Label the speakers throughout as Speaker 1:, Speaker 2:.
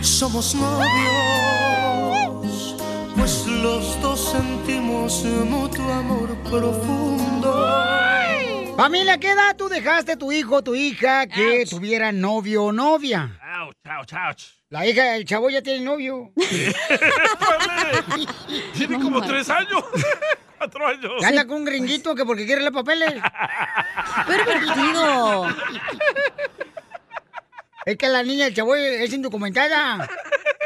Speaker 1: Somos novios, pues los dos sentimos mutuo amor profundo.
Speaker 2: Familia, ¿qué edad tú dejaste tu hijo tu hija que tuviera novio o novia?
Speaker 3: Ouch, ouch, ouch.
Speaker 2: La hija del chavo ya tiene novio.
Speaker 3: Tiene como tres años. Cuatro años.
Speaker 2: Ya anda con un gringuito que porque quiere los papeles.
Speaker 3: Pervertido.
Speaker 2: Es que la niña del chavo es indocumentada.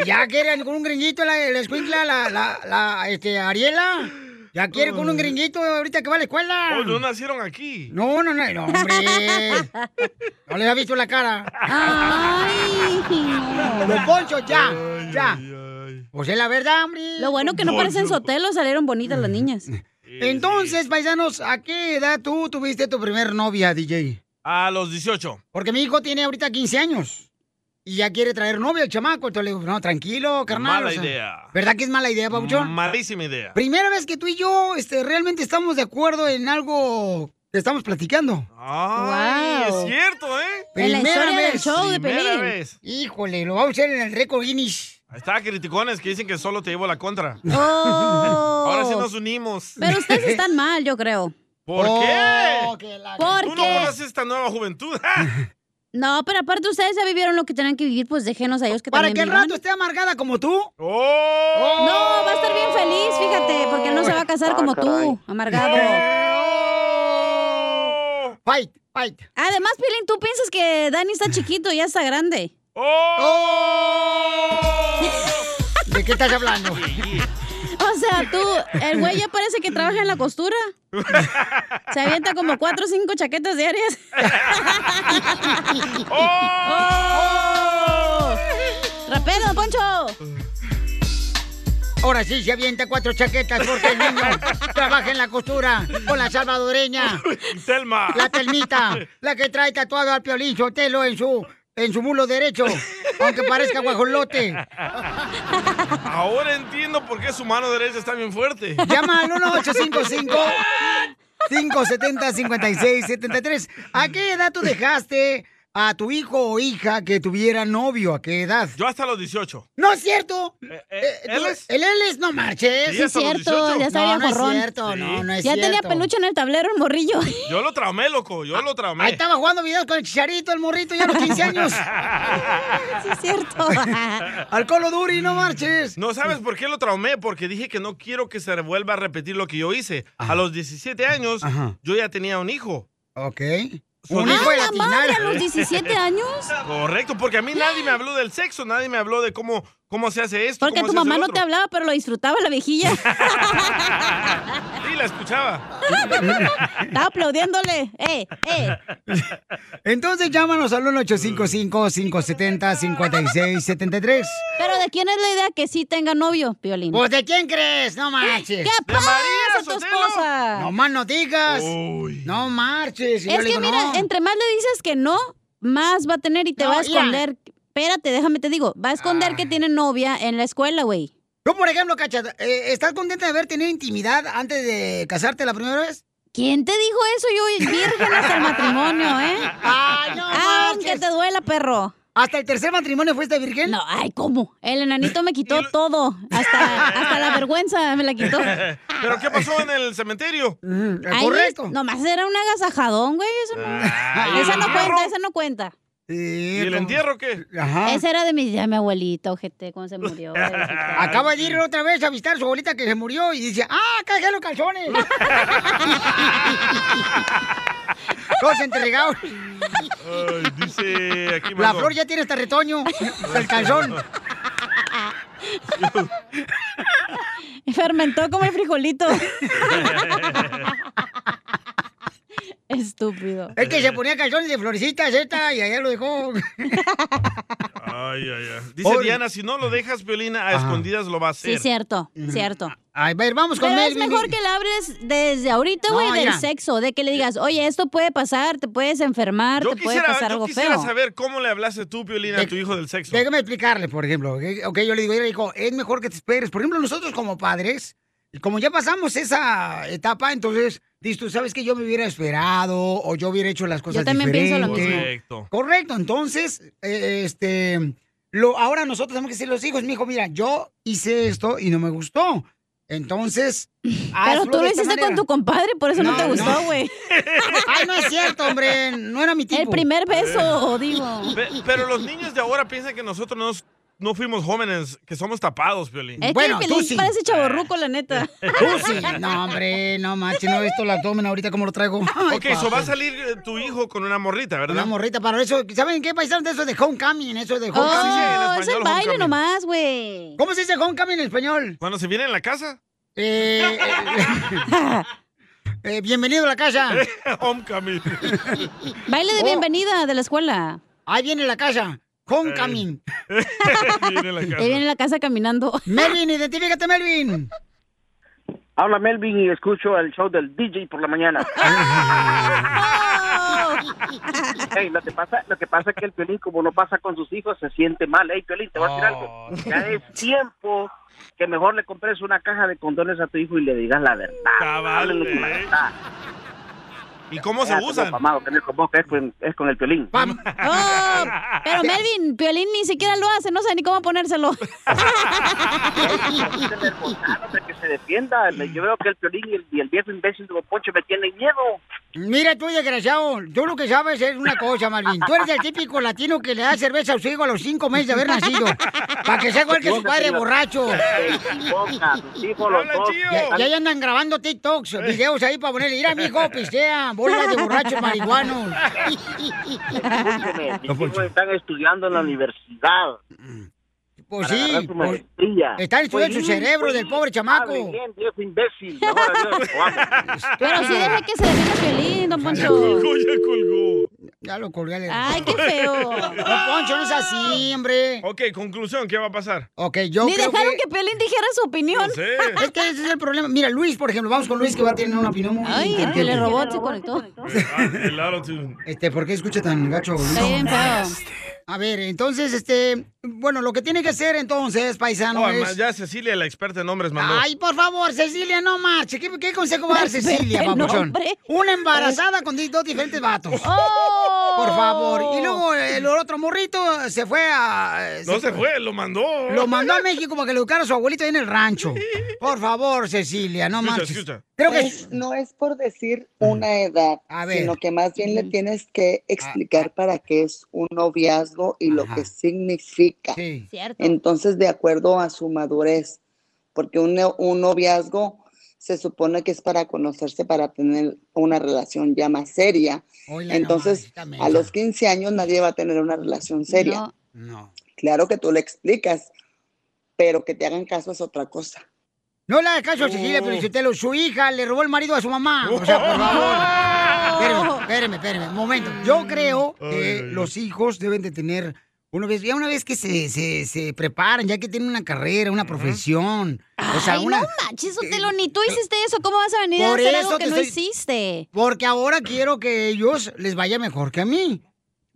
Speaker 2: Ya quiere con un gringuito la, la escuincla, la, la, la, este, Ariela. Ya quiere con un gringuito ahorita que va a la escuela.
Speaker 3: Oh, no nacieron aquí.
Speaker 2: No, no, no, no, hombre. No les ha visto la cara.
Speaker 3: Ay,
Speaker 2: no. Don Poncho, ya, ya. Pues es la verdad, hombre.
Speaker 4: Lo bueno que no parecen sotelo, salieron bonitas las niñas.
Speaker 2: Entonces, paisanos, ¿a qué edad tú tuviste tu primer novia, DJ?
Speaker 3: A los 18.
Speaker 2: Porque mi hijo tiene ahorita 15 años. Y ya quiere traer novia el chamaco. Entonces le digo, no, tranquilo, carnal.
Speaker 3: Mala
Speaker 2: o sea,
Speaker 3: idea.
Speaker 2: ¿Verdad que es mala idea, Pabuchón?
Speaker 3: Malísima idea.
Speaker 2: Primera vez que tú y yo este, realmente estamos de acuerdo en algo que estamos platicando.
Speaker 3: Ay,
Speaker 2: Wow.
Speaker 3: es cierto, ¿eh? Primera vez.
Speaker 2: Híjole, lo vamos a hacer en el récord Guinness.
Speaker 3: Ahí Está criticones que dicen que solo te llevo la contra.
Speaker 4: Oh.
Speaker 3: Ahora sí nos unimos.
Speaker 4: Pero ustedes están mal, yo creo.
Speaker 3: ¿Por
Speaker 4: Oh,
Speaker 3: qué?
Speaker 4: ¿Por
Speaker 3: Tú no
Speaker 4: qué?
Speaker 3: conoces esta nueva juventud. ¡Ja!
Speaker 4: No, pero aparte ustedes ya vivieron lo que tenían que vivir, pues déjenos a ellos que
Speaker 2: Para
Speaker 4: también
Speaker 2: que el
Speaker 4: vivan.
Speaker 2: rato esté amargada como tú.
Speaker 3: ¡Oh!
Speaker 4: No, va a estar bien feliz, fíjate, porque él no se va a casar como tú, amargado.
Speaker 3: ¡Oh!
Speaker 2: Fight, fight.
Speaker 4: Además, Pilín, tú piensas que Dani está chiquito y ya está grande.
Speaker 3: ¡Oh!
Speaker 2: ¿De qué estás hablando?
Speaker 4: O sea, tú, el güey ya parece que trabaja en la costura. Se avienta como cuatro o cinco chaquetas diarias.
Speaker 2: Eh,
Speaker 3: ¡Oh!
Speaker 4: ¡Rapero, don Poncho!
Speaker 2: Ahora sí se avienta cuatro chaquetas porque el niño trabaja en la costura con la salvadoreña,
Speaker 3: Selma.
Speaker 2: la telmita, la que trae tatuado al piolín Sotelo en su, en su mulo derecho, aunque parezca guajolote.
Speaker 3: Ahora entiendo por qué su mano derecha está bien fuerte.
Speaker 2: Llama al 1855 570 5673 ¿A qué edad tú dejaste a tu hijo o hija que tuviera novio? ¿A qué edad?
Speaker 3: Yo hasta los 18.
Speaker 2: No es cierto.
Speaker 3: eh,
Speaker 2: Eh, tú-
Speaker 3: ¿él es?
Speaker 2: El él es no marches.
Speaker 3: Sí, Sí, es hasta los cierto, 18. ya estaba
Speaker 2: no,
Speaker 3: bien
Speaker 2: no es
Speaker 3: jorrón.
Speaker 2: cierto,
Speaker 3: Sí.
Speaker 2: no, no es
Speaker 4: Ya
Speaker 2: cierto.
Speaker 4: tenía peluche en el tablero, el morrillo.
Speaker 3: Yo lo tramé, loco. Yo lo tramé.
Speaker 2: Ah, Ahí estaba jugando videos con el chicharito, el morrito, ya a los 15 años.
Speaker 4: sí, es cierto.
Speaker 2: Alcohol duri, no marches.
Speaker 3: No sabes por qué lo traumé, porque dije que no quiero que se vuelva a repetir lo que yo hice. A los 17 años,
Speaker 2: Ajá.
Speaker 3: yo ya tenía un hijo.
Speaker 2: Ok.
Speaker 3: Son
Speaker 2: Un
Speaker 3: hijos.
Speaker 2: hijo de
Speaker 3: ¡Ah,
Speaker 2: la
Speaker 3: la madre,
Speaker 2: tinar.
Speaker 3: a los 17
Speaker 4: años?
Speaker 3: Correcto, porque a mí nadie me habló del sexo, nadie me habló de cómo, cómo se hace esto.
Speaker 4: Porque
Speaker 3: cómo
Speaker 4: tu
Speaker 3: se hace
Speaker 4: mamá
Speaker 3: lo
Speaker 4: no
Speaker 3: otro.
Speaker 4: te hablaba, pero lo disfrutaba la viejilla.
Speaker 3: Sí, la escuchaba.
Speaker 4: Estaba aplaudiéndole. ¡Eh, eh!
Speaker 2: Entonces llámanos al 1-855-570-5673.
Speaker 4: Pero ¿de quién es la idea que sí tenga novio, Piolín?
Speaker 2: Pues de quién crees, no marches.
Speaker 4: ¿Qué pasa, tu esposa?
Speaker 2: No más no digas. No marches. Y yo
Speaker 4: es
Speaker 2: le
Speaker 4: que
Speaker 2: digo,
Speaker 4: mira,
Speaker 2: no.
Speaker 4: entre más le dices que no, más va a tener y te
Speaker 2: No,
Speaker 4: va a
Speaker 2: mira.
Speaker 4: esconder. Espérate, déjame te digo, va a esconder que tiene novia en la escuela, güey.
Speaker 2: Yo, por ejemplo, Cacha, eh, ¿estás contenta de haber tenido intimidad antes de casarte la primera vez?
Speaker 4: ¿Quién te dijo eso? Yo virgen hasta el matrimonio, ¿eh?
Speaker 2: Ay, no
Speaker 4: Aunque te duela, perro.
Speaker 2: ¿Hasta el tercer matrimonio fuiste virgen?
Speaker 4: No, ay, ¿cómo? El enanito me quitó todo. Hasta, hasta la vergüenza me la quitó.
Speaker 3: ¿Pero qué pasó en el cementerio?
Speaker 2: Mm,
Speaker 4: Ahí, nomás era un agasajadón, güey. Eso no,
Speaker 3: Ay,
Speaker 4: esa
Speaker 3: el
Speaker 4: no
Speaker 3: entierro.
Speaker 4: cuenta, esa no cuenta.
Speaker 3: ¿Y el entierro qué?
Speaker 4: Ese era de mi, de mi abuelito, ojete, cuando se murió.
Speaker 2: Acaba de ir otra vez a visitar a su abuelita que se murió y dice, ¡ah, cajé los calzones! Todos entregados.
Speaker 3: Ay, dice aquí
Speaker 2: La
Speaker 3: mandó.
Speaker 2: flor ya tiene hasta retoño. hasta el calzón.
Speaker 4: Fermentó como el frijolito. Estúpido.
Speaker 2: Es que se ponía calzones de florecitas esta y allá lo dejó.
Speaker 3: Ay, ay, ay. Dice
Speaker 2: Pobre.
Speaker 3: Diana, si no lo dejas, Violina, a escondidas lo va a hacer.
Speaker 4: Sí, cierto, cierto.
Speaker 2: Ay, a ver, vamos con
Speaker 4: Pero es
Speaker 2: Melvin.
Speaker 4: mejor que la abres desde ahorita,
Speaker 2: No,
Speaker 4: güey, del
Speaker 2: ya.
Speaker 4: sexo, de que le digas, oye, esto puede pasar, te puedes enfermar,
Speaker 3: Yo
Speaker 4: te puede pasar
Speaker 3: yo
Speaker 4: algo
Speaker 3: quisiera
Speaker 4: feo.
Speaker 3: saber cómo le hablaste tú, Violina, a tu hijo del sexo.
Speaker 2: Déjame explicarle, por ejemplo. ¿ok? Ok, yo le digo, mira, hijo, es mejor que te esperes. Por ejemplo, nosotros como padres, y como ya pasamos esa etapa, entonces, dices tú, sabes que yo me hubiera esperado o yo hubiera hecho las cosas
Speaker 4: también pienso lo
Speaker 2: diferentes.
Speaker 4: mismo.
Speaker 3: Correcto.
Speaker 2: Correcto, entonces, eh, este, lo, ahora nosotros tenemos que decir a los hijos, mijo, mira, yo hice esto y no me gustó. Entonces,
Speaker 4: Pero
Speaker 2: hazlo
Speaker 4: tú
Speaker 2: de
Speaker 4: lo
Speaker 2: esta
Speaker 4: hiciste con
Speaker 2: manera.
Speaker 4: tu compadre, por eso no,
Speaker 2: No,
Speaker 4: te
Speaker 2: no.
Speaker 4: gustó, güey.
Speaker 2: Ay, no es cierto, hombre, no era mi tipo.
Speaker 4: El primer beso, Oh, digo.
Speaker 3: Pe- Pero los niños de ahora piensan que nosotros nos- no fuimos jóvenes, que somos tapados, Violín.
Speaker 4: Es
Speaker 2: Bueno,
Speaker 4: que
Speaker 2: tú
Speaker 4: Pelín
Speaker 2: sí.
Speaker 4: parece chaborruco, la neta.
Speaker 2: Tú sí. No, hombre, no manches, no, esto la tomen ahorita como lo traigo. Ay,
Speaker 3: Ok, eso
Speaker 2: papi.
Speaker 3: va a salir eh, tu hijo con una morrita, ¿verdad?
Speaker 2: Una morrita para eso. ¿Saben qué paisanos de eso de homecoming? Eso de homecoming.
Speaker 4: Oh,
Speaker 3: en
Speaker 4: es el
Speaker 3: español,
Speaker 4: baile
Speaker 3: homecoming.
Speaker 4: nomás, güey.
Speaker 2: ¿Cómo se dice homecoming en español?
Speaker 3: Cuando se viene en la casa,
Speaker 2: Eh, eh, eh, bienvenido a la casa.
Speaker 3: homecoming.
Speaker 4: Baile de
Speaker 2: Oh.
Speaker 4: bienvenida de la escuela.
Speaker 2: Ahí viene la casa.
Speaker 3: Eh.
Speaker 2: Homecoming.
Speaker 3: viene en la
Speaker 4: Ahí viene
Speaker 3: casa.
Speaker 4: la casa caminando.
Speaker 2: Melvin, identifícate, Melvin.
Speaker 5: Habla Melvin y escucho el show del DJ por la mañana. Ey, lo que pasa, lo que pasa es que el Piolín, como no pasa con sus hijos, se siente mal. Ey, Piolín, te voy a decir
Speaker 3: Oh,
Speaker 5: algo. Ya es tiempo que mejor le compres una caja de condones a tu hijo y le digas la verdad.
Speaker 3: Cabal,
Speaker 5: Háblale con la
Speaker 3: eh.
Speaker 5: verdad.
Speaker 3: ¿Y cómo se
Speaker 5: Ya,
Speaker 3: usan?
Speaker 5: como Pamado, que no es con vos, que es con, es con el Piolín.
Speaker 2: Vamos.
Speaker 4: Oh, pero Melvin, Piolín ni siquiera lo hace, no sabe ni cómo ponérselo.
Speaker 5: Pregúntele al Gonzalo, hombre, que se defienda. Yo veo que el Piolín y el, y el viejo imbécil de Don Poncho me tienen miedo.
Speaker 2: Mira tú, desgraciado. Tú lo que sabes es una cosa, Melvin. Tú eres el típico latino que le da cerveza a su hijo a los cinco meses de haber nacido. Para que sea igual que su padre borracho.
Speaker 5: Ey, equivoca, tus hijos los
Speaker 3: Habla,
Speaker 5: dos.
Speaker 3: tío.
Speaker 2: Ya, ya andan grabando TikToks, videos ahí para ponerle, mira, mijo, pistea, bola de borrachos marihuanos.
Speaker 5: Escúcheme, mis hijos están estudiando en la universidad.
Speaker 2: mm. Pues
Speaker 5: para agarrar
Speaker 2: sí,
Speaker 5: su
Speaker 2: pues,
Speaker 5: maestría.
Speaker 2: están estudiando su
Speaker 5: Pues,
Speaker 2: cerebro
Speaker 5: pues,
Speaker 2: del pobre
Speaker 5: hable
Speaker 2: chamaco.
Speaker 5: bien, viejo imbécil. Mejor adiós, lo amo.
Speaker 4: Pero sí deje que se defienda Piolín, don Poncho.
Speaker 3: Colgó, ya colgó.
Speaker 2: Ya lo colgué. le-
Speaker 4: Ay, qué feo.
Speaker 2: No, pues, Poncho, no es así, hombre.
Speaker 3: Ok, conclusión, ¿qué va a pasar?
Speaker 2: Ok, yo
Speaker 4: Ni
Speaker 2: creo
Speaker 4: dejaron
Speaker 2: que...
Speaker 4: que... Piolín dijera su opinión.
Speaker 3: No sé.
Speaker 2: Es que ese es el problema. Mira, Luis, por ejemplo, vamos con Luis que va a tener una opinión muy
Speaker 4: Ay, el
Speaker 2: inteligente.
Speaker 4: telerobot se conectó.
Speaker 3: Ah, el autotune.
Speaker 2: Este, ¿por qué escucha tan gacho? Luis?
Speaker 4: Está bien feo.
Speaker 2: A ver, entonces, este, bueno, lo que tiene que hacer entonces, paisano,
Speaker 3: Oh,
Speaker 2: es...
Speaker 3: ya Cecilia, la experta en nombres, mandó.
Speaker 2: Ay, por favor, Cecilia, no marche. ¿Qué, qué consejo va a dar Cecilia,
Speaker 4: Vete,
Speaker 2: papuchón?
Speaker 4: nombre.
Speaker 2: Una embarazada con di- dos diferentes vatos.
Speaker 4: Oh.
Speaker 2: Por favor. Y luego el otro morrito se fue a. eh,
Speaker 3: no se fue, lo mandó.
Speaker 2: Lo mandó a México para que lo educara a su abuelito ahí en el rancho. Por favor, Cecilia, no
Speaker 3: Escucha,
Speaker 2: marches.
Speaker 3: escucha.
Speaker 2: Creo que Mm.
Speaker 6: Es- Pues, no es por decir una edad,
Speaker 2: A ver. Mm. Ah.
Speaker 6: sino que más bien le tienes que explicar para qué es un noviazgo y
Speaker 2: Ajá.
Speaker 6: lo que significa.
Speaker 2: sí.
Speaker 4: Cierto.
Speaker 6: Entonces, de acuerdo a su madurez, porque un, no- un noviazgo se supone que es para conocerse, para tener una relación ya más seria.
Speaker 2: Hola,
Speaker 6: Entonces,
Speaker 2: no marches,
Speaker 6: a los 15 años nadie va a tener una relación seria.
Speaker 4: No.
Speaker 2: No.
Speaker 6: Claro que tú le explicas, pero que te hagan caso es otra cosa.
Speaker 2: No le hagas caso a Cecilia
Speaker 3: Oh.
Speaker 2: Felicitelo. Su hija le robó el marido a su mamá. O sea, por favor. Espérame, espérame, espérame. Un momento. Yo creo que
Speaker 3: Ay, ay, ay.
Speaker 2: los hijos deben de tener. Una vez, ya una vez que se, se, se preparan, ya que tienen una carrera, una profesión. O sea,
Speaker 4: Ay,
Speaker 2: una.
Speaker 4: no manches, Otelo, ni tú hiciste eso. ¿Cómo vas a venir a
Speaker 2: Por
Speaker 4: hacer
Speaker 2: eso
Speaker 4: algo
Speaker 2: te
Speaker 4: que no
Speaker 2: estoy-
Speaker 4: hiciste?
Speaker 2: Porque ahora quiero que ellos les vaya mejor que a mí.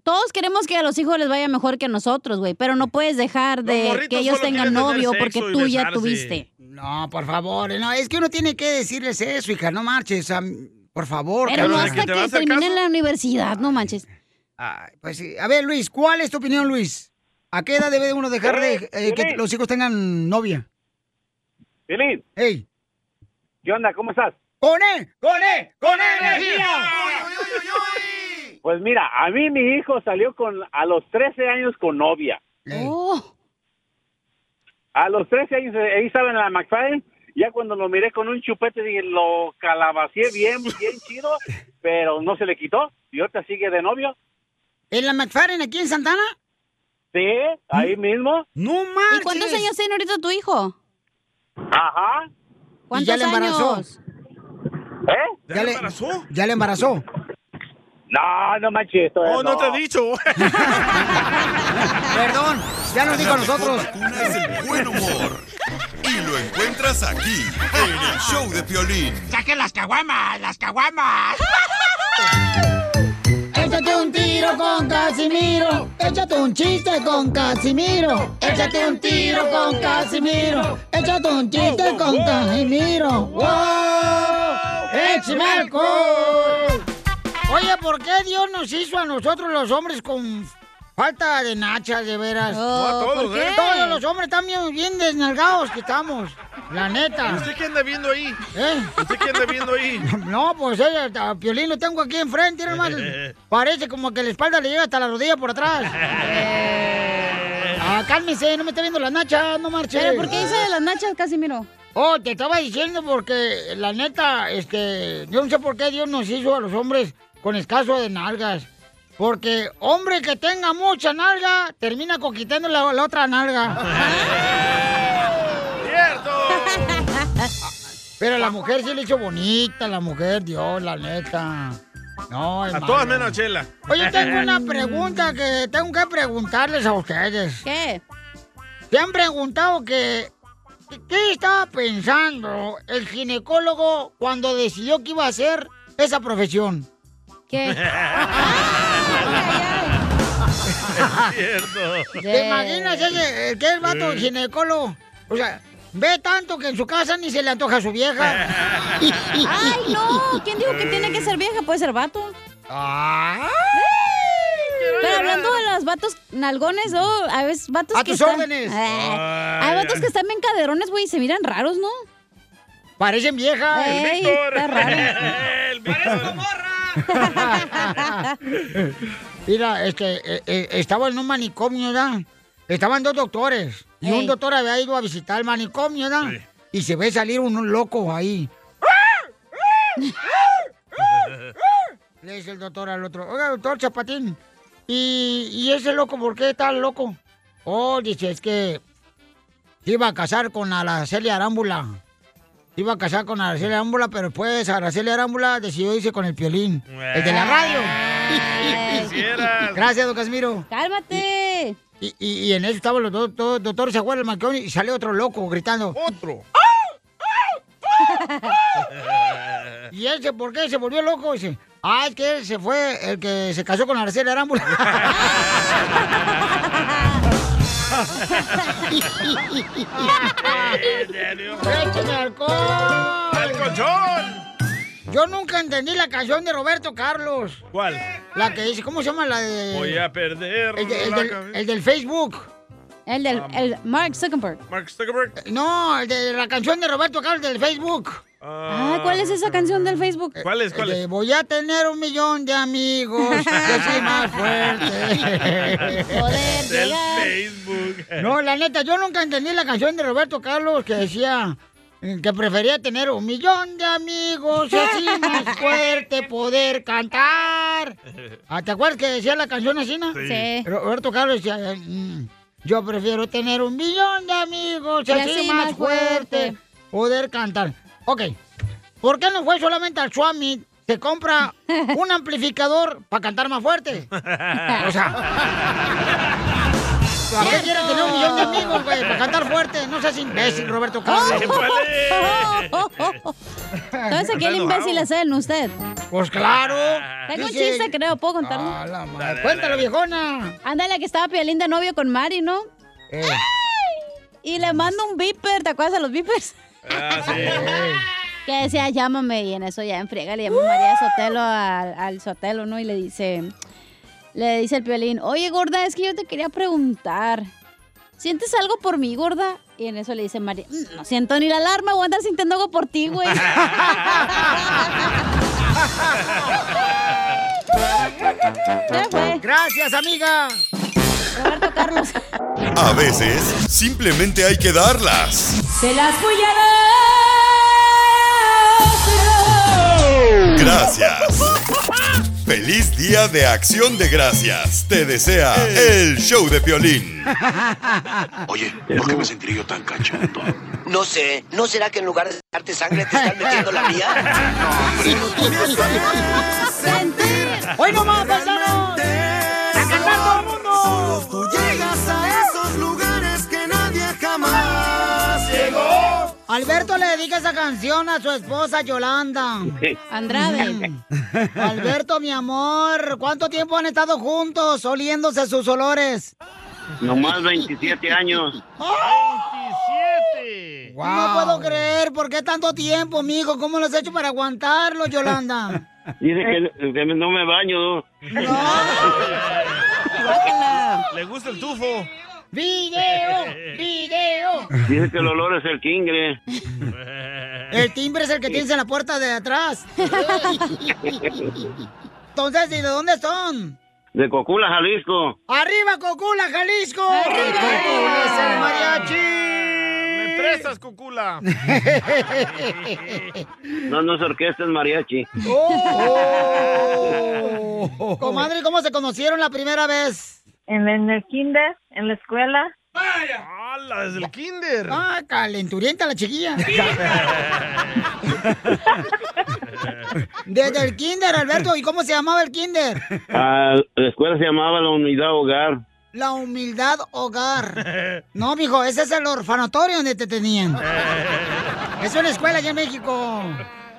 Speaker 4: Todos queremos que a los hijos les vaya mejor que a nosotros, güey, pero no puedes dejar
Speaker 3: Los
Speaker 4: de
Speaker 3: morritos
Speaker 4: que ellos
Speaker 3: solo
Speaker 4: tengan
Speaker 3: quieren tener
Speaker 4: novio
Speaker 3: sexo
Speaker 4: porque
Speaker 3: y
Speaker 4: tú ya
Speaker 3: besarse.
Speaker 4: tuviste.
Speaker 2: No, por favor, no, es que uno tiene que decirles eso, hija, no marches, am- por favor.
Speaker 4: Pero no
Speaker 2: carnal.
Speaker 3: ¿de
Speaker 4: hasta
Speaker 3: que te va a
Speaker 4: que
Speaker 3: hacer
Speaker 4: terminen
Speaker 3: caso?
Speaker 4: la universidad, no manches.
Speaker 2: Ay, pues sí. A ver, Luis, ¿cuál es tu opinión, Luis? ¿A qué edad debe uno dejar de eh, que
Speaker 5: Piolín.
Speaker 2: los hijos tengan novia?
Speaker 5: Piolín,
Speaker 2: ¡Ey!
Speaker 5: ¿qué onda? ¿Cómo estás?
Speaker 2: ¡Con él! ¡Con él! ¡Con él!
Speaker 3: ¡Ay, ay,
Speaker 2: energía!
Speaker 3: ay, ay, ay!
Speaker 5: Pues mira, a mí mi hijo salió con a los 13 años con novia.
Speaker 2: Eh.
Speaker 5: A los 13 años, eh, ahí estaba en la McFadden, ya cuando lo miré con un chupete dije, lo calabacé bien, bien chido, pero no se le quitó. Y ahorita sigue de novio.
Speaker 2: ¿En la McFarren aquí en Santana?
Speaker 5: Sí, ahí mismo.
Speaker 2: ¡No
Speaker 4: ¿Y cuántos años tiene ahorita tu hijo?
Speaker 5: Ajá.
Speaker 4: ¿Cuántos
Speaker 2: ya le embarazó?
Speaker 4: años?
Speaker 5: ¿Eh?
Speaker 2: ¿Ya le embarazó? ¿Ya le embarazó?
Speaker 5: No, no manches. todavía
Speaker 2: Oh, Ah, no te he
Speaker 1: dicho.
Speaker 2: Perdón, ya nos dijo a nosotros.
Speaker 7: Es el buen humor. Y lo encuentras aquí, en el show de Piolín.
Speaker 2: ¡Saquen las caguamas! ¡Las caguamas! Échate un tiro con Casimiro. Échate un chiste con Casimiro. Échate un tiro con Casimiro. Échate un chiste con Casimiro. ¡Wow! ¡Échame alcohol! Oye, ¿por qué Dios nos hizo a nosotros los hombres con falta de nachas, de veras?
Speaker 1: No, a todos, ¿por qué? ¿eh?
Speaker 2: Todos los hombres Pues, están bien, bien desnalgados que estamos. La neta.
Speaker 1: ¿Y usted qué anda viendo ahí?
Speaker 2: ¿Eh?
Speaker 1: ¿Usted qué anda viendo ahí?
Speaker 2: No, pues eh, a Piolín lo tengo aquí enfrente, hermano. Parece como que la espalda le llega hasta la rodilla por atrás. Ah, cálmese, no me está viendo las nachas, no marche.
Speaker 4: ¿Pero por qué hizo de las nachas, Casimiro?
Speaker 2: Oh, te estaba diciendo porque la neta, este, yo no sé por qué Dios nos hizo a los hombres con escaso de nalgas. Porque hombre que tenga mucha nalga termina coquitando la, la otra nalga.
Speaker 1: ¡Cierto!
Speaker 2: Pero a la mujer sí le hizo bonita, la mujer, Dios, la neta. No,
Speaker 1: A
Speaker 2: hermano.
Speaker 1: todas menos a Chela.
Speaker 2: Oye, tengo una pregunta que tengo que preguntarles a ustedes.
Speaker 4: ¿Qué?
Speaker 2: ¿Te han preguntado que qué estaba pensando el ginecólogo cuando decidió que iba a hacer esa profesión?
Speaker 4: ¿Qué?
Speaker 1: Es cierto.
Speaker 2: ¿Te imaginas ese, eh, que el vato
Speaker 1: Sí.
Speaker 2: ginecólogo? O sea, ve tanto que en su casa ni se le antoja a su vieja.
Speaker 4: ¡Ay, no! ¿Quién dijo que tiene que ser vieja? Pues Puede ser vato.
Speaker 2: Ah,
Speaker 4: Eh, Pero hablando de los vatos nalgones, oh, hay veces vatos
Speaker 2: A
Speaker 4: que
Speaker 2: tus
Speaker 4: están...
Speaker 2: órdenes.
Speaker 4: Ah,
Speaker 2: Ay,
Speaker 4: hay vatos
Speaker 2: ay.
Speaker 4: que están bien caderones, güey, y se miran raros, ¿no?
Speaker 2: Parecen viejas.
Speaker 4: Ey, El Víctor. está raro.
Speaker 2: Mira, este, eh, eh, estaba en un manicomio, ¿verdad? Estaban dos doctores. Y un doctor había ido a visitar el manicomio, ¿verdad? Y se ve salir un, un loco ahí. Le dice el doctor al otro, oiga, doctor Chapatín, ¿y, y ese loco por qué está loco? Oh, dice, es que se iba a casar con Araceli Arámbula. Se iba a casar con Araceli Arámbula, pero después Araceli Arámbula decidió irse con el piolín, el de la radio.
Speaker 1: Quisieras.
Speaker 2: Gracias, don Casimiro.
Speaker 4: ¡Cálmate!
Speaker 2: Y, y, y en eso estaban los dos, dos doctores, se acuerdan el manicomio y salió otro loco gritando.
Speaker 1: ¡Otro!
Speaker 2: ¿Y ese por qué se volvió loco? Dice, ah, es que él se fue el que se casó con Araceli Arámbula. ¡Écheme alcohol!
Speaker 1: ¡Al colchón!
Speaker 2: Yo nunca entendí la canción de Roberto Carlos.
Speaker 1: ¿Cuál?
Speaker 2: La que dice, ¿cómo se llama la de...?
Speaker 1: Voy a perder.
Speaker 2: Eh, el, de- el
Speaker 1: la
Speaker 2: del, eh,
Speaker 1: cabeza.
Speaker 2: el del Facebook.
Speaker 4: El del el Mark Zuckerberg.
Speaker 1: Ah, Mark Zuckerberg.
Speaker 2: No, el de la canción de Roberto Carlos del Facebook.
Speaker 4: Ah, ¿cuál es esa canción del Facebook?
Speaker 1: Eh, ¿Cuál es? ¿Cuál
Speaker 2: El de,
Speaker 1: es?
Speaker 2: voy a tener un millón de amigos, yo soy más fuerte.
Speaker 4: Poder
Speaker 1: Del
Speaker 4: llegar.
Speaker 1: Facebook.
Speaker 2: No, la neta, yo nunca entendí la canción de Roberto Carlos que decía eh, que prefería tener un millón de amigos y así más fuerte poder cantar. Ah, ¿Te acuerdas que decía la canción así, no?
Speaker 4: Sí. Sí.
Speaker 2: Ro- Roberto Carlos decía, eh, mm, yo prefiero tener un millón de amigos y así, más, fuerte poder cantar. Ok, ¿por qué no fue solamente al Swami? Se compra un amplificador para cantar más fuerte. O ¿Para qué quieres tener un millón de amigos, güey? Para cantar fuerte. No seas imbécil, Roberto Carlos.
Speaker 1: Sí, vale.
Speaker 4: Entonces aquí el imbécil es él, no usted.
Speaker 2: Pues claro.
Speaker 3: Ah.
Speaker 4: Tengo un
Speaker 2: Dice-
Speaker 4: chiste, creo, ¿puedo contarlo?
Speaker 2: Ah, la madre. Cuéntalo, viejona.
Speaker 4: Ándale, que estaba Piolín de novio con Mari, ¿no? Y le mando un beeper, ¿te acuerdas de los beepers?
Speaker 1: Ah, sí.
Speaker 4: Que decía, llámame, y en eso ya enfriega, le llamó María Sotelo al, al Sotelo, ¿no? Y le dice, le dice el Piolín, oye, gorda, es que yo te quería preguntar, ¿sientes algo por mí, gorda? Y en eso le dice María, "Mm, no siento ni la alarma, voy a andar sintiendo algo por ti, güey.
Speaker 2: Gracias, amiga.
Speaker 7: A veces, simplemente hay que darlas.
Speaker 1: Se las voy a
Speaker 7: Gracias. Feliz Día de Acción de Gracias. Te desea el show de Piolín.
Speaker 8: Oye, ¿por qué me sentiré yo tan cachondo?
Speaker 9: No sé, ¿no será que en lugar de darte sangre te están metiendo la mía?
Speaker 2: ¡Hoy no más, paisanos!
Speaker 1: ¡A cantar todo el mundo! Tú llegas a esos lugares que nadie jamás llegó.
Speaker 2: Alberto le dedica esa canción a su esposa Yolanda.
Speaker 10: Andrade.
Speaker 2: Alberto, mi amor, ¿cuánto tiempo han estado juntos oliéndose sus olores?
Speaker 8: Nomás 27 años.
Speaker 2: No puedo creer, ¿por qué tanto tiempo, mijo? ¿Cómo lo has hecho para aguantarlo, Yolanda?
Speaker 8: Dice que, que no me baño.
Speaker 3: Le gusta el tufo.
Speaker 2: ¡Video! ¡Video!
Speaker 8: Dice que el olor es el kingre.
Speaker 2: El timbre es el que tienes en la puerta de atrás. Entonces, ¿y de dónde son?
Speaker 8: De Cocula, Jalisco.
Speaker 2: ¡Arriba, Cocula, Jalisco! ¡Arriba, Cocula, es el mariachi!
Speaker 3: ¡Me prestas, Cocula!
Speaker 8: No, no es orquesta, es mariachi.
Speaker 2: ¡Oh! Comadre, ¿cómo se conocieron la primera vez?
Speaker 11: En, el kinder, en la escuela.
Speaker 3: ¡Vaya! ¡Hala, desde el kinder!
Speaker 2: ¡Ah, calenturienta la chiquilla! Desde el kinder, Alberto. ¿Y cómo se llamaba el kinder?
Speaker 8: Ah, la escuela se llamaba la Unidad Hogar.
Speaker 2: La humildad hogar. No, mijo, ese es el orfanatorio donde te tenían. Es una escuela allá en México.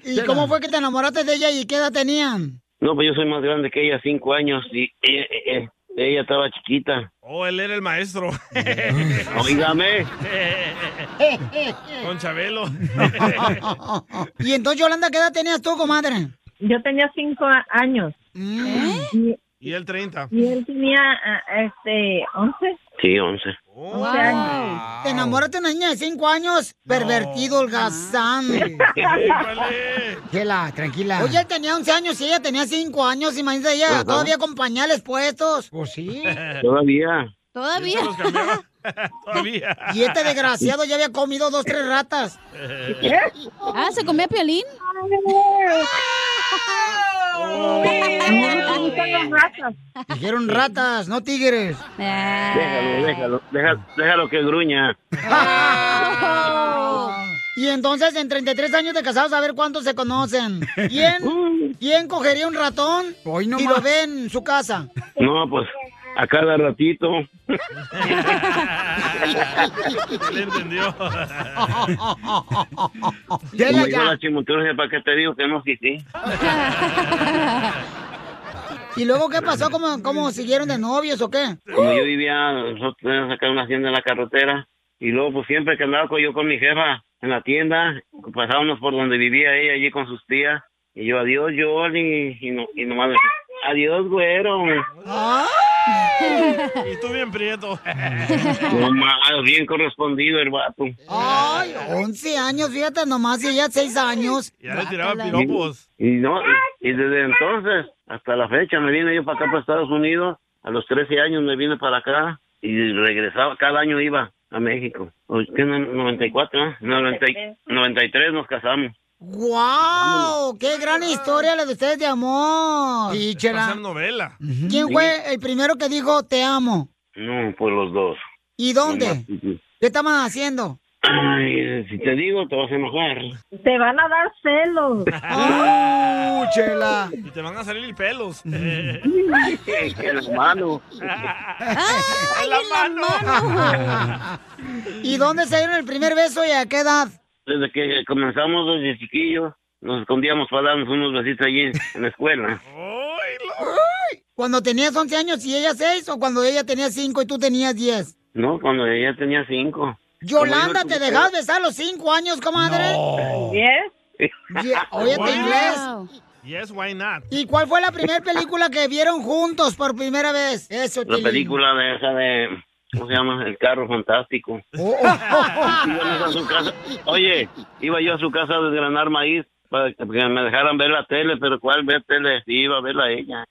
Speaker 2: ¿Y cómo fue que te enamoraste de ella y qué edad tenían?
Speaker 8: No, pues yo soy más grande que ella, cinco años, y ella, eh, ella estaba chiquita.
Speaker 3: Oh, él era el maestro.
Speaker 8: Oígame.
Speaker 3: Con Chabelo.
Speaker 2: y entonces, Yolanda, ¿qué edad tenías tú, comadre? Mm.
Speaker 11: Yo tenía cinco a- años. Y,
Speaker 3: Y el 30.
Speaker 11: y él tenía, ah, este, once.
Speaker 8: Sí, once.
Speaker 2: Te enamoraste de una niña de cinco años, pervertido, holgazán. Chela, tranquila. Oye, él Pues tenía 11 años y ella tenía 5 años, imagínate ella,
Speaker 8: Ajá.
Speaker 2: todavía con pañales puestos.
Speaker 8: Pues sí. Todavía.
Speaker 2: Todavía.
Speaker 3: Todavía.
Speaker 2: Y este desgraciado ya había comido dos, tres ratas.
Speaker 8: Eh.
Speaker 10: Ah, ¿se comía piolín?
Speaker 2: Dijeron ratas, no tigres.
Speaker 10: Ah.
Speaker 8: Déjalo, déjalo, déjalo, déjalo que gruña.
Speaker 2: Y entonces, en 33 años de casados, a ver cuántos se conocen. ¿Quién, ¿quién cogería un ratón y lo ve en su casa?
Speaker 8: No, pues a cada ratito.
Speaker 3: Le entendió.
Speaker 8: Como yo la chimotrufia, ¿para qué te digo que no? Sí, sí.
Speaker 2: ¿Y luego qué pasó? ¿Cómo, cómo siguieron de novios o qué?
Speaker 8: Como yo vivía, nosotros teníamos acá una hacienda en la carretera. Y luego, pues siempre que andaba con- yo con mi jefa en la tienda, pasábamos por donde vivía ella, allí con sus tías. Y yo, adiós, Yoli. Y, no, y nomás me decía, adiós, güero.
Speaker 2: Ah.
Speaker 3: Y tú bien prieto.
Speaker 8: Nomás, bien correspondido el vato.
Speaker 2: Ay, 11 años, fíjate nomás, y ella 6 años.
Speaker 3: Ya le tiraba
Speaker 2: Guácala.
Speaker 3: piropos.
Speaker 8: Y, no, y, y desde entonces hasta la fecha me vine yo para acá, para Estados Unidos. A los 13 años me vine para acá y regresaba, cada año iba a México. O- ¿Qué, no- 94, ¿eh? 90 y- 93 nos casamos.
Speaker 2: ¡Wow! ¡Qué gran historia la de ustedes de amor! Y
Speaker 3: Esa
Speaker 2: Chela,
Speaker 3: novela.
Speaker 2: ¿quién
Speaker 8: Sí.
Speaker 2: fue el primero que dijo te amo?
Speaker 8: No, por los dos.
Speaker 2: ¿Y dónde?
Speaker 8: Nomás-
Speaker 2: ¿Qué estaban haciendo?
Speaker 8: Ay, si te digo, te vas a enojar.
Speaker 11: Te van a dar celos.
Speaker 2: ¡Uh, Chela!
Speaker 3: Y te van a salir pelos.
Speaker 8: El mano.
Speaker 2: ¡Ay, la mano! ¿Y dónde se dieron el primer beso y a qué edad?
Speaker 8: Desde que comenzamos desde chiquillos, nos escondíamos para darnos unos besitos allí en la escuela.
Speaker 2: ¿Cuando tenías 11 años y ella 6 o cuando ella tenía 5 y tú tenías 10?
Speaker 8: No, cuando ella tenía cinco.
Speaker 2: Yolanda,
Speaker 8: Como yo-
Speaker 2: ¿te dejabas besar a los 5 años, comadre?
Speaker 11: ¿Yes?
Speaker 2: Yeah, Oye, tu
Speaker 3: Wow.
Speaker 2: inglés.
Speaker 3: Yes, why not?
Speaker 2: ¿Y cuál fue la primera película que vieron juntos por primera vez? Eso,
Speaker 8: La
Speaker 2: Tilín.
Speaker 8: película de esa de. ¿Cómo se llama? El carro fantástico.
Speaker 2: Oh, oh, oh, oh.
Speaker 8: Íbamos a su casa. Oye, iba yo a su casa a desgranar maíz para que me dejaran ver la tele, pero ¿cuál ver tele? Sí, iba a verla ella.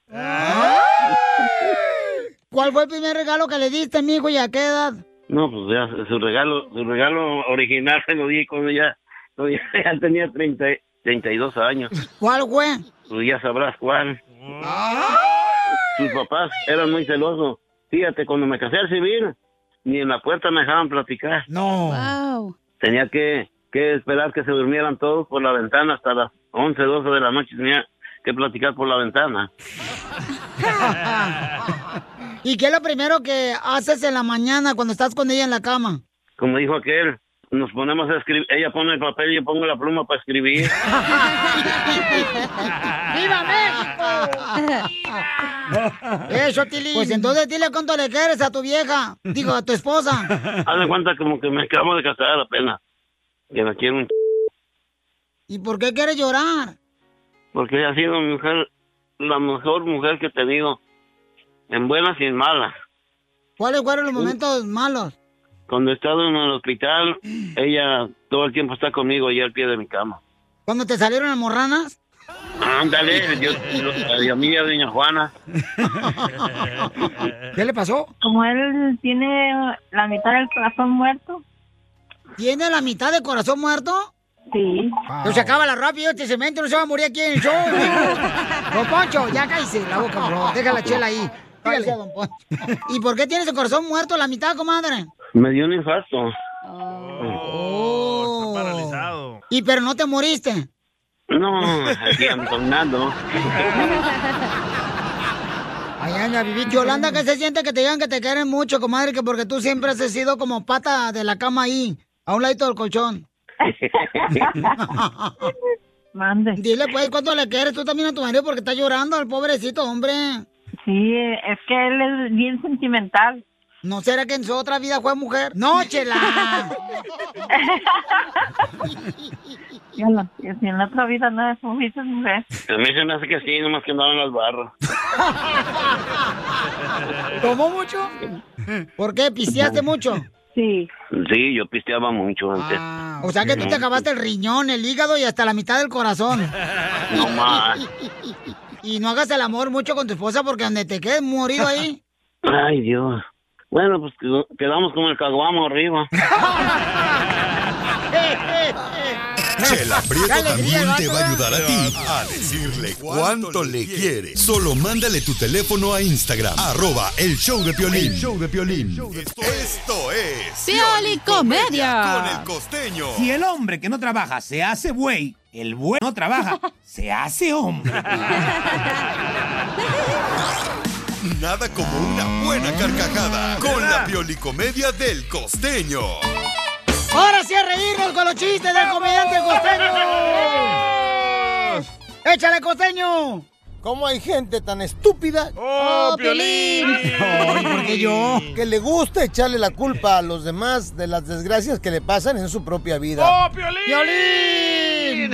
Speaker 2: ¿Cuál fue el primer regalo que le diste, mijo, y a qué edad?
Speaker 8: No, pues ya, su regalo, su regalo original se lo di cuando ya, cuando ya, ya tenía 30, 32 años.
Speaker 2: ¿Cuál fue?
Speaker 8: Pues ya sabrás cuál.
Speaker 2: Ah.
Speaker 8: Sus papás eran muy celosos. Fíjate, cuando me casé al civil, ni en la puerta me dejaban platicar.
Speaker 2: No.
Speaker 8: Tenía que, que esperar que se durmieran todos por la ventana hasta las 11, 12 de la noche. Tenía que platicar por la ventana.
Speaker 2: ¿Y qué es lo primero que haces en la mañana cuando estás con ella en la cama?
Speaker 8: Como dijo aquel, nos ponemos a escribir. Ella pone el papel y yo pongo la pluma para escribir.
Speaker 2: ¡Viva México! Eso, Tilín. Pues entonces dile cuánto le quieres a tu vieja. Digo, a tu esposa.
Speaker 8: Haz de cuenta como que me acabo de casar apenas. Que la quiero un ch...
Speaker 2: ¿Y por qué quieres llorar?
Speaker 8: Porque ella ha sido mi mujer, la mejor mujer que he tenido. En buenas y en malas.
Speaker 2: ¿Cuáles fueron los momentos malos?
Speaker 8: Cuando he estado en el hospital, ella todo el tiempo está conmigo y al pie de mi cama.
Speaker 2: ¿Cuando te salieron las morranas?
Speaker 8: Ándale, Dios, la mía, doña Juana.
Speaker 2: ¿Qué le pasó?
Speaker 1: Como él tiene la mitad del corazón muerto.
Speaker 2: ¿Tiene la mitad del corazón muerto?
Speaker 1: Sí.
Speaker 2: No se acaba la rápido este cemento, no se va a morir aquí en el show. mijo. don Poncho, ya cállese la boca, por favor. Deja la chela ahí. Dígale, don Poncho. ¿Y por qué tienes el corazón muerto la mitad, comadre?
Speaker 8: Me dio un infarto.
Speaker 2: Oh. ¿Y pero no te moriste?
Speaker 8: No, aquí andando.
Speaker 2: Ay, anda, viví. Yolanda, ¿qué se siente que te digan que te quieren mucho, comadre? Que porque tú siempre has sido como pata de la cama ahí, a un ladito del colchón. Mande. Dile, pues, ¿cuánto le quieres tú también a tu marido? Porque está llorando al pobrecito, hombre.
Speaker 1: Sí, es que él es bien sentimental.
Speaker 2: ¿No será que en su otra vida fue mujer? ¡No, chela!
Speaker 1: Y en la- y en la otra vida no es fuiste mujer.
Speaker 8: A mí se me hace que sí, nomás que andaba en las barras.
Speaker 2: ¿Tomó mucho? ¿Por qué? ¿Pisteaste mucho?
Speaker 1: Sí.
Speaker 8: Sí, yo pisteaba mucho antes.
Speaker 2: Ah, O sea que tú te acabaste el riñón, el hígado y hasta la mitad del corazón.
Speaker 8: No más.
Speaker 2: Y no hagas el amor mucho con tu esposa porque donde te quedes morido ahí.
Speaker 8: Ay, Dios. Bueno, pues quedó- quedamos con el caguamo arriba.
Speaker 7: Chela Prieto
Speaker 12: Qué alegría,
Speaker 7: también te
Speaker 12: vato,
Speaker 7: va a
Speaker 12: ¿eh?
Speaker 7: ayudar a ti a decirle cuánto le quiere. Solo mándale tu teléfono a Instagram, arroba el show de Piolín.
Speaker 13: El
Speaker 7: show de Esto es... Con el costeño.
Speaker 13: Si el hombre que no trabaja se hace buey, el buey no trabaja, se hace hombre.
Speaker 7: Nada como una buena carcajada con la piolicomedia del costeño.
Speaker 2: ¡Ahora sí a reírnos con los chistes del comediante costeño! ¡Échale, costeño!
Speaker 14: ¿Cómo hay gente tan estúpida?
Speaker 2: ¡Oh, Piolín!
Speaker 14: ¿Por qué yo? Que le gusta echarle la culpa a los demás de las desgracias que le pasan en su propia
Speaker 2: Oh,
Speaker 14: vida.
Speaker 12: ¡Piolín!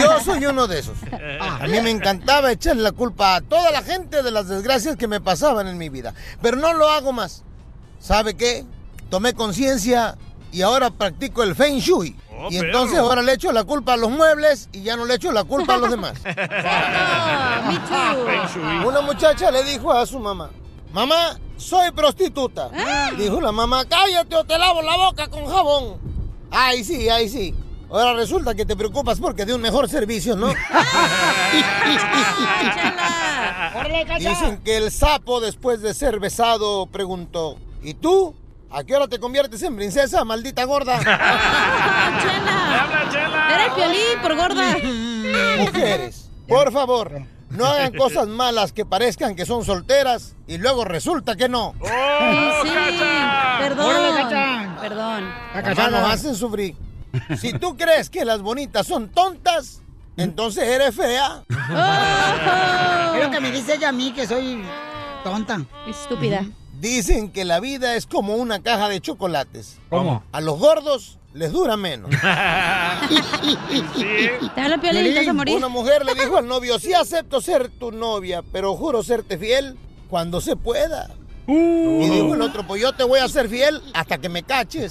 Speaker 14: Yo soy uno de esos. Ah, A mí me encantaba echarle la culpa a toda la gente de las desgracias que me pasaban en mi vida. Pero no lo hago más. ¿Sabe qué? Tomé conciencia y ahora practico el Feng Shui.
Speaker 12: Oh,
Speaker 14: y
Speaker 12: perro.
Speaker 14: entonces ahora le echo la culpa a los muebles y ya no le echo la culpa a los demás.
Speaker 4: Ah,
Speaker 14: Una muchacha le dijo a su mamá, mamá, soy prostituta. Dijo la mamá, cállate o te lavo la boca con jabón. Ay, sí, ay, sí. Ahora resulta que te preocupas porque de un mejor servicio, ¿no? Dicen que el sapo después de ser besado preguntó, ¿y tú? ¿A qué hora te conviertes en princesa, maldita gorda?
Speaker 4: Era el piolín por gorda.
Speaker 14: Mujeres, por favor, no hagan cosas malas que parezcan que son solteras y luego resulta que no.
Speaker 4: sí,
Speaker 14: Órale,
Speaker 4: perdón.
Speaker 14: Cacha.
Speaker 4: Perdón.
Speaker 14: Además, nos hacen sufrir. Si tú crees que las bonitas son tontas, entonces eres fea.
Speaker 2: Es lo que me dice ella a mí, que soy tonta.
Speaker 4: Estúpida.
Speaker 14: Dicen que la vida es como una caja de chocolates.
Speaker 12: ¿Cómo?
Speaker 14: A los gordos les dura menos.
Speaker 4: Te habla Piolín, te vas a morir.
Speaker 14: Una mujer le dijo al novio, sí acepto ser tu novia, pero juro serte fiel cuando se pueda. Y dijo el otro, pues yo te voy a ser fiel hasta que me caches.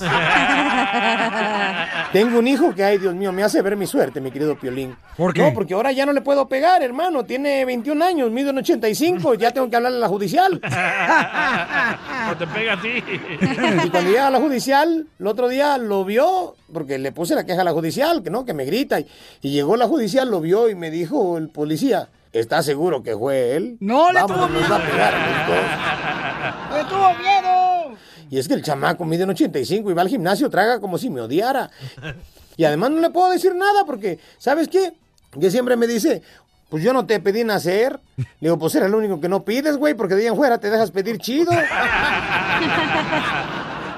Speaker 14: Tengo un hijo que, ay, Dios mío, me hace ver mi suerte, mi querido Piolín.
Speaker 15: ¿Por qué?
Speaker 14: No, porque ahora ya no le puedo pegar, hermano. Tiene 21 años, mido en 85, ya tengo que hablarle a la judicial.
Speaker 3: No te pega a ti.
Speaker 14: Y cuando llega a la judicial, el otro día lo vio, porque le puse la queja a la judicial, que no, que me grita. Y, y llegó la judicial, lo vio y me dijo el policía, ¿está seguro que fue él? No, le Vamos, nos va a pegar a los dos".
Speaker 2: ¡Me tuvo miedo!
Speaker 14: Y es que el chamaco mide un 85 y va al gimnasio, traga como si me odiara. Y además no le puedo decir nada porque, ¿sabes qué? Que siempre me dice, pues yo no te pedí nacer. Le digo, pues era el único que no pides, güey, porque de ahí en fuera te dejas pedir chido.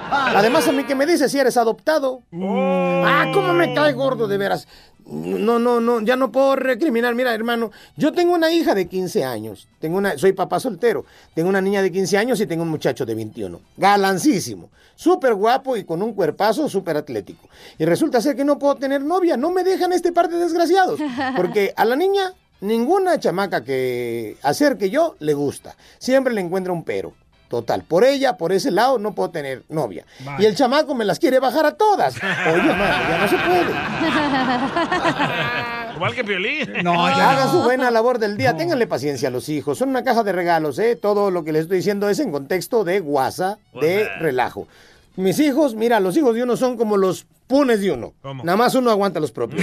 Speaker 14: Además, a mí que me dice si eres adoptado. Ah, cómo me cae gordo, de veras. No, no, no, ya no puedo recriminar. Mira, hermano, yo tengo una hija de 15 años. Tengo una, soy papá soltero. Tengo una niña de 15 años y tengo un muchacho de 21. Galancísimo. Súper guapo y con un cuerpazo súper atlético. Y resulta ser que no puedo tener novia. No me dejan este par de desgraciados. Porque a la niña, ninguna chamaca que acerque yo le gusta. Siempre le encuentra un pero. Total, por ella, por ese lado, no puedo tener novia.
Speaker 16: Vaya.
Speaker 14: Y el chamaco me las quiere bajar a todas. Oye, hermano, ya no se puede.
Speaker 3: Igual que Piolín.
Speaker 14: Hagan su buena labor del día. Ténganle paciencia a los hijos. Son una caja de regalos, ¿eh? Todo lo que les estoy diciendo es en contexto de guasa, de relajo. Mis hijos, mira, los hijos de uno son como los punes de uno. Nada más uno aguanta los propios.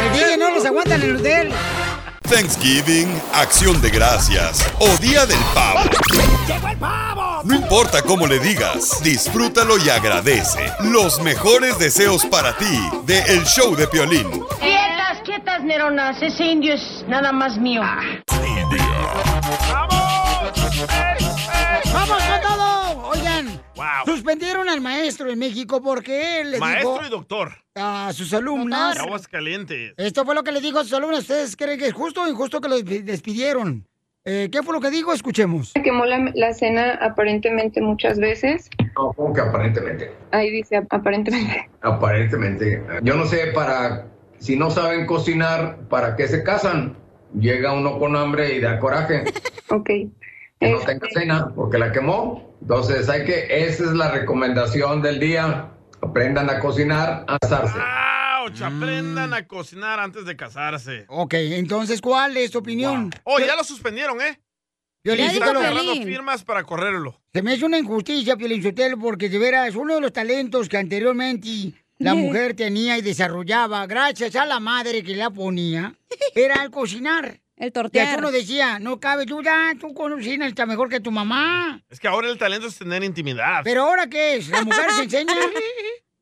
Speaker 2: El DJ no los aguanta en el hotel.
Speaker 7: Thanksgiving, acción de gracias o día del pavo. No importa cómo le digas, disfrútalo y agradece. Los mejores deseos para ti de El Show de Piolín.
Speaker 1: Quietas, quietas, neronas. Ese indio es nada más mío.
Speaker 2: eh, ¡Vamos con todo! Oigan, suspendieron al maestro en México porque él le
Speaker 3: Maestro
Speaker 2: dijo
Speaker 3: y doctor.
Speaker 2: a sus alumnas...
Speaker 3: Aguas calientes.
Speaker 2: Esto fue lo que le dijo a sus alumnas. ¿Ustedes creen que es justo o injusto que los despi- despidieron? Eh, ¿Qué fue lo que dijo? Escuchemos.
Speaker 17: Quemó la, la cena aparentemente muchas veces.
Speaker 18: No, como que aparentemente.
Speaker 17: Ahí dice aparentemente.
Speaker 18: Aparentemente. eh, Yo no sé para. Si no saben cocinar, ¿para qué se casan? Llega uno con hambre y da coraje.
Speaker 17: Ok.
Speaker 18: Que no tenga cena porque la quemó. Entonces, hay que. Esa es la recomendación del día. Aprendan a cocinar, a asarse.
Speaker 2: Mm.
Speaker 3: Ouch, Aprendan a cocinar antes de casarse.
Speaker 2: Ok, entonces, ¿cuál es tu opinión?
Speaker 3: Oh, ya lo suspendieron, ¿eh?
Speaker 2: Piolín,
Speaker 3: Están
Speaker 2: Sotelo.
Speaker 3: agarrando firmas para correrlo.
Speaker 2: Se me hace una injusticia, Pielinchotel, porque de veras, uno de los talentos que anteriormente la mujer tenía y desarrollaba, gracias a la madre que la ponía, era el cocinar. El
Speaker 4: tortear.
Speaker 2: Y uno decía, no cabe duda, tú cocinas está mejor que tu mamá.
Speaker 3: Es que ahora el talento es tener intimidad.
Speaker 2: Pero ahora, ¿qué es? La mujer se enseña...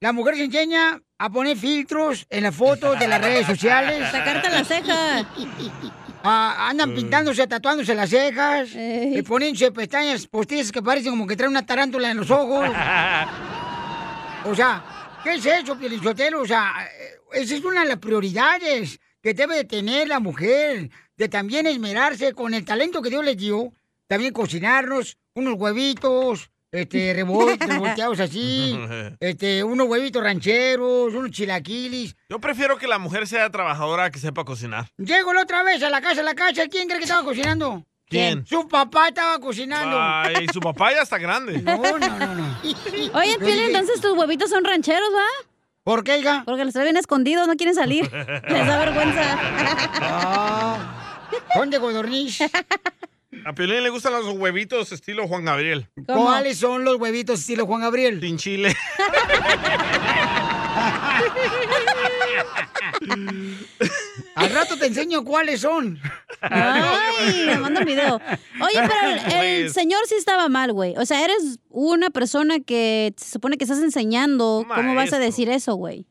Speaker 2: La mujer se enseña a poner filtros en las fotos de las redes sociales.
Speaker 4: Sacarte las cejas.
Speaker 2: Ah, andan pintándose, tatuándose las cejas. Y poniéndose pestañas postizas que parecen como que traen una tarántula en los ojos. O sea, ¿qué es eso, Pielichotelo? O sea, eh, esa es una de las prioridades que debe de tener la mujer. De también esmerarse con el talento que Dios les dio. También cocinarnos unos huevitos, este, rebol- revolteados así. Este, unos huevitos rancheros, unos chilaquiles.
Speaker 3: Yo prefiero que la mujer sea trabajadora que sepa cocinar.
Speaker 2: Llego la otra vez a la casa, a la casa. ¿Quién cree que estaba cocinando?
Speaker 3: ¿Quién?
Speaker 2: Su papá estaba cocinando.
Speaker 3: Ay, su papá ya está grande.
Speaker 2: No, no, no, no.
Speaker 4: Oye, Piel, entonces tus huevitos son rancheros, ¿va?
Speaker 2: ¿Por qué, hija?
Speaker 4: Porque los traen escondidos, no quieren salir. Les da vergüenza.
Speaker 2: Son de codorniz.
Speaker 3: A Piolín le gustan los huevitos estilo Juan Gabriel.
Speaker 2: ¿Cuáles son los huevitos estilo Juan Gabriel?
Speaker 3: Sin chile.
Speaker 2: Al rato te enseño cuáles son.
Speaker 4: Ay, me manda un video. Oye, pero el, el
Speaker 2: Pues.
Speaker 4: señor sí estaba mal, güey. O sea, eres una persona que se supone que estás enseñando. ¿Cómo vas a
Speaker 2: Maestro.
Speaker 4: decir eso, güey?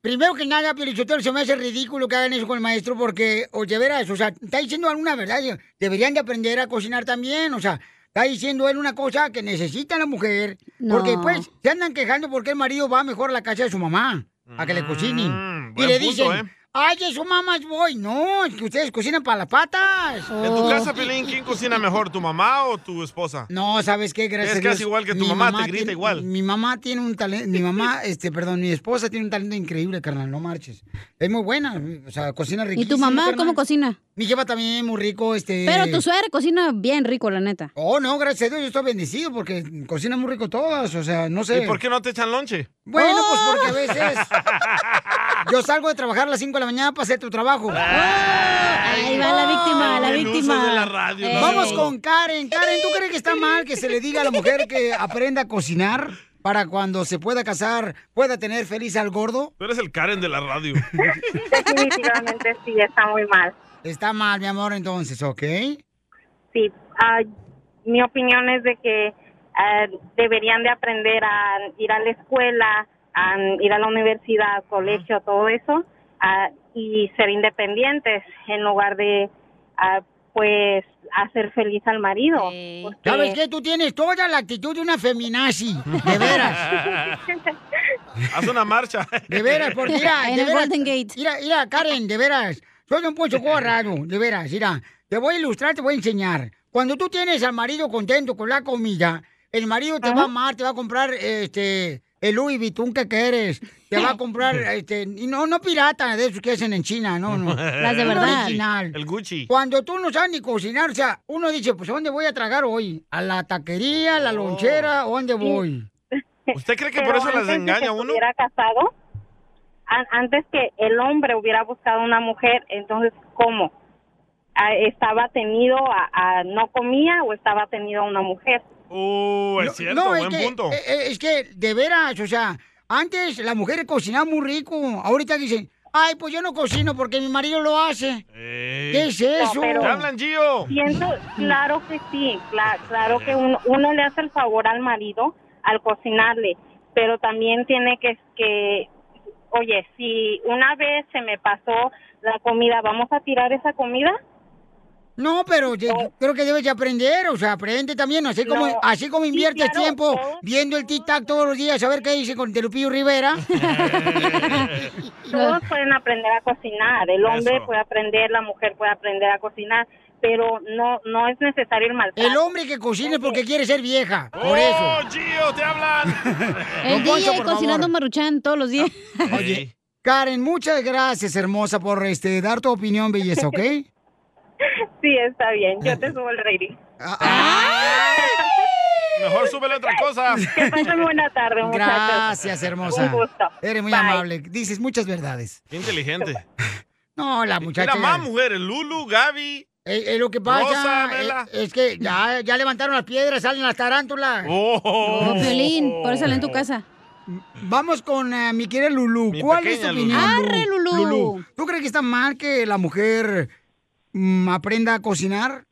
Speaker 2: Primero que nada, Pielichotero, se me hace ridículo que hagan eso con el maestro porque, o de veras, o sea, está diciendo alguna verdad. Deberían de aprender a cocinar también, o sea, está diciendo él una cosa que necesita la mujer.
Speaker 4: No.
Speaker 2: Porque pues, después se andan quejando porque el marido va mejor a la casa de su mamá a que le
Speaker 3: buen
Speaker 2: cocinen. y le
Speaker 3: punto,
Speaker 2: dicen,
Speaker 3: ¿eh?
Speaker 2: Ay, eso mamás voy. No, es que ustedes cocinan para las patas. Oh.
Speaker 3: En tu casa, Pelín, ¿quién cocina mejor, tu mamá o tu esposa?
Speaker 2: No, ¿sabes qué? Gracias
Speaker 3: Es
Speaker 2: a Dios,
Speaker 3: casi igual que tu
Speaker 2: mi
Speaker 3: mamá, te grita
Speaker 2: tiene-
Speaker 3: igual.
Speaker 2: Mi mamá tiene un talento, mi mamá, este, perdón, mi esposa tiene un talento increíble, carnal, no marches. Es muy buena, o sea, cocina
Speaker 4: ¿Y
Speaker 2: riquísimo,
Speaker 4: tu mamá
Speaker 2: carnal.
Speaker 4: cómo cocina?
Speaker 2: Mi jefa también, muy rico, este...
Speaker 4: Pero tu suegra cocina bien rico, la neta.
Speaker 2: Oh, no, gracias a Dios, yo estoy bendecido porque cocina muy rico todas, o sea, no sé.
Speaker 3: ¿Y por qué no te echan lonche? Oh.
Speaker 2: Bueno, pues porque a veces yo salgo de trabajar a las 5 de la mañana para hacer tu
Speaker 3: Ah,
Speaker 2: trabajo. Ah,
Speaker 4: ahí va la víctima, la Menuzas víctima. de la radio, no
Speaker 2: Eh, Vamos
Speaker 4: sé.
Speaker 2: con Karen. Karen, ¿tú crees que está mal que se le diga a la mujer que aprenda a cocinar para cuando se pueda casar, pueda tener feliz al gordo?
Speaker 3: Tú eres el Karen de la radio.
Speaker 11: Definitivamente sí, está muy mal.
Speaker 2: Está mal, mi amor, entonces, ¿ok?
Speaker 11: Sí, ah, mi opinión es de que ah, deberían de aprender a ir a la escuela, a ir a la universidad, colegio, todo eso, ah, y ser independientes en lugar de, ah, pues, hacer feliz al marido. porque-
Speaker 2: ¿Sabes qué? Tú tienes toda la actitud de una feminazi, de veras.
Speaker 3: Haz una marcha.
Speaker 2: De veras, porque mira, de veras, mira, mira, Karen, de veras, soy un pocho raro, de veras, mira, te voy a ilustrar, te voy a enseñar. Cuando tú tienes al marido contento con la comida, el marido te va a amar, te va a comprar, este, el Louis Vuitton que quieres, te va a comprar, este, y no, no pirata de esos que hacen en China, no, no. Uno original.
Speaker 3: El Gucci.
Speaker 2: Cuando tú no sabes ni cocinar, o sea, uno dice, pues, ¿a dónde voy a tragar hoy? ¿A la taquería, a la lonchera, o a dónde voy?
Speaker 3: ¿Usted cree
Speaker 2: que por eso las
Speaker 11: antes de
Speaker 2: engaña
Speaker 11: que
Speaker 2: uno?
Speaker 11: se hubiera casado, an- antes que el hombre hubiera buscado una mujer, entonces, ¿cómo? Ah, ¿Estaba tenido a, a no comía o estaba tenido a una mujer?
Speaker 3: Uh, es cierto, buen
Speaker 2: que,
Speaker 3: punto.
Speaker 2: eh, eh, Es que, de veras, o sea, antes las mujeres cocinaban muy rico. Ahorita dicen, ay, pues yo no cocino porque mi marido lo hace. ¿Qué es eso?
Speaker 11: No, pero-
Speaker 3: ¿Te hablan, Gio?
Speaker 11: Siento, claro que sí, cla- claro que uno, uno le hace el favor al marido al cocinarle, pero también tiene que, que, oye, si una vez se me pasó la comida, ¿vamos a tirar esa comida?
Speaker 2: No, pero yo- yo creo que debes de aprender, o sea, aprende también, así como,
Speaker 11: No.
Speaker 2: así como
Speaker 11: Sí,
Speaker 2: inviertes
Speaker 11: claro,
Speaker 2: tiempo
Speaker 11: todo.
Speaker 2: viendo el tic-tac todos los días a ver qué dice con Telupillo Rivera.
Speaker 11: Todos pueden aprender a cocinar, el hombre
Speaker 2: Eso.
Speaker 11: puede aprender, la mujer puede aprender a cocinar, pero no no es necesario el maltrato.
Speaker 2: El hombre que cocine porque quiere ser vieja, por
Speaker 3: ¡Oh,
Speaker 2: eso.
Speaker 3: Gio, te hablan!
Speaker 4: El
Speaker 2: Don
Speaker 4: DJ
Speaker 2: Poncho, por
Speaker 4: cocinando maruchan todos los días.
Speaker 2: Oye, Karen, muchas gracias, hermosa, por este, dar tu opinión, belleza, ¿ok?
Speaker 11: Sí, está bien, yo te subo el rating.
Speaker 2: Ah,
Speaker 3: Mejor súbele otra cosa.
Speaker 11: Que pasen buena tarde, muchachos.
Speaker 2: Gracias, hermosa.
Speaker 11: Un gusto.
Speaker 2: Eres muy
Speaker 11: Bye.
Speaker 2: amable. Dices muchas verdades.
Speaker 3: Qué inteligente.
Speaker 2: No, la muchacha.
Speaker 3: Mira, más mujeres. Lulu, Gaby.
Speaker 2: Eh, eh, lo que pasa
Speaker 3: Rosa, Vela.
Speaker 2: eh, es que ya, ya levantaron las piedras, salen las tarántulas.
Speaker 3: Oh.
Speaker 4: Oh, Piolín, por eso sale en tu casa.
Speaker 2: Vamos con eh, mi querida Lulú. ¿Cuál es tu
Speaker 4: pequeña
Speaker 2: opinión?
Speaker 4: Lulú. Arre, Lulú.
Speaker 2: ¿Tú crees que está mal que la mujer mm, aprenda a cocinar?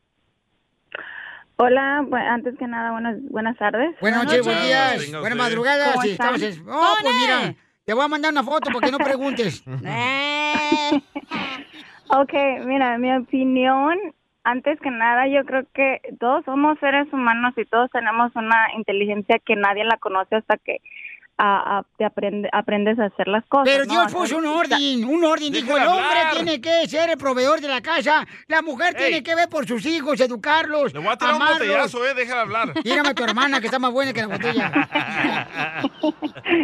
Speaker 17: Hola, bu- antes que nada, buenas, buenas tardes.
Speaker 2: Buenas noches, buenos días.
Speaker 17: Venga
Speaker 2: Buenas
Speaker 17: usted.
Speaker 2: madrugadas.
Speaker 17: ¿Cómo
Speaker 2: sí,
Speaker 17: están?
Speaker 2: estamos en- Oh, pues mira, te voy a mandar una foto para que no preguntes.
Speaker 17: Ok, mira, mi opinión, antes que nada, yo creo que todos somos seres humanos y todos tenemos una inteligencia que nadie la conoce hasta que ah, ah, te aprende- aprendes a hacer las cosas.
Speaker 2: Pero
Speaker 17: ¿no?
Speaker 2: Dios
Speaker 17: O sea,
Speaker 2: puso un orden, un orden. Dijo,
Speaker 17: Déjala
Speaker 2: el hombre
Speaker 17: hablar.
Speaker 2: tiene que ser el proveedor de la casa. La mujer tiene que ver por sus hijos, educarlos,
Speaker 3: Voy a tirar un
Speaker 2: amarlos.
Speaker 3: botellazo, eh. Déjala hablar.
Speaker 2: Mírame a tu hermana, que está más buena que la botella.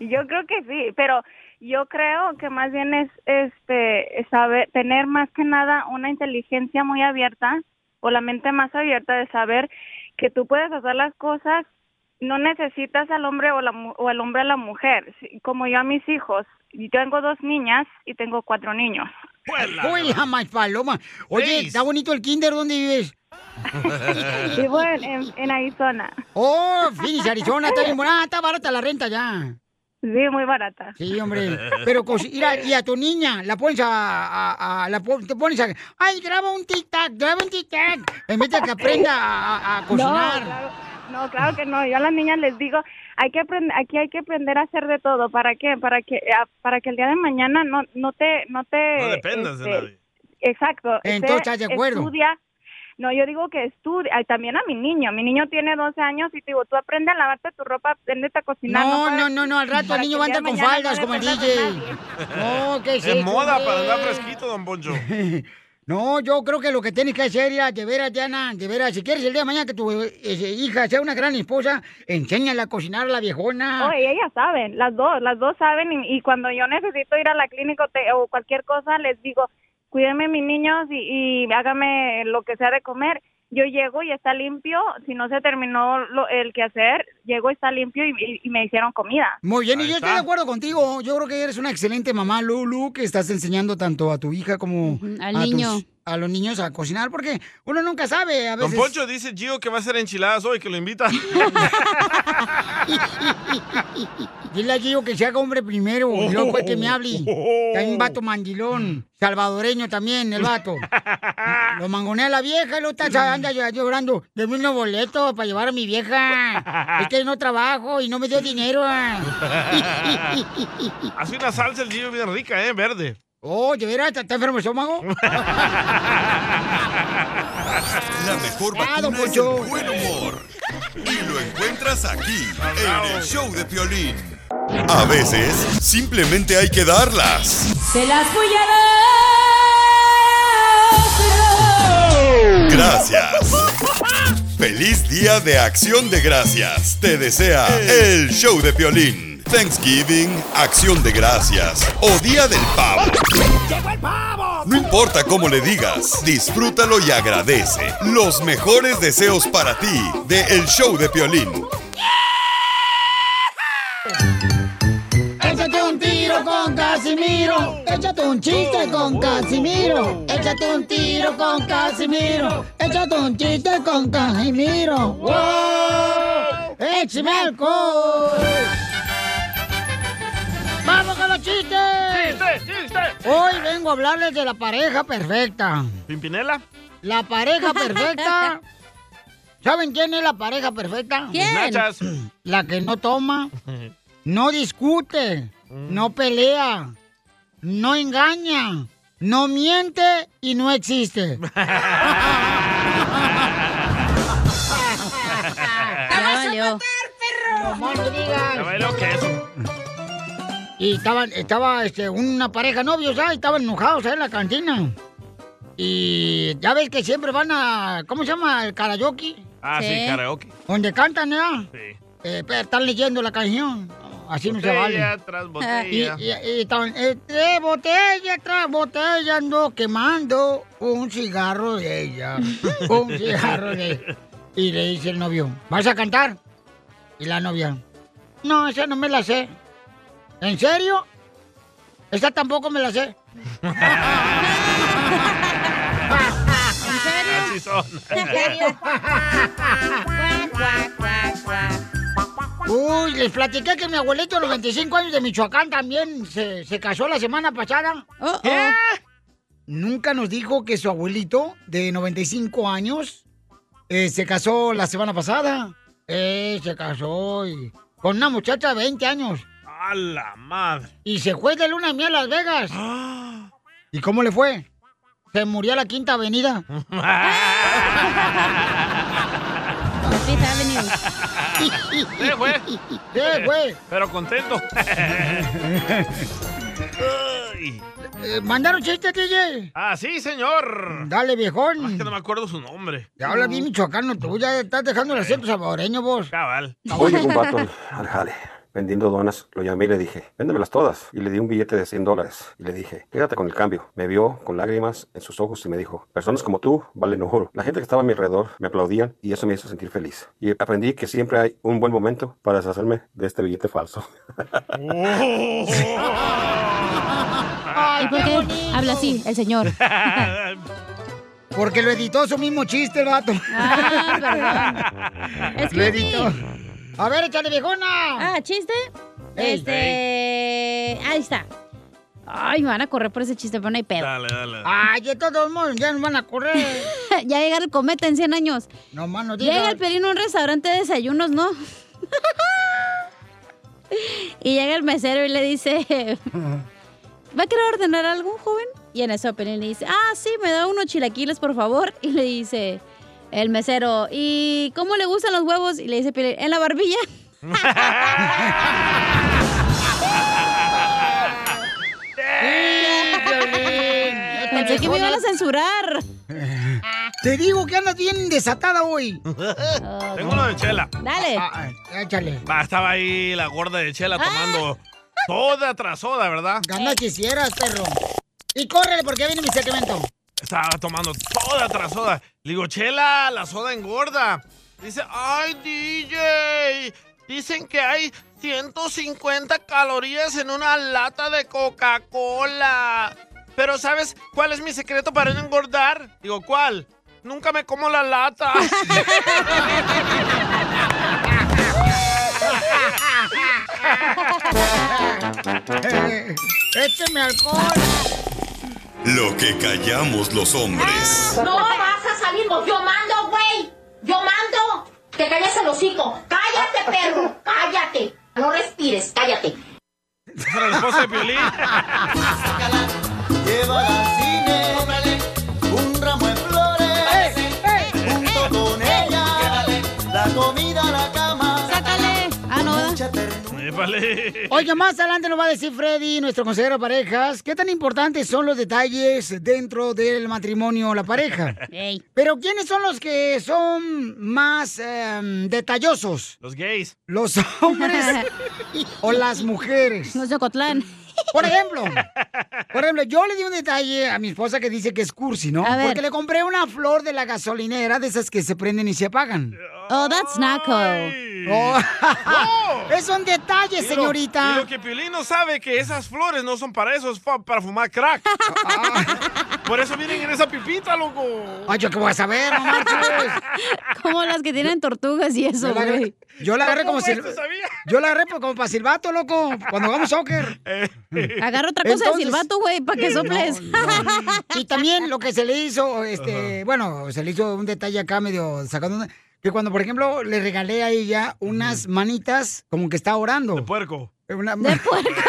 Speaker 17: Yo creo que sí, pero yo creo que más bien es este saber tener más que nada una inteligencia muy abierta o la mente más abierta de saber que tú puedes hacer las cosas, no necesitas al hombre o la mu- o al hombre a la mujer, Sí, como yo a mis hijos. Yo tengo dos niñas y tengo cuatro niños.
Speaker 2: Uy, la más paloma. Oye, está bonito el kinder, ¿dónde vives?
Speaker 17: Vivo en, Arizona.
Speaker 2: Oh, Phoenix, Arizona, está bien buena. Ah, está barata la renta ya.
Speaker 17: Sí, muy barata.
Speaker 2: Sí, hombre. Pero, cosi- mira, y a tu niña, la pones a... a- a- la pon- te pones a... Ay, graba un tic-tac, graba un tic-tac. En vez de que aprenda a, a- a cocinar.
Speaker 17: No, claro, no, claro que no. Yo a las niñas les digo, hay que aprender, aquí hay que aprender a hacer de todo. ¿Para qué? Para que, ah, para que el día de mañana no, no te, no te.
Speaker 2: Eh,
Speaker 3: No dependas de
Speaker 17: este,
Speaker 3: nadie.
Speaker 17: Exacto.
Speaker 2: Entonces,
Speaker 17: Este,
Speaker 2: ¿estás de acuerdo?
Speaker 17: Estudia, No, yo digo que estudia, ay, también a mi niño. Mi niño tiene 12 años y te digo, tú aprende a lavarte tu ropa, aprendete a cocinar.
Speaker 2: No,
Speaker 17: para-
Speaker 2: no, no, no, al rato el
Speaker 17: para
Speaker 2: niño
Speaker 17: que
Speaker 2: va a
Speaker 17: ya
Speaker 2: andar con
Speaker 17: mañana
Speaker 2: faldas
Speaker 17: no
Speaker 2: como el
Speaker 17: le
Speaker 2: DJ.
Speaker 17: pongas a nadie.
Speaker 2: No, que sí.
Speaker 1: Es moda para andar
Speaker 2: fresquito, don Poncho. No, yo creo que lo que tienes que hacer, ya, de veras, Diana, de veras, si quieres el día de mañana que tu eh, eh, hija sea una gran esposa, enséñala a cocinar a la viejona.
Speaker 17: Oye, ellas saben, las dos, las dos saben y, y cuando yo necesito ir a la clínica o te- o cualquier cosa, les digo, cuídenme mis niños y, y hágame lo que sea de comer. Yo llego y está limpio, si no se terminó lo- el quehacer, llego y está limpio y, y- y me hicieron comida.
Speaker 2: Muy bien, y yo estoy de acuerdo contigo. Yo creo que eres una excelente mamá, Lulu, que estás enseñando tanto a tu hija como
Speaker 4: al
Speaker 2: a,
Speaker 4: niño.
Speaker 2: a los niños a cocinar, porque uno nunca sabe. A
Speaker 1: Don
Speaker 2: veces...
Speaker 1: Poncho dice Gio que va a hacer enchiladas hoy, que lo invita.
Speaker 2: Dile a Gio que se haga hombre primero, y luego fue
Speaker 1: Oh.
Speaker 2: que me hable. Hay un vato mandilón, salvadoreño también, el vato. Lo mangonea la vieja, lo está anda llor- llorando. Deme unos boletos para llevar a mi vieja. Es que no trabajo y no me dio dinero. ah.
Speaker 1: Hace una salsa el Gio bien rica, ¿eh? Verde.
Speaker 2: Oh, ¿de veras? ¿Está enfermo el estómago?
Speaker 7: La mejor
Speaker 2: Ah,
Speaker 7: vacuna
Speaker 2: don
Speaker 7: es el
Speaker 2: Poncho.
Speaker 7: buen humor. Y lo encuentras aquí, en el show de Piolín. A veces, simplemente hay que darlas.
Speaker 19: Se las voy a
Speaker 7: Gracias. Feliz Día de Acción de Gracias. Te desea el show de Piolín. Thanksgiving, Acción de Gracias o Día del Pavo. No importa cómo le digas, disfrútalo y agradece. Los mejores deseos para ti de El Show de Piolín.
Speaker 2: Échate un tiro con Casimiro. Échate un chiste
Speaker 3: Oh.
Speaker 2: con Casimiro. Échate un tiro con Casimiro. Échate un chiste con Casimiro. ¡Wow! ¡Échame alcohol! ¡Vamos con los chistes! Hoy vengo a hablarles de la pareja perfecta.
Speaker 1: ¿Pimpinela?
Speaker 2: La pareja perfecta. ¿Saben quién es la pareja perfecta?
Speaker 1: ¿Quién? Mis nachas.
Speaker 2: La que no toma. No discute,
Speaker 1: Mm.
Speaker 2: no pelea, no engaña, no miente y no existe. Y estaban, estaba este, una pareja de novios, ¿sabes? Estaban enojados ahí en la cantina. Y ya ves que siempre van a, ¿cómo se llama? El karaoke.
Speaker 1: Ah, sí, karaoke.
Speaker 2: Donde cantan, ¿ya?
Speaker 1: Sí.
Speaker 2: Eh, pero están leyendo la canción. Así no se vale. Ah,
Speaker 1: Botella tras botella.
Speaker 2: Y, y- y estaban, este, botella tras botella ando quemando un cigarro de ella. un cigarro de ella. Y le dice el novio, ¿vas a cantar? Y la novia, no, esa no me la sé. ¿En serio? Esa tampoco me la sé.
Speaker 1: Así son.
Speaker 2: Uy, les platiqué que mi abuelito a los 25 años de Michoacán también se, se casó la semana pasada. ¿Qué? Nunca nos dijo que su abuelito de 95 años eh, se casó la semana pasada. Eh, se casó y- con una muchacha de 20 años.
Speaker 1: A la madre.
Speaker 2: Y se fue de luna de miel a Las Vegas. ¿Y cómo le fue? Se murió a la quinta avenida.
Speaker 1: Sí, güey.
Speaker 2: Sí, güey.
Speaker 1: Pero contento. Ay.
Speaker 2: Eh, ¿Mandaron chiste, TJ?
Speaker 1: Ah, sí, señor.
Speaker 2: Dale, viejón.
Speaker 1: Es que no me acuerdo su nombre.
Speaker 2: Ya habla bien michoacano, tú ya estás dejando el acento salvadoreño vos.
Speaker 1: Cabal.
Speaker 20: Oye, un vato al- al jale vendiendo donas, lo llamé y le dije, véndemelas todas. Y le di un billete de 100 dólares. Y le dije, quédate con el cambio. Me vio con lágrimas en sus ojos y me dijo, personas como tú valen oro. La gente que estaba a mi alrededor me aplaudían y eso me hizo sentir feliz. Y aprendí que siempre hay un buen momento para deshacerme de este billete falso.
Speaker 4: Ay, ¿por qué habla así el señor?
Speaker 2: Porque lo editó su mismo chiste, el vato.
Speaker 4: Ah, Es
Speaker 2: lo
Speaker 4: que
Speaker 2: editó. A ver, échale viejona.
Speaker 4: Ah, chiste.
Speaker 2: Ey.
Speaker 4: Este. Ahí está. Ay, me van a correr por ese chiste, pero no hay pedo.
Speaker 1: Dale, dale.
Speaker 2: Ay, de todos modos, ya nos van a correr.
Speaker 4: ya llega el cometa en 100 años.
Speaker 2: No más no
Speaker 4: Llega
Speaker 2: digas.
Speaker 4: el pelín a un restaurante de desayunos, ¿no? y llega el mesero y le dice, ¿va a querer ordenar algo, joven? Y en eso Pelín le dice, ah, sí, me da unos chilaquiles, por favor. Y le dice el mesero, ¿y cómo le gustan los huevos? Y le dice Pelín, en la barbilla.
Speaker 2: Pensé
Speaker 4: que me iban a censurar.
Speaker 2: Te digo que andas bien desatada hoy. Ah,
Speaker 3: Tengo uno de Chela.
Speaker 4: Dale.
Speaker 2: échale.
Speaker 3: Va, estaba ahí la gorda de Chela tomando toda tras soda, ¿verdad?
Speaker 2: Gana quisieras, perro. Y córrele porque viene mi segmento.
Speaker 3: Estaba tomando toda tras soda. Le digo, Chela, la soda engorda. Dice, ay, DJ, dicen que hay 150 calorías en una lata de Coca-Cola. Pero ¿sabes cuál es mi secreto para no engordar? Digo, ¿cuál? Nunca me como la lata.
Speaker 2: eh, Écheme alcohol.
Speaker 7: Lo que callamos los hombres.
Speaker 21: No vas a salir, vos. yo mando, güey. Yo mando. Te calles el hocico. Cállate, perro. Cállate. No respires, cállate.
Speaker 3: Para la esposa de Piolín.
Speaker 1: Llévala al cine, un ramo de flores,
Speaker 2: Eh,
Speaker 1: junto con ella, la comida a la cama.
Speaker 2: Sácale. Ah, no.
Speaker 3: Épale.
Speaker 2: Oiga, más adelante nos va a decir Freddy, nuestro consejero de parejas, qué tan importantes son los detalles dentro del matrimonio o la pareja. Pero ¿quiénes son los que son más em, detallosos?
Speaker 3: Los gays.
Speaker 2: ¿Los hombres o las mujeres? Los de Cotlán. Por ejemplo, por ejemplo, yo le di un detalle a mi esposa que dice que es cursi, ¿no?
Speaker 4: A ver.
Speaker 2: Porque le compré una flor de la gasolinera de esas que se prenden y se apagan.
Speaker 4: Oh, that's not cool.
Speaker 2: Oh. es un detalle,
Speaker 3: Mira,
Speaker 2: señorita.
Speaker 3: Y lo que Piolín no sabe que esas flores no son para eso, es fa- para fumar crack. Ah. Por eso vienen en esa pipita, loco.
Speaker 2: Ay, yo qué voy a saber, no marches.
Speaker 4: Como las que tienen tortugas y eso,
Speaker 2: Yo la agarré-
Speaker 4: güey.
Speaker 2: Yo la agarré como si.
Speaker 4: ¿Cómo esto sabía?
Speaker 2: Yo la agarré como para silbato, loco. Cuando jugamos soccer.
Speaker 4: Eh. Agarra otra cosa de
Speaker 2: Entonces-
Speaker 4: silbato, güey, para que
Speaker 2: No,
Speaker 4: soples.
Speaker 2: no. Y también lo que se le hizo, este, bueno, se le hizo un detalle acá medio sacando. una- Que cuando, por ejemplo, le regalé a ella unas manitas como que está orando. De
Speaker 3: puerco.
Speaker 2: De puerco.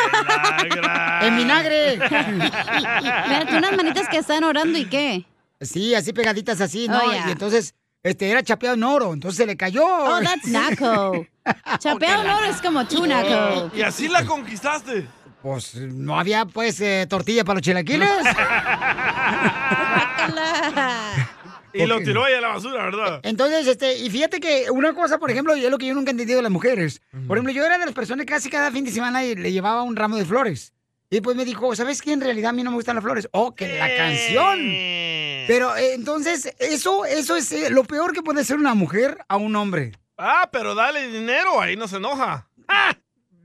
Speaker 3: Ah,
Speaker 2: en vinagre.
Speaker 4: Mira, tú unas manitas que están orando y qué.
Speaker 2: Sí, así pegaditas así, ¿no?
Speaker 4: Oh, ya.
Speaker 2: Y entonces, este, era chapeado en oro, entonces se le cayó.
Speaker 4: Oh, that's naco. Chapeado en oro es como tú,
Speaker 2: Oh.
Speaker 4: naco.
Speaker 3: Oh, Y así la conquistaste.
Speaker 2: Pues no había, pues, eh, tortilla para los chilaquiles.
Speaker 3: Y lo tiró ahí a la basura, ¿verdad?
Speaker 2: Entonces, este, y fíjate que una cosa, por ejemplo, y es lo que yo nunca he entendido de las mujeres. Por ejemplo, yo era de las personas que casi cada fin de semana y le llevaba un ramo de flores. Y pues me dijo, ¿sabes qué? En realidad a mí no me gustan las flores. Oh, que la canción. Pero eh, entonces, eso, eso es eh, lo peor que puede hacer una mujer a un hombre.
Speaker 3: Ah, pero dale dinero, ahí no se enoja.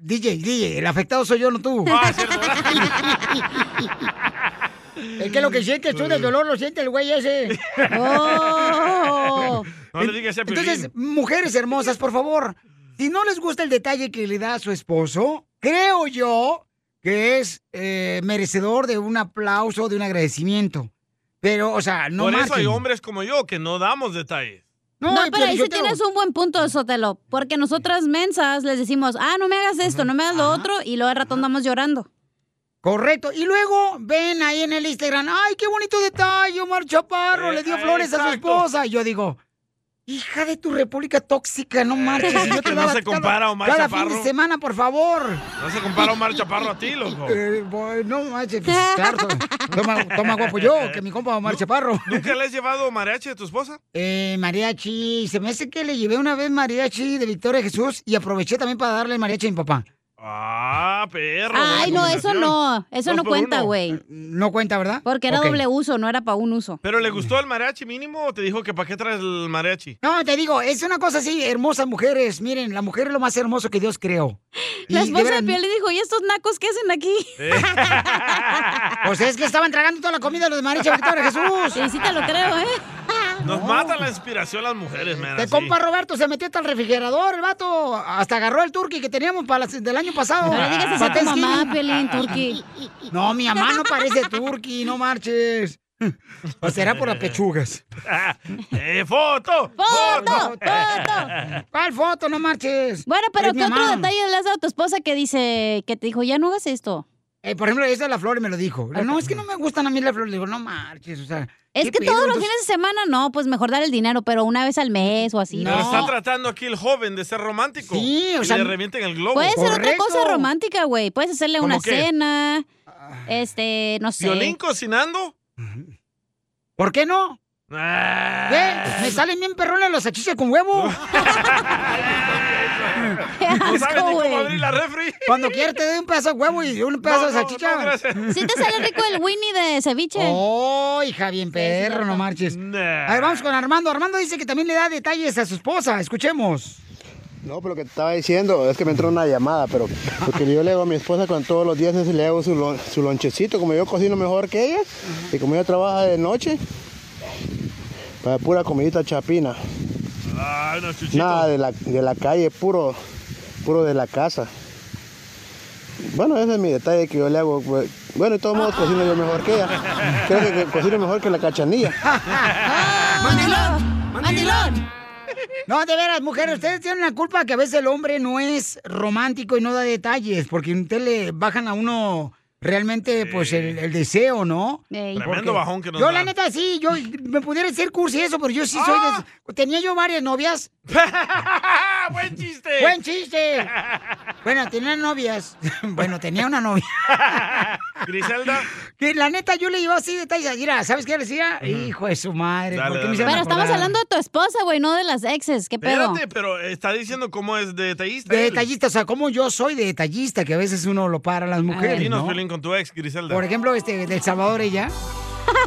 Speaker 2: DJ, DJ, el afectado soy yo, no tú.
Speaker 3: Ah,
Speaker 2: es que lo que sientes tú del dolor lo siente el güey ese.
Speaker 4: Oh.
Speaker 3: No le digas a Piolín.
Speaker 2: Entonces, mujeres hermosas, por favor, si no les gusta el detalle que le da a su esposo, creo yo que es eh, merecedor de un aplauso, de un agradecimiento. Pero, o sea, no
Speaker 3: Por eso hay
Speaker 2: marchen.
Speaker 3: hombres como yo que no damos detalles.
Speaker 4: No,
Speaker 2: y pues
Speaker 4: pero ahí sí
Speaker 2: Piolichotelo.
Speaker 4: tienes un buen punto, Sotelo. Porque nosotras mensas les decimos, ah, no me hagas esto, no me hagas lo otro, y luego al rato andamos llorando.
Speaker 2: Correcto. Y luego ven ahí en el Instagram, ay, qué bonito detalle, Omar Chaparro,
Speaker 1: Eh,
Speaker 2: le dio
Speaker 1: ah,
Speaker 2: flores a su
Speaker 1: exacto.
Speaker 2: esposa. Y yo digo, hija de tu república tóxica, no marches. y yo te
Speaker 3: Que Eh, no
Speaker 2: daba
Speaker 3: se
Speaker 2: cada-
Speaker 3: compara a Omar
Speaker 2: cada fin
Speaker 3: Chaparro.
Speaker 2: de semana, por favor.
Speaker 3: No se compara Omar Chaparro a ti, loco.
Speaker 2: Eh, boy, no manches, pues, claro, to- toma, toma guapo yo, que mi compa Omar Chaparro.
Speaker 3: ¿Nunca le has llevado mariachi a tu esposa?
Speaker 2: Eh, mariachi, se me hace que le llevé una vez mariachi de Victoria Jesús y aproveché también para darle mariachi a mi papá.
Speaker 3: Ah, perro.
Speaker 4: Ay,
Speaker 3: buena
Speaker 4: no, eso
Speaker 3: combinación.
Speaker 4: no, eso
Speaker 3: Dos
Speaker 4: no
Speaker 3: por
Speaker 4: cuenta,
Speaker 3: uno.
Speaker 4: güey.
Speaker 2: Eh, No cuenta, ¿verdad?
Speaker 4: Porque era
Speaker 3: Ok.
Speaker 4: doble uso, no era para un uso.
Speaker 3: ¿Pero le gustó el mariachi mínimo o te dijo que para qué traes el mariachi?
Speaker 2: No, te digo, es una cosa así, hermosas mujeres. Miren, la mujer es lo más hermoso que Dios creó. Y
Speaker 4: La esposa
Speaker 2: veras,
Speaker 4: de Piel le dijo, ¿y estos nacos qué hacen aquí?
Speaker 2: Pues es que estaban tragando toda la comida los de Mariachi Victoria Jesús.
Speaker 4: "Ah". Sí, sí te lo creo, ¿eh?
Speaker 3: Nos mata la inspiración las mujeres, man.
Speaker 2: De
Speaker 3: así.
Speaker 2: compa Roberto se metió hasta el refrigerador, el vato. Hasta agarró el turkey que teníamos para las- del año pasado.
Speaker 4: No le digas eso a tu
Speaker 2: Para Thanksgiving.
Speaker 4: mamá, Piolín, turkey.
Speaker 2: No, mi mamá no parece turkey, no marches. O será por las pechugas.
Speaker 3: Ah, eh, foto,
Speaker 4: ¡Foto!
Speaker 3: foto.
Speaker 4: ¡Foto!
Speaker 2: ¿Cuál foto? No marches.
Speaker 4: Bueno, pero
Speaker 2: Es mi
Speaker 4: ¿qué otro
Speaker 2: mamá.
Speaker 4: detalle le has dado a tu esposa que dice, que te dijo, ya no hagas esto?
Speaker 2: eh, por ejemplo, esa es la flor y me lo dijo. No, es que no me gustan a mí las flores. Le digo, no marches, o sea.
Speaker 4: Es
Speaker 2: ¿qué
Speaker 4: que
Speaker 2: pedo?
Speaker 4: todos los
Speaker 2: Entonces-
Speaker 4: fines de semana no, pues mejor dar el dinero, pero una vez al mes o así.
Speaker 3: Pero está tratando aquí el joven de ser romántico.
Speaker 4: Sí, o
Speaker 3: y
Speaker 4: sea,
Speaker 3: le revienten el globo.
Speaker 4: Puede ser otra cosa romántica, güey. Puedes hacerle
Speaker 3: ¿Cómo
Speaker 4: una
Speaker 3: qué?
Speaker 4: cena,
Speaker 2: Ah.
Speaker 4: este, no sé.
Speaker 3: ¿Violín cocinando?
Speaker 2: ¿Por qué no? ¿Qué? Ah. Me salen bien perrones los achiches con huevo.
Speaker 3: No sabes ni cómo abrir la refri.
Speaker 2: Cuando quieras te doy un pedazo de huevo y un pedazo de salchicha.
Speaker 4: Sí te sale rico el Winnie de ceviche.
Speaker 2: Oh, hija, bien perro, no marches.
Speaker 3: Mm.
Speaker 2: A ver, vamos con Armando. Armando dice que también le da detalles a su esposa. Escuchemos.
Speaker 15: No, pero lo que te estaba diciendo es que me entró una llamada, pero porque yo le hago a mi esposa con todos los días es le hago su, lon- su lonchecito, como yo cocino mejor que ella y como ella trabaja de noche, para pura comidita chapina,
Speaker 3: Ay, no, chuchito.
Speaker 15: nada de la, de la calle, puro, puro de la casa. Bueno, ese es mi detalle que yo le hago. pues, Bueno, de todos modos cocino yo mejor que ella. Creo que, que cocino mejor que la cachanilla.
Speaker 2: ¡Mandilón! Ah, ¡Mandilón! No, de veras, mujeres, ustedes tienen la culpa que a veces el hombre no es romántico y no da detalles, porque usted le bajan a uno realmente, pues, el, el deseo, ¿no?
Speaker 3: Tremendo
Speaker 2: Porque
Speaker 3: bajón que nos
Speaker 2: Yo,
Speaker 3: dan.
Speaker 2: la neta, sí, yo me pudiera decir cursi eso, pero yo sí soy
Speaker 3: Ah.
Speaker 2: de... Tenía yo varias novias. ¡Buen chiste! ¡Buen chiste! Bueno, tenía novias. Bueno, tenía una novia.
Speaker 3: Griselda.
Speaker 2: Que la neta, yo le llevaba así detalles. Mira, ¿sabes qué le decía? Hijo de su madre. ¿por qué me hicieron
Speaker 4: Pero estamos
Speaker 2: acordar?
Speaker 4: hablando de tu esposa, güey, no de las exes. ¿Qué pedo?
Speaker 3: Espérate, pero está diciendo cómo es de detallista.
Speaker 2: De
Speaker 3: él.
Speaker 2: detallista, o sea, como yo soy de detallista, que a veces uno lo para a las mujeres,
Speaker 3: Dinos,
Speaker 2: ¿no?
Speaker 3: Piolín, con tu ex, Griselda.
Speaker 2: Por ejemplo, este, del Salvador ella.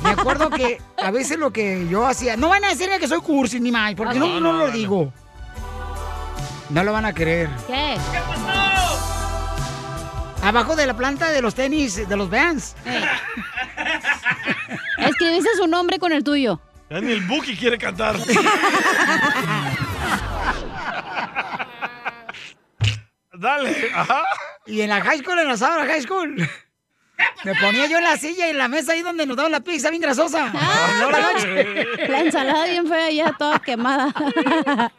Speaker 2: Me acuerdo que a veces lo que yo hacía. No van a decirme que soy cursi ni mal, porque no,
Speaker 3: No,
Speaker 2: no
Speaker 3: no,
Speaker 2: lo
Speaker 3: no,
Speaker 2: digo. No lo van a creer.
Speaker 4: ¿Qué?
Speaker 2: Abajo de la planta de los tenis, de los Vans.
Speaker 4: Escribiste su nombre con el tuyo.
Speaker 3: Ya ni el Buki quiere cantar. Dale. Ajá.
Speaker 2: Y en la high school, en la Sabra High School. Me ponía yo en la silla y en la mesa ahí donde nos daban la pizza bien grasosa. No, la noche.
Speaker 4: Ah. La ensalada bien fea ya toda quemada.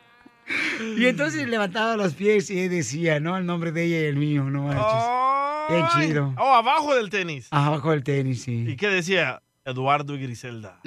Speaker 2: Y entonces levantaba los pies y decía, ¿no? El nombre de ella y el mío, no manches. Qué chido.
Speaker 3: Oh, abajo del tenis.
Speaker 2: Abajo del tenis, sí.
Speaker 3: ¿Y qué decía? Eduardo y Griselda.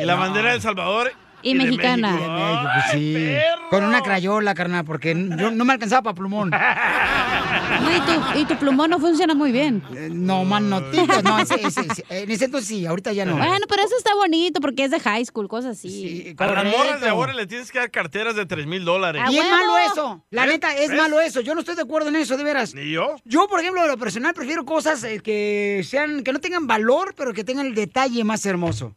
Speaker 3: y la bandera de El Salvador.
Speaker 4: Y,
Speaker 3: de
Speaker 4: mexicana.
Speaker 3: México.
Speaker 2: México, pues sí. Con una crayola, carnal, porque yo no me alcanzaba para plumón.
Speaker 4: No, y, tu, y tu plumón no funciona muy bien.
Speaker 2: Eh, No, man, no, tito, no, ese- ese- ese- en ese entonces sí, ahorita ya no.
Speaker 4: Bueno, pero eso está bonito porque es de high school, cosas así.
Speaker 3: A las morras de ahora le tienes que dar carteras de 3 mil dólares.
Speaker 4: Ah,
Speaker 2: Y es malo eso. La
Speaker 3: ¿Eh?
Speaker 2: neta, es
Speaker 3: ¿Ves?
Speaker 2: malo eso. Yo no estoy de acuerdo en eso, de veras.
Speaker 3: ¿Ni yo?
Speaker 2: Yo, por ejemplo, de lo personal prefiero cosas eh, que sean, que no tengan valor, pero que tengan el detalle más hermoso.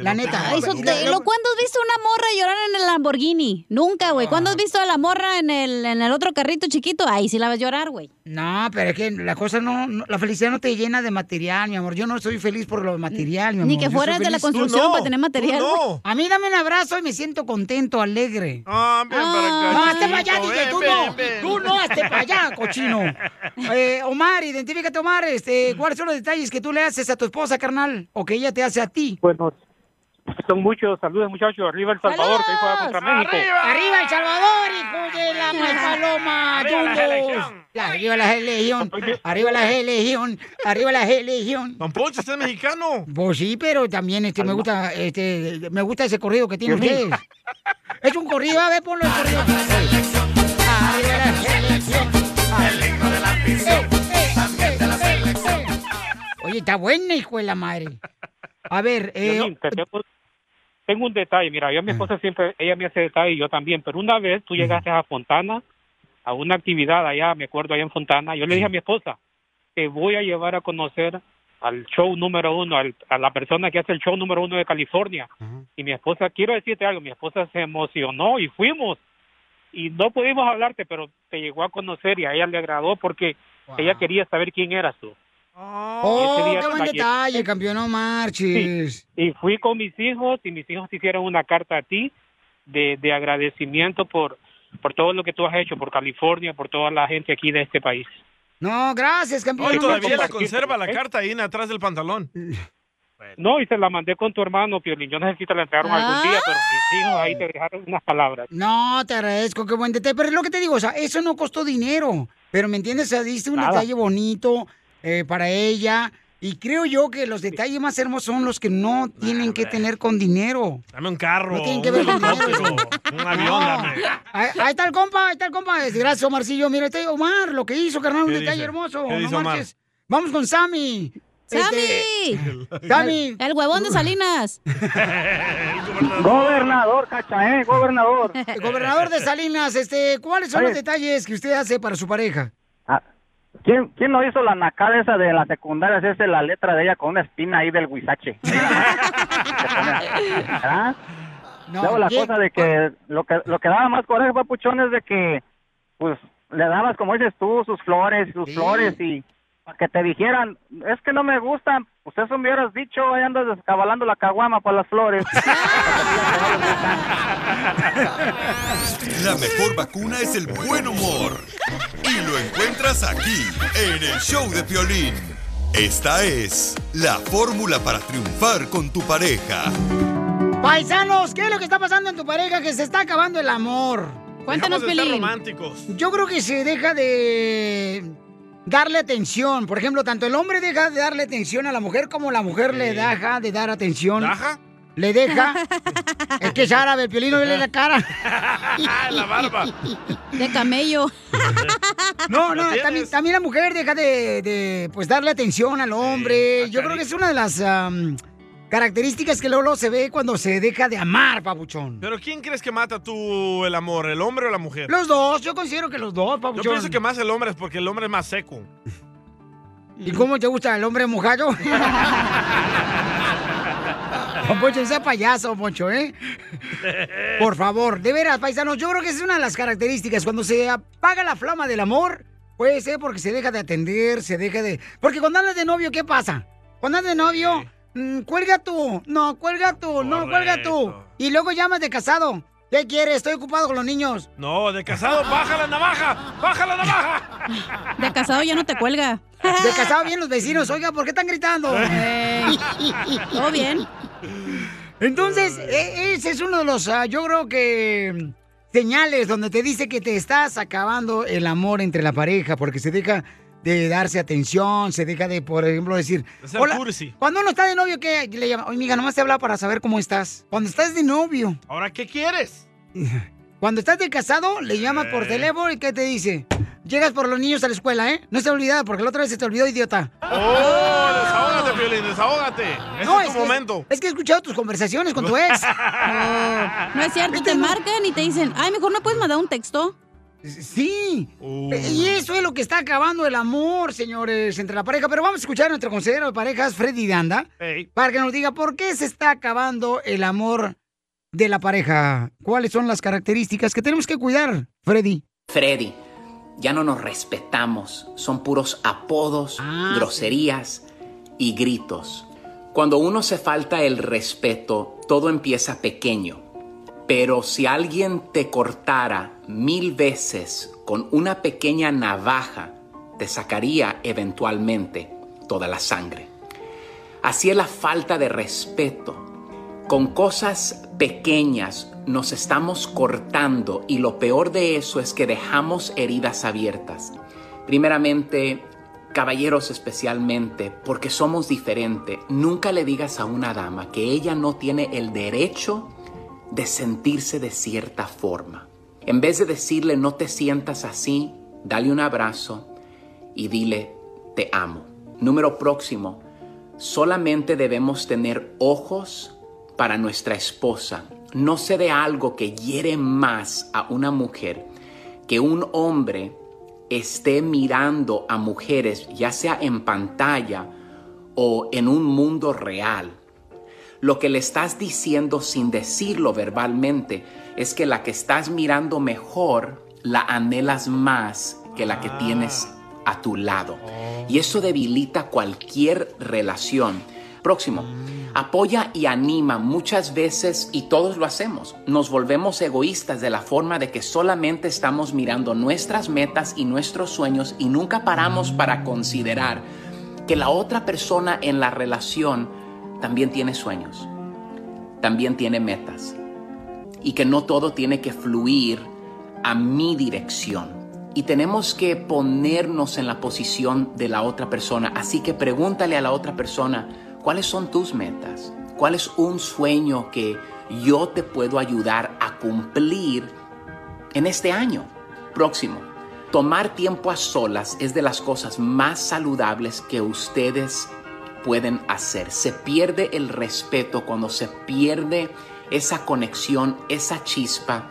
Speaker 2: La neta.
Speaker 4: Ay, Sotelo, ¿cuándo has visto una morra llorar en el Lamborghini? Nunca, güey. ¿Cuándo has
Speaker 2: Ah.
Speaker 4: visto a la morra en el, en el otro carrito chiquito? Ahí sí la vas a llorar, güey.
Speaker 2: No, pero es que la cosa no, no- la felicidad no te llena de material, mi amor. Yo no soy feliz por lo material, mi amor.
Speaker 4: Ni que
Speaker 2: Yo soy
Speaker 4: fueras de la
Speaker 2: feliz-
Speaker 4: construcción Tú no, para tener material, tú no. güey.
Speaker 2: A mí dame un abrazo y me siento contento, alegre.
Speaker 3: Ah,
Speaker 4: ven para acá,
Speaker 2: No, hazte para allá,
Speaker 4: chiquito,
Speaker 2: DJ,
Speaker 4: ven,
Speaker 2: tú
Speaker 4: ven,
Speaker 2: no.
Speaker 4: ven.
Speaker 2: Tú no, hazte para allá, cochino. Eh, Omar, identifícate, Omar. Este, ¿Cuáles son los detalles que tú le haces a tu esposa, carnal? O que ella te hace a ti.
Speaker 22: Bueno, son muchos. Saludos, muchachos. Arriba El Salvador, que hoy juega contra México.
Speaker 2: ¡Arriba El Salvador, hijo de la mal paloma!
Speaker 22: Arriba la
Speaker 2: ¡Yungos!
Speaker 22: selección.
Speaker 2: ¡Arriba la legión! ¡Arriba la legión! ¡Arriba la legión!
Speaker 3: Don Poncho, usted es mexicano.
Speaker 2: Pues sí, pero también este, me gusta este, me gusta ese corrido que tienen
Speaker 3: Piolín.
Speaker 2: ustedes. Es un corrido, a ver, ponlo el corrido. Arriba la selección. Oye, está buena, hijo de la madre. A ver, eh,
Speaker 22: Violín, te tengo, tengo un detalle. Mira, yo a mi esposa siempre, ella me hace detalle y yo también. Pero una vez tú llegaste a Fontana a una actividad allá, me acuerdo, allá en Fontana. Yo le dije a mi esposa, te voy a llevar a conocer al show número uno, al- a la persona que hace el show número uno de California. Y mi esposa, quiero decirte algo, mi esposa se emocionó y fuimos. Y no pudimos hablarte, pero te llegó a conocer y a ella le agradó porque ella quería saber quién eras tú.
Speaker 2: oh,
Speaker 22: ese día
Speaker 2: qué buen
Speaker 22: la lle-
Speaker 2: detalle, campeón, no marches.
Speaker 22: Y fui con mis hijos y mis hijos te hicieron una carta a ti de, de agradecimiento por, por todo lo que tú has hecho, por California, por toda la gente aquí de este país.
Speaker 2: No, gracias, campeón.
Speaker 3: Hoy
Speaker 22: no me
Speaker 3: todavía la
Speaker 22: compartiste,
Speaker 3: conserva la
Speaker 22: ¿eh?
Speaker 3: carta ahí en atrás del pantalón.
Speaker 22: No, y se la mandé con tu hermano, Piolín. Yo no sé si te la entregaron algún día, pero mis hijos ahí te dejaron unas palabras.
Speaker 2: No, te agradezco, qué buen detalle. Pero es lo que te digo, o sea, eso no costó dinero. Pero me entiendes, o sea, diste un
Speaker 22: Nada.
Speaker 2: detalle bonito eh, para ella. Y creo yo que los detalles más hermosos son los que no tienen que tener con dinero.
Speaker 3: Dame un carro.
Speaker 2: No tienen que ver
Speaker 3: un
Speaker 2: con dinero.
Speaker 3: helicóptero, Un avión, dame.
Speaker 2: Ahí, ahí está el compa, ahí está el compa. Gracias, Omarcillo. Mira, este Omar, lo que hizo, carnal, un
Speaker 3: ¿Qué
Speaker 2: detalle
Speaker 3: dice?
Speaker 2: hermoso.
Speaker 3: ¿Qué dice
Speaker 2: no
Speaker 3: Omar?
Speaker 2: marches. Vamos con Sammy.
Speaker 4: ¡Sammy!
Speaker 2: Este, Sammy.
Speaker 4: El huevón de Salinas.
Speaker 23: Gobernador, cacha, ¿eh? Gobernador.
Speaker 2: Gobernador de Salinas, este, ¿cuáles son
Speaker 23: Oye.
Speaker 2: los detalles que usted hace para su pareja?
Speaker 23: Ah, ¿Quién, ¿Quién no hizo la nacada esa de la secundaria? Esa es la letra de ella con una espina ahí del huizache. ¿Verdad?
Speaker 2: No,
Speaker 23: Luego la
Speaker 2: ¿quién?
Speaker 23: cosa de que lo que lo que daba más coraje, papuchón, es de que pues le dabas, como dices tú, sus flores, sus
Speaker 14: Sí.
Speaker 23: flores y para que te dijeran, es que no me gustan, pues eso me hubieras dicho, ahí andas descabalando la caguama para las flores.
Speaker 7: La mejor vacuna es el buen humor. Y lo encuentras aquí, en el show de Piolín. Esta es la fórmula para triunfar con tu pareja.
Speaker 2: Paisanos, ¿qué es lo que está pasando en tu pareja que se está acabando el amor?
Speaker 3: Dejamos de ser románticos.
Speaker 2: Yo creo que se deja de darle atención. Por ejemplo, tanto el hombre deja de darle atención a la mujer como la mujer le deja de dar atención. ¿Daja? Le deja. es que es árabe, el piolino vele la cara.
Speaker 3: la barba.
Speaker 2: De camello. No, no, también, también la mujer deja de, de, pues darle atención al
Speaker 3: ah,
Speaker 2: hombre. Yo creo que es una de las am, características que luego luego se ve cuando se deja de amar, papuchón.
Speaker 3: Pero ¿quién crees que mata tú el amor, el hombre o la mujer?
Speaker 2: Los dos, yo considero que los dos,
Speaker 3: Yo
Speaker 2: papuchón.
Speaker 3: pienso que más el hombre es porque el hombre es más seco.
Speaker 2: ¿Y cómo te gusta el hombre mojado? Don Poncho, no sea payaso, Poncho, ¿eh?
Speaker 1: Eh.
Speaker 2: Por favor, de veras, paisanos, yo creo que es una de las características. Cuando se apaga la flama del amor, puede ser porque se deja de atender, se deja de... Porque cuando andas de novio, ¿qué pasa? Cuando andas de novio, mm, cuelga tú, no, cuelga tú, no, cuelga tú. Y luego llamas de casado. ¿Qué quieres? Estoy ocupado con los niños.
Speaker 3: No, de casado, baja la navaja, baja la navaja.
Speaker 2: De casado ya no te cuelga. De casado bien los vecinos. Oiga, ¿por qué están gritando?
Speaker 4: ¿todo bien?
Speaker 2: Entonces, e- ese es uno de los, ah, yo creo que, mm, señales donde te dice que te estás acabando el amor entre la pareja porque se deja de darse atención, se deja de, por ejemplo, decir...
Speaker 3: De ser cursi.
Speaker 2: Cuando uno está de novio, ¿qué? Le llama, oye, mija, nomás te hablaba para saber cómo estás. Cuando estás de novio...
Speaker 3: Ahora, ¿qué quieres?
Speaker 2: Cuando estás de casado, le llamas por
Speaker 3: Eh.
Speaker 2: teléfono y ¿qué te dice? Llegas por los niños a la escuela, ¿eh? No se olvidada porque la otra vez se te olvidó, idiota.
Speaker 3: ¡Oh! Desahógate, Piolín, desahógate. Ese
Speaker 2: No,
Speaker 3: es tu
Speaker 2: que-
Speaker 3: momento.
Speaker 2: es que he escuchado tus conversaciones con tu ex. Ah,
Speaker 4: No es cierto, te marcan y te dicen, ay, mejor no puedes mandar un texto.
Speaker 2: Sí.
Speaker 3: Uh.
Speaker 2: Y eso es lo que está acabando el amor, señores, entre la pareja. Pero vamos a escuchar a nuestro consejero de parejas, Freddy Danda, para que nos diga por qué se está acabando el amor de la pareja. ¿Cuáles son las características que tenemos que cuidar, Freddy?
Speaker 24: Freddy, ya no nos respetamos. Son puros apodos, groserías y gritos. Cuando uno se falta el respeto, todo empieza pequeño. Pero si alguien te cortara mil veces con una pequeña navaja, te sacaría eventualmente toda la sangre. Así es la falta de respeto. Con cosas pequeñas nos estamos cortando y lo peor de eso es que dejamos heridas abiertas. Primeramente, caballeros especialmente, porque somos diferentes, nunca le digas a una dama que ella no tiene el derecho de sentirse de cierta forma. En vez de decirle no te sientas así, dale un abrazo y dile te amo. Número próximo, solamente debemos tener ojos para nuestra esposa. No se dé algo que hiere más a una mujer que un hombre esté mirando a mujeres, ya sea en pantalla o en un mundo real. Lo que le estás diciendo sin decirlo verbalmente es que la que estás mirando mejor la anhelas más que la que tienes a tu lado. Y eso debilita cualquier relación. Próximo, apoya y anima muchas veces y todos lo hacemos. Nos volvemos egoístas de la forma de que solamente estamos mirando nuestras metas y nuestros sueños y nunca paramos para considerar que la otra persona en la relación también tiene sueños, también tiene metas y que no todo tiene que fluir a mi dirección. y tenemos que ponernos en la posición de la otra persona. Así que pregúntale a la otra persona, ¿cuáles son tus metas? ¿Cuál es un sueño que yo te puedo ayudar a cumplir en este año próximo? Tomar tiempo a solas es de las cosas más saludables que ustedes pueden hacer. Se pierde el respeto cuando se pierde esa conexión, esa chispa,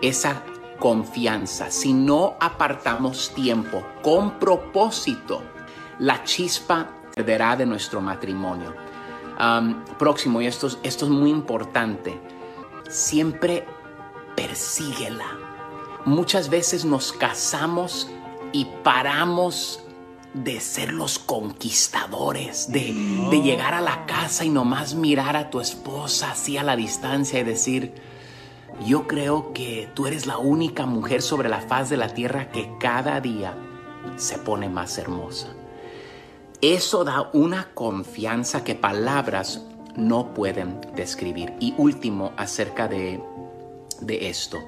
Speaker 24: esa confianza. Si no apartamos tiempo con propósito, la chispa perderá de nuestro matrimonio. Am, próximo, y esto, es- esto es muy importante, siempre persíguela. Muchas veces nos casamos y paramos de ser los conquistadores, de, de llegar a la casa y nomás mirar a tu esposa así a la distancia y decir, yo creo que tú eres la única mujer sobre la faz de la tierra que cada día se pone más hermosa. Eso da una confianza que palabras no pueden describir. Y último, acerca de, de esto.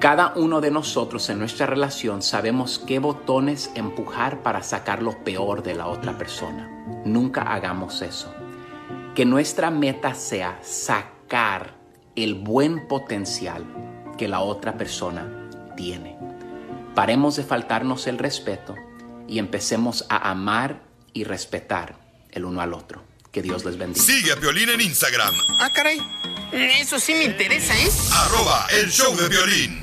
Speaker 24: Cada uno de nosotros en nuestra relación sabemos qué botones empujar para sacar lo peor de la otra persona. Nunca hagamos eso. Que nuestra meta sea sacar el buen potencial que la otra persona tiene. Paremos de faltarnos el respeto y empecemos a amar y respetar el uno al otro. Que Dios les bendiga.
Speaker 7: Sigue a Piolín en Instagram,
Speaker 14: Ah, caray. Eso sí me interesa, ¿eh?
Speaker 7: arroba el show de violín.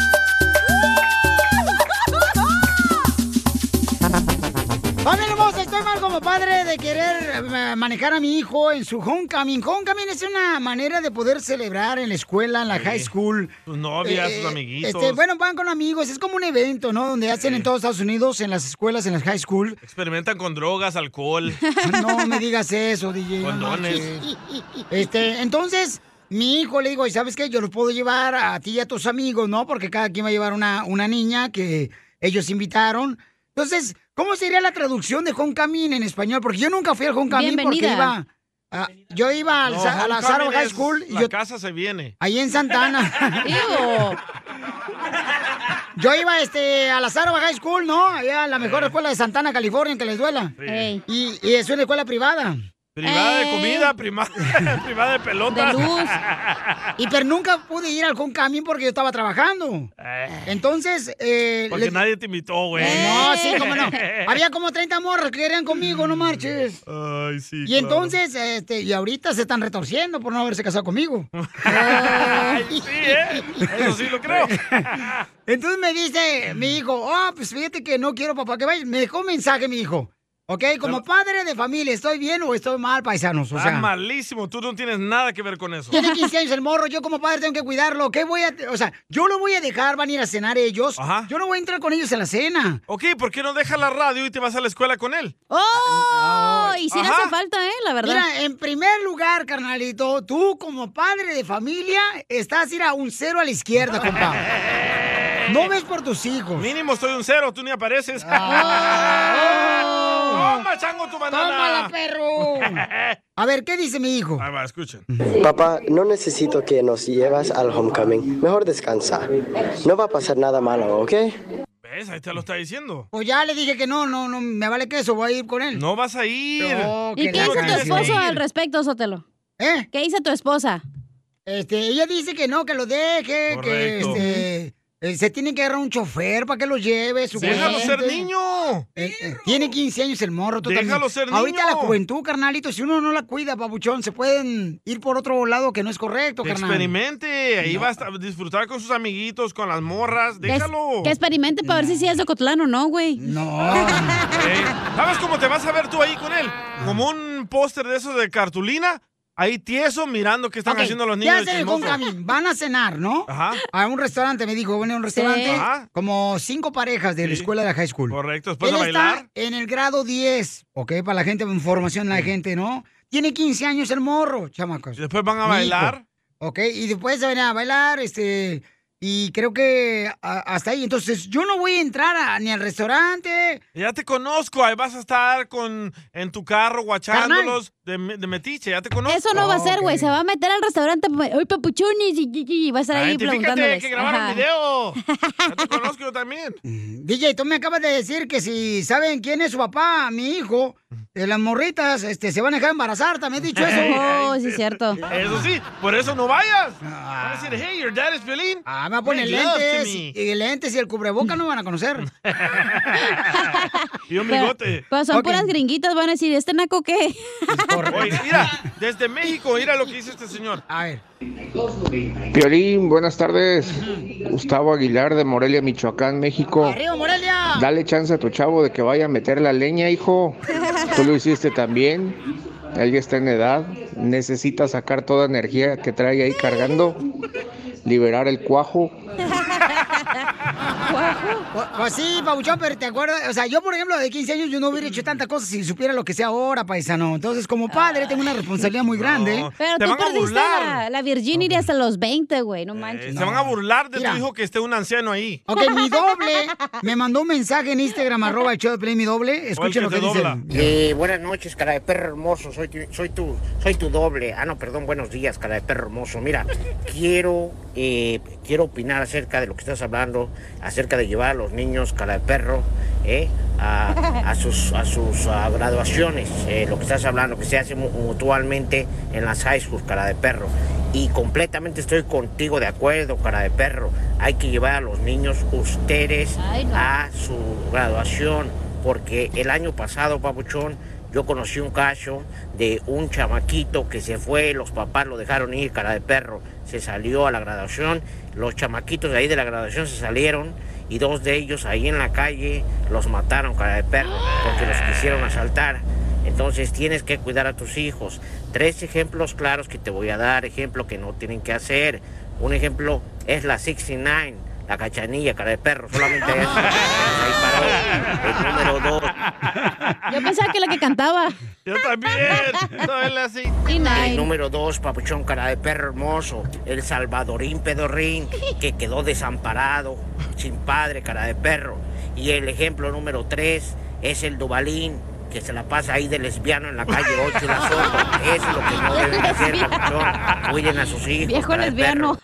Speaker 2: Familia hermosa, estoy mal como padre de querer eh, manejar a mi hijo en su homecoming. Homecoming es una manera de poder celebrar en la escuela, en la high school.
Speaker 3: Tus novias,
Speaker 2: Eh,
Speaker 3: tus amiguitos.
Speaker 2: Este, bueno, van con amigos, es como un evento, ¿no? Donde hacen en todos Estados Unidos, en las escuelas, en las high school.
Speaker 3: Experimentan con drogas, alcohol.
Speaker 2: Pues No me digas eso, DJ. no
Speaker 3: Condones.
Speaker 2: manches. Este, entonces, mi hijo le digo, ¿y sabes qué? Yo los puedo llevar a ti y a tus amigos, ¿no? Porque cada quien va a llevar una, una niña que ellos invitaron. Entonces, ¿cómo sería la traducción de homecoming en español? Porque yo nunca fui al homecoming porque
Speaker 3: Bienvenida.
Speaker 2: iba... a- yo iba al
Speaker 3: No,
Speaker 2: Sa- a la Saro
Speaker 3: homecoming
Speaker 2: High
Speaker 3: es-
Speaker 2: School y
Speaker 3: La
Speaker 2: yo
Speaker 3: casa se viene.
Speaker 2: Ahí en Santana. Yo iba este, a la Sarova High School, ¿no? Allá a la mejor escuela de Santana, California, que les duela.
Speaker 3: Eh. Sí. Ey.
Speaker 2: Y, y es una escuela privada.
Speaker 3: Privada de comida, prima- privada, de pelota.
Speaker 2: Eh. De luz. Y pero nunca pude ir al Homecoming porque yo estaba trabajando. Entonces, eh,
Speaker 3: Porque
Speaker 2: le- Eh,
Speaker 3: nadie Eh. te invitó, güey.
Speaker 2: no, sí, cómo no. Había como 30 morras que querían conmigo, no marches.
Speaker 3: Ay, Ah, sí.
Speaker 2: Y
Speaker 3: claro.
Speaker 2: entonces, este, y ahorita se están retorciendo por no haberse casado conmigo.
Speaker 3: Ay, sí, ¿eh? Eso sí lo creo.
Speaker 2: Entonces me dice mi hijo, ah, pues fíjate que no quiero papá que vaya. Me dejó un mensaje mi hijo. Ok, como padre de familia, ¿estoy bien o estoy mal, paisanos? O
Speaker 3: Está
Speaker 2: sea,
Speaker 3: malísimo. Tú no tienes nada que ver con eso.
Speaker 2: tiene 15 años el morro, yo como padre tengo que cuidarlo. ¿Qué voy a...? O sea, yo lo voy a dejar, van a ir a cenar ellos. Yo no voy a entrar con ellos en la cena.
Speaker 3: Ok, ¿por qué no dejas la radio y te vas a la escuela con él?
Speaker 2: ¡Oh!
Speaker 3: y sí le hace Ajá.
Speaker 2: falta, ¿eh? La
Speaker 3: verdad.
Speaker 2: Mira, en primer lugar, carnalito, tú como padre de familia estás ir a un cero a la izquierda, compa. No ves por tus hijos.
Speaker 3: Mínimo soy un cero, tú ni apareces.
Speaker 2: Ah.
Speaker 3: Oh, ¡Toma, chango, tu banana!
Speaker 2: ¡Tómala, perro! A ver, ¿qué dice mi hijo?
Speaker 3: Ah, va, escuchen.
Speaker 21: Papá, no necesito que nos llevas al homecoming. Mejor descansa. No va a pasar nada malo, ¿ok?
Speaker 3: ¿Ves? Ahí te lo está diciendo.
Speaker 2: Pues ya le dije que no, no, no, me vale queso, voy a ir con él.
Speaker 3: No vas a ir.
Speaker 2: No,
Speaker 4: ¿Y
Speaker 2: que
Speaker 4: qué
Speaker 2: la
Speaker 4: dice tu
Speaker 2: canción.
Speaker 4: esposo al respecto, Sotelo?
Speaker 2: ¿Eh?
Speaker 4: ¿Qué dice tu esposa?
Speaker 2: Este, ella dice que no, que lo deje, que
Speaker 4: Correcto.
Speaker 2: este, eh, se tiene que agarrar un chofer para que lo lleve.
Speaker 3: Déjalo
Speaker 2: supuestamente.
Speaker 3: ser niño.
Speaker 2: Eh, eh, tiene 15 años el morro, tú
Speaker 3: Déjalo
Speaker 2: también.
Speaker 3: ser
Speaker 2: Ahorita
Speaker 3: niño.
Speaker 2: la juventud, carnalito, si uno no la cuida, babuchón, se pueden ir por otro lado que no es correcto, carnal.
Speaker 3: Experimente. Ahí
Speaker 2: No.
Speaker 3: vas a disfrutar con sus amiguitos, con las morras. Pues, Déjalo.
Speaker 4: Que experimente para ver si sí es de Cotlán o no, güey.
Speaker 2: No.
Speaker 3: Ey, ¿Sabes cómo te vas a ver tú ahí con él?
Speaker 2: Ah.
Speaker 3: Como un póster de esos de cartulina, ahí tieso mirando qué están
Speaker 2: Ok,
Speaker 3: haciendo los
Speaker 2: Ya
Speaker 3: niños.
Speaker 2: se
Speaker 3: chismosos.
Speaker 2: Van a cenar, ¿no?
Speaker 3: Ajá.
Speaker 2: A un restaurante, me dijo, bueno, a un restaurante.
Speaker 3: Ajá.
Speaker 2: Como cinco parejas de la escuela de la high school.
Speaker 3: Correcto, después
Speaker 2: Él
Speaker 3: a bailar.
Speaker 2: está en el grado 10, ¿ok? Para la gente, información a la gente, ¿no? Tiene 15 años el morro, chamacos.
Speaker 3: después van a bailar.
Speaker 2: Ok, y después se van a bailar, este... Y creo que a- hasta ahí. Entonces, yo no voy a entrar a- ni al restaurante.
Speaker 3: Ya te conozco, ahí vas a estar con en tu carro guachándolos de, me- de metiche, ya te conozco.
Speaker 4: Eso no va a ser, güey. Se va a meter al restaurante. Hoy papuchunis y, y- y va a estar ahí
Speaker 3: Ah, Identifícate,
Speaker 4: preguntándoles.
Speaker 3: hay que grabar
Speaker 4: Ajá.
Speaker 3: el video. Ya te conozco yo también.
Speaker 2: DJ, tú me acabas de decir que si saben quién es su papá, mi hijo, de las morritas, este, se van a dejar embarazar, también he dicho eso.
Speaker 4: Oh, sí, es cierto.
Speaker 3: Eso sí, por eso no vayas. Van a decir, hey, your dad is Piolín.
Speaker 2: Ah, me Pone lentes, y lentes y el cubreboca no van a conocer.
Speaker 3: Y un
Speaker 4: Pero-
Speaker 3: bigote.
Speaker 4: Pero son puras gringuitas, van a decir, ¿este naco qué?
Speaker 3: Oye, mira, desde México, mira lo que dice este señor.
Speaker 2: A ver.
Speaker 6: Piolín, buenas tardes. Gustavo Aguilar de Morelia, Michoacán, México.
Speaker 2: ¡Arriba, Morelia!
Speaker 6: Dale chance a tu chavo de que vaya a meter la leña, hijo. Tú lo hiciste también. Él ya está en edad. Necesita sacar toda energía que trae ahí cargando. Liberar el cuajo.
Speaker 2: Pues- Pues sí, Pabuchón, pero te acuerdas, o sea, yo por ejemplo de 15 años yo no hubiera hecho tanta cosa si supiera lo que sea ahora, paisano. Entonces, como padre, tengo una responsabilidad muy grande.
Speaker 4: Pero tú perdiste la, la virginity hasta los 20, güey. No manches.
Speaker 3: Eh, Se van a burlar de
Speaker 2: Mira.
Speaker 3: tu hijo que esté un anciano ahí.
Speaker 2: Ok, mi doble me mandó un mensaje en Instagram, arroba el show de Play, mi doble. Escuchen lo que dice.
Speaker 9: Eh, buenas noches, cara de perro hermoso. Soy tu, soy tu, soy tu doble. Ah, no, perdón, buenos días, cara de perro hermoso. Mira, quiero, eh, quiero opinar acerca de lo que estás hablando, acerca de llevar a los niños, cara de perro, eh, a, a sus, a sus ah, graduaciones. eh, lo que estás hablando, que se hace mu- mutualmente en las high school, cara de perro. Y completamente estoy contigo de acuerdo, cara de perro. Hay que llevar a los niños ustedes a su graduación porque el año pasado, Papuchón, yo conocí un caso de un chamaquito que se fue, los papás lo dejaron ir, cara de perro, se salió a la graduación, los chamaquitos de ahí de la graduación se salieron y dos de ellos ahí en la calle los mataron, cara de perro, porque los quisieron asaltar. Entonces tienes que cuidar a tus hijos. Tres ejemplos claros que te voy a dar, ejemplo que no tienen que hacer. Un ejemplo es la 69, la cachanilla, cara de perro, solamente eso. Ahí paró. El número dos.
Speaker 4: Yo pensaba que la que cantaba.
Speaker 3: Yo también. Soy la
Speaker 9: El número dos, papuchón cara de perro hermoso, el salvadorín pedorrín, que quedó desamparado, sin padre, cara de perro. Y el ejemplo número tres es el Dubalín, que se la pasa ahí de lesbiano en la calle 8 y la sopa. Eso es lo que no deben de hacer, papuchón. Cuiden a sus hijos.
Speaker 4: Viejo
Speaker 9: cara de
Speaker 4: lesbiano.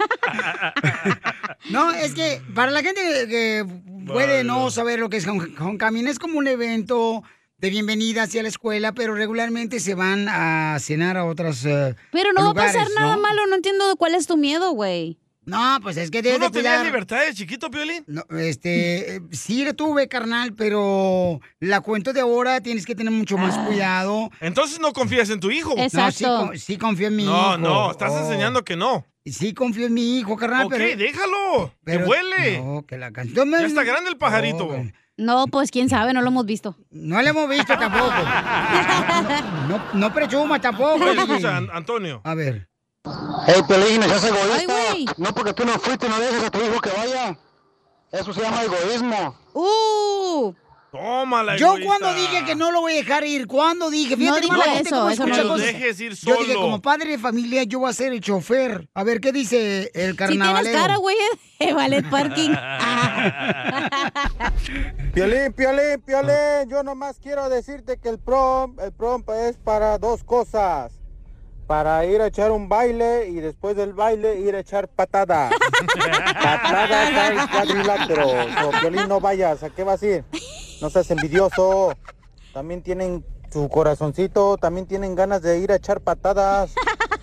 Speaker 2: No, es que para la gente que- que puede no saber lo que es Home- Homecoming, es como un evento de bienvenida hacia la escuela, pero regularmente se van a cenar a otras. eh,
Speaker 4: Pero no va a
Speaker 2: lugares,
Speaker 4: pasar nada
Speaker 2: ¿no?
Speaker 4: malo. No entiendo cuál es tu miedo, güey.
Speaker 2: No, pues es que
Speaker 4: debe
Speaker 2: debes de cuidar.
Speaker 3: libertad de chiquito, Piolín?
Speaker 2: No, este, eh, sí la tuve, carnal, pero la cuento de ahora tienes que tener mucho
Speaker 3: Ah.
Speaker 2: más cuidado.
Speaker 3: Entonces no confías en tu hijo.
Speaker 2: No, sí, co- sí, confío en mi
Speaker 3: No,
Speaker 2: hijo.
Speaker 3: no, estás
Speaker 2: Oh.
Speaker 3: enseñando que no.
Speaker 2: Sí confío en mi hijo, carnal,
Speaker 3: ok,
Speaker 2: pero...
Speaker 3: déjalo.
Speaker 2: pero-
Speaker 3: que huele.
Speaker 2: No, que la can- No me- Oh,
Speaker 3: Ya está grande el pajarito.
Speaker 2: No,
Speaker 4: No, pues quién sabe, no lo hemos visto.
Speaker 2: No lo hemos visto tampoco. No, no prechuma tampoco.
Speaker 3: Oye,
Speaker 2: DJ.
Speaker 3: escucha, An- Antonio.
Speaker 2: A ver.
Speaker 25: Hey, Pelín, seas egoísta. no porque tú no fuiste, no dejes a tu hijo que vaya. Eso se llama egoísmo.
Speaker 4: ¡Uh!
Speaker 3: Tómala,
Speaker 2: Yo
Speaker 3: egoísta.
Speaker 2: cuando dije que no lo voy a dejar ir, cuando dije,
Speaker 4: No
Speaker 2: fíjate
Speaker 4: dijo
Speaker 2: nomás la gente
Speaker 4: eso,
Speaker 2: cómo
Speaker 4: eso
Speaker 2: escucha
Speaker 4: no
Speaker 3: lo
Speaker 2: cosas.
Speaker 3: dijo. Dejes ir
Speaker 2: Yo dije,
Speaker 3: solo.
Speaker 2: como padre de familia, yo voy a ser el chofer. A ver, ¿qué dice el
Speaker 4: Si
Speaker 2: carnavalero? Eh,
Speaker 4: tienes cara, güey, de ballet parking.
Speaker 26: Piolín, Piolín, Piolín, yo nomás quiero decirte que el prom, el prom es para dos cosas. Para ir a echar un baile y después del baile ir a echar patada. patada acá en cuadrilátero. No, Piolín, no vayas, ¿a qué vas a ir? No seas envidioso. También tienen su corazoncito, también tienen ganas de ir a echar patadas,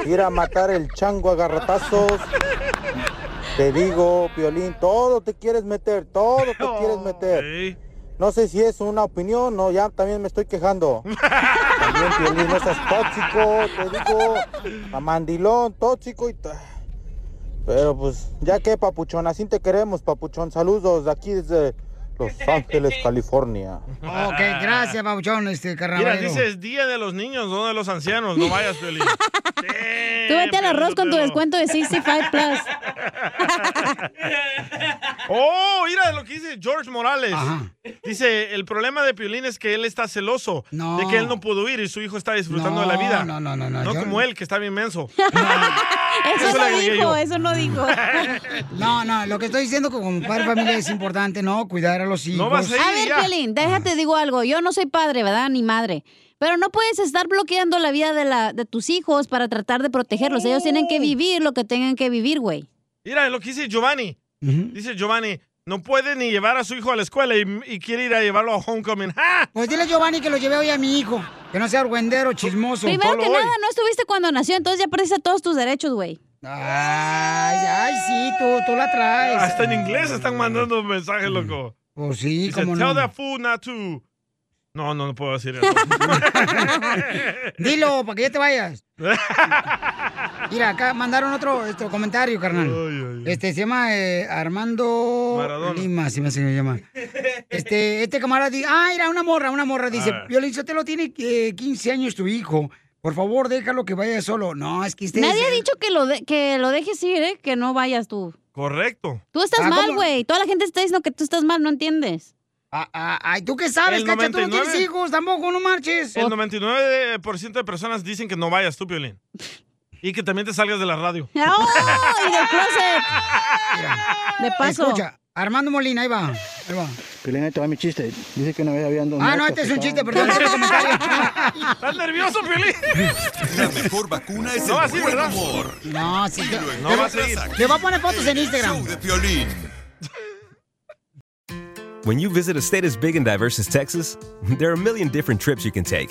Speaker 26: ir a matar el chango a garrotazos. Te digo, Piolín, todo te quieres meter, todo te quieres meter. No sé si es una opinión, no, ya también me estoy quejando. También, Piolín, no seas tóxico, te digo, amandilón, tóxico y... ta- Pero pues, ya que, papuchón, así te queremos, papuchón. Saludos de aquí desde Los Ángeles, California.
Speaker 2: Ok, gracias, Pabuchón, este
Speaker 3: Mira,
Speaker 2: carnaval.
Speaker 3: dices Día de los Niños, no de los Ancianos. No vayas, Piolín.
Speaker 4: Tú vete al arroz con tu descuento de 65 Plus.
Speaker 3: Oh, mira lo que dice George Morales. Dice, el problema de Piolín es que él está celoso de que él no pudo ir y su hijo está disfrutando de la vida.
Speaker 2: No, no, no,
Speaker 3: no.
Speaker 2: yo-
Speaker 3: como él, que está bien menso. Eso
Speaker 4: Eso,
Speaker 3: le
Speaker 4: no
Speaker 3: agregué
Speaker 4: dijo,
Speaker 2: eh.
Speaker 3: yo.
Speaker 4: eso no dijo.
Speaker 2: No, no, lo que estoy diciendo como padre de familia es importante, ¿no? Cuidar a los hijos.
Speaker 4: a ver, Piolín, déjate, digo algo. Yo no soy padre, ¿verdad? Ni madre. Pero no puedes estar bloqueando la vida de, la, de tus hijos para tratar de protegerlos. Ellos tienen que vivir lo que tengan que vivir, güey.
Speaker 3: Mira lo que dice Giovanni. Dice Giovanni, no puede ni llevar a su hijo a la escuela y, y quiere ir a llevarlo a homecoming. ¡Ah!
Speaker 2: Pues dile a Giovanni que lo lleve hoy a mi hijo. Que no sea argüendero, chismoso.
Speaker 4: Primero que nada, no estuviste cuando nació, entonces ya perdiste todos tus derechos, güey.
Speaker 2: Ah. Ay, ay, sí, tú, tú la traes.
Speaker 3: Hasta en inglés están mandando mensajes, loco.
Speaker 2: Pues sí,
Speaker 3: Dice,
Speaker 2: cómo
Speaker 3: tell
Speaker 2: no.
Speaker 3: that fool not to... No, no, no puedo decir eso.
Speaker 2: Dilo, para que ya te vayas. Mira, acá mandaron otro, este, comentario, carnal. Este se llama eh, Armando
Speaker 27: Maradona.
Speaker 2: Lima, si me hace que se llama. Este, este camarada dice, ah, era una morra, una morra. Dice,
Speaker 7: Ah.
Speaker 27: ver.
Speaker 2: Violín, te lo tiene eh, 15 años tu hijo. Por favor, déjalo que vaya solo. No, es que ustedes...
Speaker 4: Nadie ha dicho que lo, de- que lo dejes ir, ¿eh? Que no vayas tú.
Speaker 3: Correcto.
Speaker 4: Tú estás
Speaker 2: Ah,
Speaker 4: mal,
Speaker 2: ¿cómo?
Speaker 4: güey. Toda la gente está diciendo que tú estás mal, no entiendes.
Speaker 2: Ah, ay, ¿tú qué sabes,
Speaker 3: El Cacha? Tú no tienes 99.
Speaker 2: hijos, tampoco, no marches.
Speaker 3: El 99% de personas dicen que no vayas tú, Piolín. Y que también te salgas de la radio.
Speaker 4: ¡Oh! Y del closet. De paso.
Speaker 2: Escucha, Armando Molina, ahí va. Ahí va.
Speaker 15: Piolín, ahí te va ah, mi chiste. Dice que una vez habían dos
Speaker 2: Ah, no,
Speaker 15: moscas
Speaker 2: este es
Speaker 15: que
Speaker 2: un chiste,
Speaker 15: estaban-
Speaker 2: perdón, este es un comentario.
Speaker 3: ¿Estás nervioso, Piolín?
Speaker 7: La mejor vacuna es
Speaker 3: No,
Speaker 7: el
Speaker 3: así,
Speaker 7: buen
Speaker 3: ¿verdad?
Speaker 7: humor.
Speaker 2: No, sí. Te,
Speaker 7: No
Speaker 2: te
Speaker 7: va
Speaker 2: va-
Speaker 7: a seguir.
Speaker 2: te va a poner fotos en Instagram.
Speaker 7: De Piolín.
Speaker 10: When you visit a state as big and diverse as Texas, there are a million different trips you can take.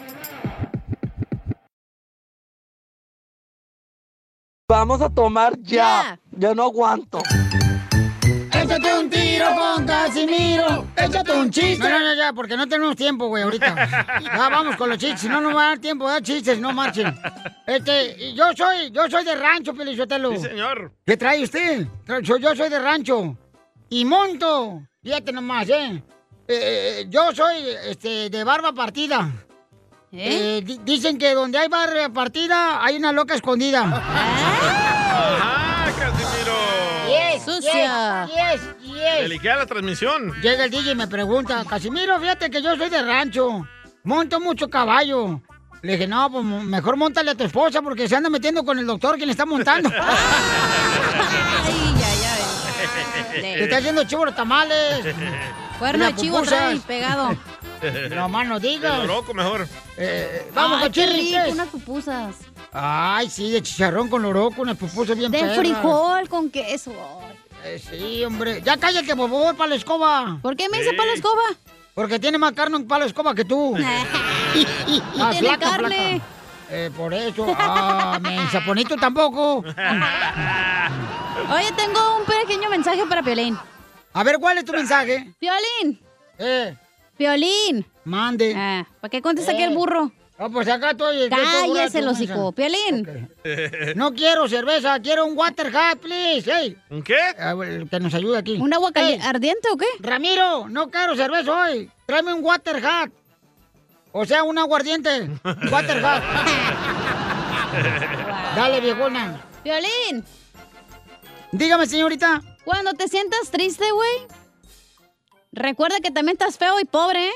Speaker 1: Vamos a tomar ya. Yo no aguanto.
Speaker 27: Échate un tiro con Casimiro. Échate un chiste.
Speaker 2: No, no, no, ya, porque no tenemos tiempo, güey, ahorita. Ya vamos con los chistes, si no nos va a dar tiempo de dar chistes, no marchen. Este, yo soy, yo soy de rancho, Pelizotelo.
Speaker 3: Sí, señor.
Speaker 2: ¿Qué trae usted? Tra- soy- Yo soy de rancho. Y monto, fíjate nomás, ¿eh? Eh, eh, yo soy este, de barba partida. Eh, di- dicen que donde hay barba partida, hay una loca escondida.
Speaker 3: ¡Ah, Casimiro!
Speaker 2: Yes,
Speaker 3: Sucia.
Speaker 2: yes, yes, yes.
Speaker 3: Deliquea la transmisión.
Speaker 2: Pues. Llega el DJ y me pregunta, Casimiro, fíjate que yo soy de rancho, monto mucho caballo. Le dije, no, pues mo- mejor montale a tu esposa porque se anda metiendo con el doctor que le está montando.
Speaker 4: Ay, ay, ay.
Speaker 2: Le está haciendo chivo los tamales.
Speaker 4: Cuerno de chivo trae
Speaker 2: ahí
Speaker 4: pegado.
Speaker 2: No más no digas. Eh,
Speaker 3: El loco mejor.
Speaker 2: Vamos
Speaker 4: Ay,
Speaker 2: con
Speaker 4: qué
Speaker 2: chirri,
Speaker 4: rico,
Speaker 2: pues.
Speaker 4: unas pupusas.
Speaker 2: Ay, sí, de chicharrón con loroco, unas pupusas bien
Speaker 4: De
Speaker 2: perras.
Speaker 4: frijol con queso.
Speaker 2: Eh, sí, hombre. Ya cállate, por favor, palo escoba.
Speaker 4: ¿Por qué me dice palo escoba?
Speaker 2: Porque tiene más carne un palo escoba que tú. Ah,
Speaker 1: tiene
Speaker 2: flaca,
Speaker 1: carne.
Speaker 2: flaca. Eh, por eso. Ah, men, Saponito tampoco.
Speaker 4: Oye, tengo un pequeño mensaje para Piolín.
Speaker 2: A ver, ¿cuál es tu mensaje?
Speaker 4: Piolín.
Speaker 2: Eh.
Speaker 4: Piolín.
Speaker 2: Mande.
Speaker 4: Ah, ¿para qué contesta
Speaker 2: Eh.
Speaker 4: aquí el burro?
Speaker 2: Ah, pues acá estoy.
Speaker 4: Cállese el hocico. Piolín.
Speaker 2: No quiero cerveza, quiero un water hat, please. Hey.
Speaker 3: ¿Un qué?
Speaker 2: que nos ayude aquí.
Speaker 4: ¿Un agua ardiente o qué?
Speaker 2: Ramiro, no quiero cerveza hoy. Tráeme un water hat. O sea, un aguardiente. Water hat. Dale, viejona.
Speaker 4: Piolín.
Speaker 2: Dígame, señorita.
Speaker 4: Cuando te sientas triste, güey, recuerda que también estás feo y pobre, ¿eh?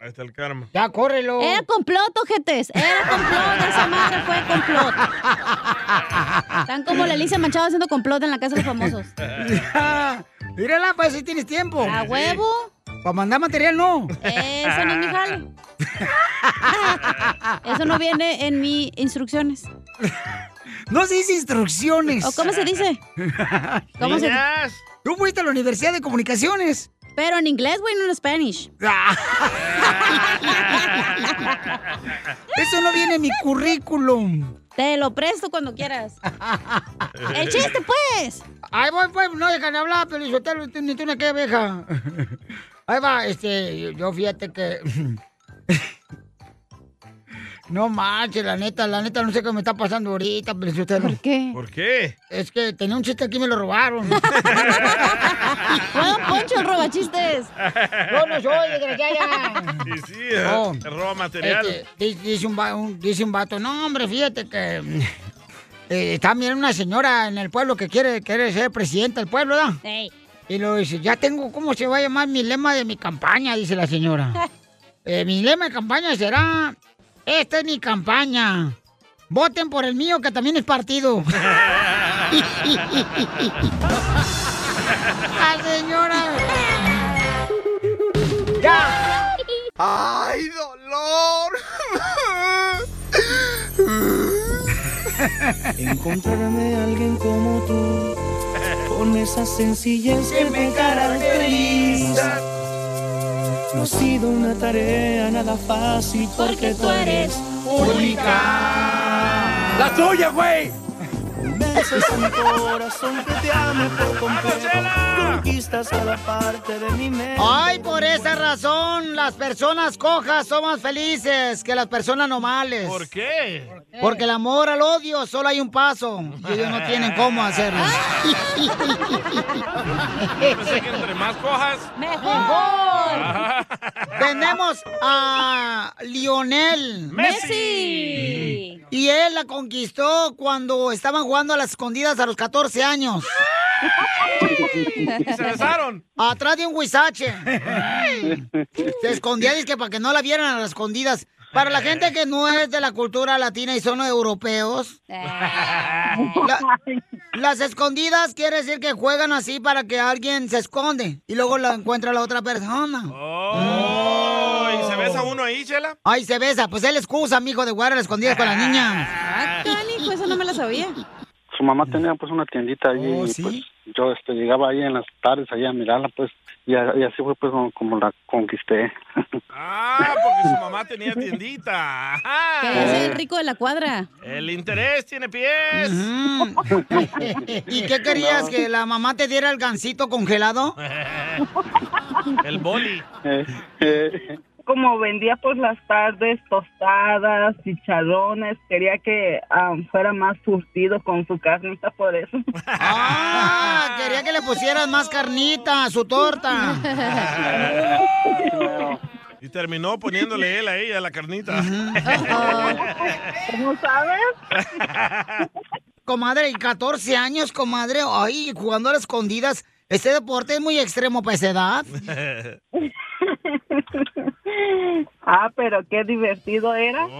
Speaker 3: Ahí está el karma.
Speaker 2: Ya, córrelo.
Speaker 4: Era complot, ojetes. Era complot. Esa madre fue complot. Están como la Alicia Machado haciendo complot en la casa de los famosos.
Speaker 2: Mírala, pues si tienes tiempo.
Speaker 4: ¿A huevo?
Speaker 2: Para mandar material, no.
Speaker 4: Eso no es mi jale.
Speaker 2: Ah,
Speaker 4: Eso no viene en mis instrucciones.
Speaker 2: No se dice instrucciones.
Speaker 4: ¿O cómo se dice? ¿Cómo se- Niñas.
Speaker 2: Tú fuiste a la Universidad de Comunicaciones.
Speaker 4: Pero en inglés, güey, no en Spanish.
Speaker 2: Eso no viene en mi currículum.
Speaker 4: Te lo presto cuando quieras. ¡El chiste, pues!
Speaker 2: Ahí voy, pues, no dejan de hablar, pero yo te ni tú ni qué vieja. Ahí va, este, yo- yo fíjate que. No manches, la neta, la neta, no sé qué me está pasando ahorita, pero ¿Por
Speaker 4: qué?
Speaker 3: ¿Por qué?
Speaker 2: Es que tenía un chiste aquí y me lo robaron.
Speaker 4: Juan Poncho el roba chistes.
Speaker 2: Yo no soy, desgraciada.
Speaker 3: Sí, sí, eh,
Speaker 2: Oh.
Speaker 3: te roba material.
Speaker 2: Este, di- dice, un va- un- dice un vato, no, hombre, fíjate que eh, está bien una señora en el pueblo que quiere, quiere ser presidenta del pueblo, ¿verdad? Y lo dice, ya tengo cómo se va a llamar mi lema de mi campaña, dice la señora. Eh, mi lema de campaña será, esta es mi campaña. Voten por el mío, que también es partido. ¡Ah, señora! ¡Ya!
Speaker 1: ¡Ay, dolor!
Speaker 28: Encontrarme a alguien como tú, con esa sencillez que me caracteriza. No ha sido una tarea nada fácil porque tú eres única. ¡La tuya, güey! Meses en mi corazón que te amo por completo. Conquistas cada parte de mi mente.
Speaker 2: Ay, por esa razón, las personas cojas son más felices que las personas normales.
Speaker 3: ¿Por qué?
Speaker 2: Porque el amor al odio solo hay un paso y ellos no tienen cómo hacerlo.
Speaker 3: Yo pensé que entre más cojas.
Speaker 2: ¡Mejor! Tenemos a Lionel
Speaker 4: Messi.
Speaker 2: Y él la conquistó cuando estaban jugando a las escondidas a los 14 años.
Speaker 1: ¿Y se besaron?
Speaker 2: Atrás de un huizache. Se escondía dizque, para que no la vieran a las escondidas. Para la gente que no es de la cultura latina y son europeos, la- las escondidas quiere decir que juegan así para que alguien se esconde y luego la encuentra la otra persona.
Speaker 3: Oh, ¿Y se besa uno ahí, Chela?
Speaker 2: Ay, se besa. Pues él excusa, mijo, de jugar a las escondidas con las niñas.
Speaker 4: Ah, hijo, eso no me lo sabía.
Speaker 29: su mamá tenía pues una tiendita allí
Speaker 3: Oh,
Speaker 29: y pues yo este llegaba ahí en las tardes allá a mirarla pues y, a- y así fue pues como, como la conquisté
Speaker 3: Ah, porque su mamá tenía tiendita. Ajá.
Speaker 4: Que es el rico de la cuadra.
Speaker 3: El interés tiene pies.
Speaker 2: ¿Y qué querías?
Speaker 3: No.
Speaker 2: ¿Que la mamá te diera el gancito congelado?
Speaker 3: El boli.
Speaker 30: Como vendía por las tardes tostadas, chicharrones, quería que ah, fuera más surtido con su carnita por eso.
Speaker 2: Ah, quería que le pusieras más carnita a su torta.
Speaker 3: Y terminó poniéndole él a ella la carnita.
Speaker 30: ¿Cómo sabes?
Speaker 2: Comadre, y 14 años, comadre. Ay, jugando a las escondidas. Este deporte es muy extremo para esa edad.
Speaker 30: Ah, pero qué divertido era.
Speaker 4: ¿Por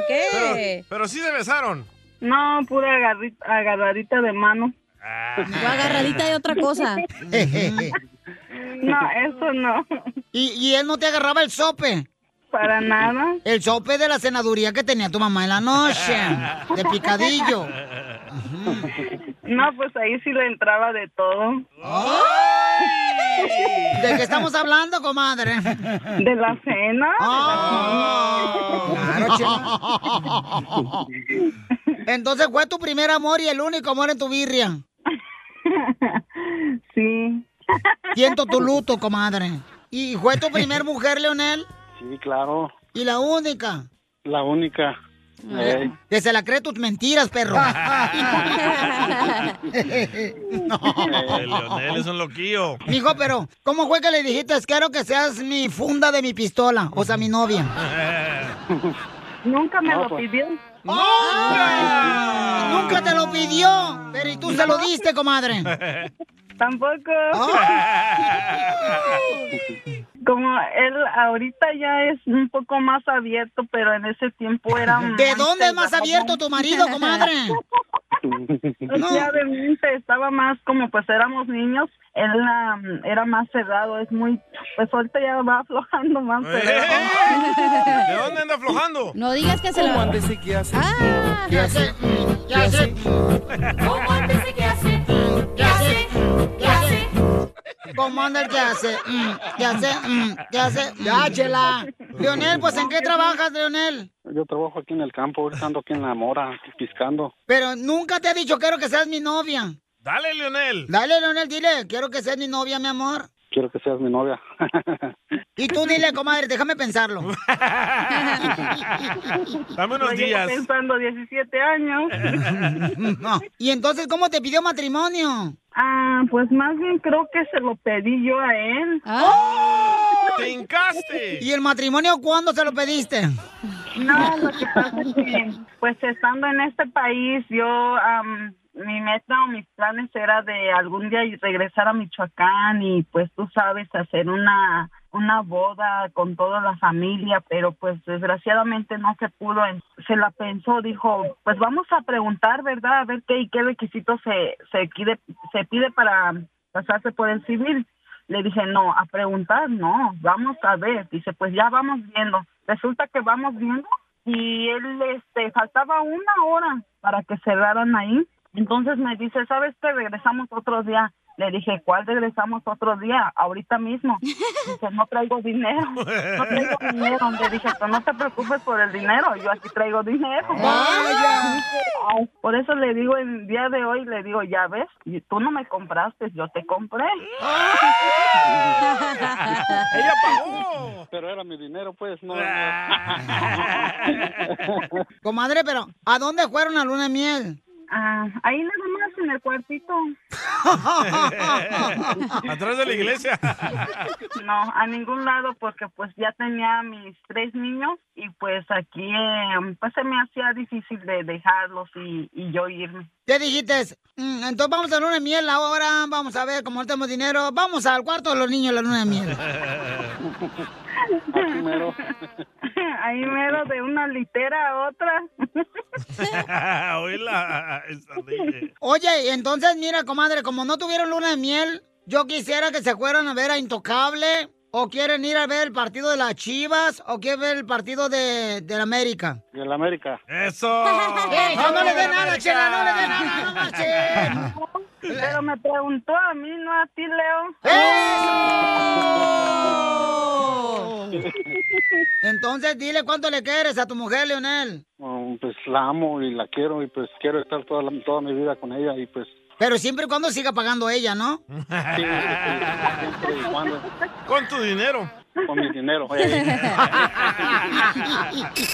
Speaker 2: Eh.
Speaker 3: Pero, pero sí se besaron.
Speaker 30: No, pura agarri- agarradita de mano.
Speaker 4: Ah. O agarradita de otra cosa.
Speaker 30: No, eso no.
Speaker 2: ¿Y, y él no te agarraba el sope?
Speaker 30: Para nada.
Speaker 2: El sope de la senaduría que tenía tu mamá en la noche. De picadillo.
Speaker 30: No, pues ahí sí le entraba de todo.
Speaker 2: ¿De qué estamos hablando, comadre?
Speaker 30: ¿De la cena?
Speaker 2: Claro, chela. Entonces fue tu primer amor y el único amor en tu birria.
Speaker 30: Sí.
Speaker 2: Siento tu luto, comadre. ¿Y fue tu primer mujer, Leonel?
Speaker 29: Sí, claro.
Speaker 2: ¿Y la única? Eh,
Speaker 29: La única. Ey.
Speaker 2: Que se la cree tus mentiras, perro.
Speaker 3: El Eh, Leonel es un loquillo.
Speaker 2: Mijo, pero, ¿cómo fue que le dijiste, quiero que seas mi funda de mi pistola? O sea, mi novia.
Speaker 30: Nunca me
Speaker 2: No,
Speaker 30: lo
Speaker 2: pues.
Speaker 30: pidió.
Speaker 2: ¡Nunca! Nunca te lo pidió, pero ¿y tú se lo diste, comadre?
Speaker 30: Tampoco.
Speaker 1: Ah.
Speaker 30: Como él ahorita ya es un poco más abierto, pero en ese tiempo era
Speaker 2: ¿De dónde es más abierto tu marido, comadre?
Speaker 30: No. Obviamente estaba más como pues éramos niños, él um, era más cerrado, es muy, pues ahorita ya va aflojando más.
Speaker 3: ¡Eh! ¿De dónde anda aflojando?
Speaker 4: No digas que se lo...
Speaker 3: ¿Qué hace?
Speaker 2: Ah.
Speaker 4: ¿Qué hace?
Speaker 3: ¿Qué hace?
Speaker 4: ¿Cómo antes de que hace?
Speaker 2: ¿Qué hace? ¿Qué hace? Commander, ¿qué hace? Mm, ¿Qué hace? Mm, ¿Qué hace? Mm. Ya, chela. Leonel, pues ¿en qué trabajas, Leonel?
Speaker 29: Yo trabajo aquí en el campo, ahorita ando aquí en la mora, piscando.
Speaker 2: Pero nunca te ha dicho, quiero que seas mi novia.
Speaker 3: Dale, Leonel.
Speaker 2: Dale, Leonel, dile, quiero que seas mi novia, mi amor.
Speaker 29: Quiero que seas mi novia.
Speaker 2: Y tú dile, comadre, déjame pensarlo.
Speaker 3: Dame
Speaker 30: unos Lo llevo días. pensando 17 años.
Speaker 2: No. ¿Y entonces cómo te pidió matrimonio?
Speaker 30: Ah, pues más bien creo que se lo pedí yo a él.
Speaker 2: Ah.
Speaker 30: ¡Oh!
Speaker 3: ¡Te hincaste!
Speaker 2: ¿Y el matrimonio cuándo se lo pediste?
Speaker 30: No, lo que pasa es que, pues estando en este país, yo, am, mi meta o mis planes era de algún día y regresar a Michoacán y pues tú sabes, hacer una, una boda con toda la familia, pero pues desgraciadamente no se pudo, En- se la pensó, dijo, pues vamos a preguntar, ¿verdad? A ver qué y qué requisitos se, se, pide, se pide para pasarse por el civil. Le dije, no, a preguntar, no, vamos a ver. Dice, pues ya vamos viendo. Resulta que vamos viendo y él, este, faltaba una hora para que cerraran ahí. Entonces me dice, ¿sabes qué? Regresamos otro día. Le dije, ¿cuál regresamos otro día? Ahorita mismo. Dice, no traigo dinero. No traigo dinero. Le dije, pero no te preocupes por el dinero. Yo aquí traigo dinero. Ay, Por eso le digo, el día de hoy le digo, ya ves, y tú no me compraste, yo te compré.
Speaker 3: Ella pagó. Ah.
Speaker 29: Pero era mi dinero, pues, no.
Speaker 2: Comadre, pero ¿a dónde fueron a luna de miel?
Speaker 30: Ah, ahí nada más en el cuartito.
Speaker 3: Atrás de la iglesia.
Speaker 30: No, a ningún lado porque pues ya tenía mis tres niños y pues aquí eh, pues se me hacía difícil de dejarlos y, y yo irme.
Speaker 2: ¿Qué dijiste? Mm, entonces vamos a luna de miel ahora, vamos a ver cómo no tenemos dinero, vamos al cuarto de los niños la luna de miel.
Speaker 29: Aquí mero.
Speaker 30: Ahí mero de una litera a otra.
Speaker 3: Oíla. esa DJ.
Speaker 2: Oye, entonces mira, comadre, como no tuvieron luna de miel, yo quisiera que se fueran a ver a Intocable, o quieren ir a ver el partido de las Chivas, o quieren ver el partido de, de la América.
Speaker 29: Y el América.
Speaker 3: ¡Eso!
Speaker 30: Oh.
Speaker 2: No, no le dé nada, chela, no le dé nada, no marches.
Speaker 30: Pero me preguntó a mí, no a ti, Leo.
Speaker 2: Entonces dile cuánto le quieres a tu mujer, Leonel.
Speaker 29: Um, pues la amo y la quiero y pues quiero estar toda, la- toda mi vida con ella y pues
Speaker 2: Pero siempre y cuando siga pagando ella, ¿no?
Speaker 29: siempre y cuando
Speaker 3: Con tu dinero.
Speaker 29: con mi dinero. eh.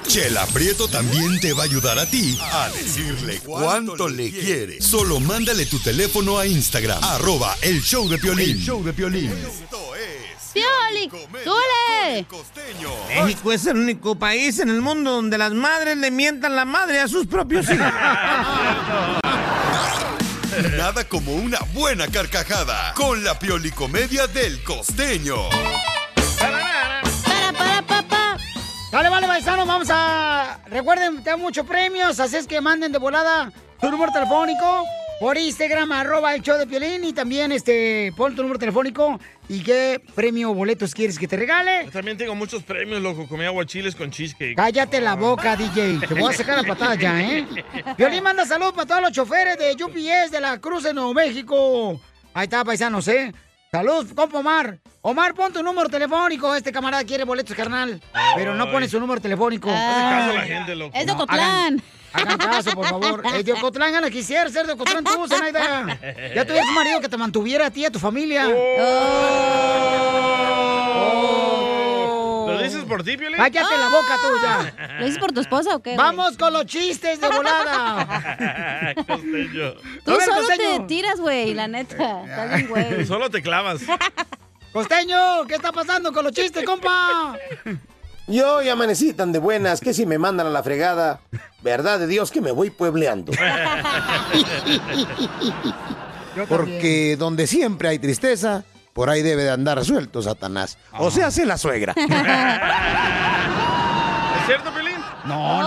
Speaker 7: Chela Prieto también te va a ayudar a ti a decirle cuánto le quiere. Solo mándale tu teléfono a Instagram, arroba el show de Piolín. show de
Speaker 4: ¡Pioli! ¡Tule!
Speaker 23: México es el único país en el mundo donde las madres le mientan la madre a sus propios hijos.
Speaker 7: Nada como una buena carcajada con la piolicomedia del costeño.
Speaker 2: Para, para, papá. Dale, vale, paisano, vamos a... Recuerden, tengo muchos premios, así es que manden de volada tu número telefónico por Instagram, arroba el show de Piolín, y también, este, pon tu número telefónico y qué premio o boletos quieres que te regale.
Speaker 3: Yo también tengo muchos premios, loco. Comí aguachiles con cheesecake.
Speaker 2: Cállate la boca, DJ. Te voy a sacar la patada ya, ¿eh? Violín manda saludos para todos los choferes de UPS de la Cruz de Nuevo México. Ahí está, paisanos, ¿eh? Salud, compa Omar. Omar, pon tu número telefónico. Este camarada quiere boletos, carnal. Pero no pone su número telefónico.
Speaker 3: Caso a la gente, loco.
Speaker 2: No, Hagan, hagan caso, por favor. Es de Ocotlán, Ana, quisiera ser de Ocotlán tú, Zenaida. Ya tuvieras un marido que te mantuviera a ti y a tu familia.
Speaker 3: Oh.
Speaker 2: Oh.
Speaker 3: ¿Lo dices por ti, Piolín?
Speaker 2: Cállate la boca tú ya.
Speaker 4: ¿Lo dices por tu esposa o qué?
Speaker 2: Vamos con los chistes de volada.
Speaker 3: Costeño.
Speaker 4: Tú
Speaker 2: A ver,
Speaker 4: solo
Speaker 2: costeño.
Speaker 4: te tiras, güey, la neta. Estás bien, güey.
Speaker 3: Solo te clavas.
Speaker 2: Costeño, ¿qué está pasando con los chistes, compa?
Speaker 14: Yo ya amanecí tan de buenas que si me mandan a la fregada, verdad de Dios que me voy puebleando. Porque donde siempre hay tristeza, por ahí debe de andar suelto Satanás. O sea, hace la suegra.
Speaker 3: ¿Es cierto, Pelín?
Speaker 14: No,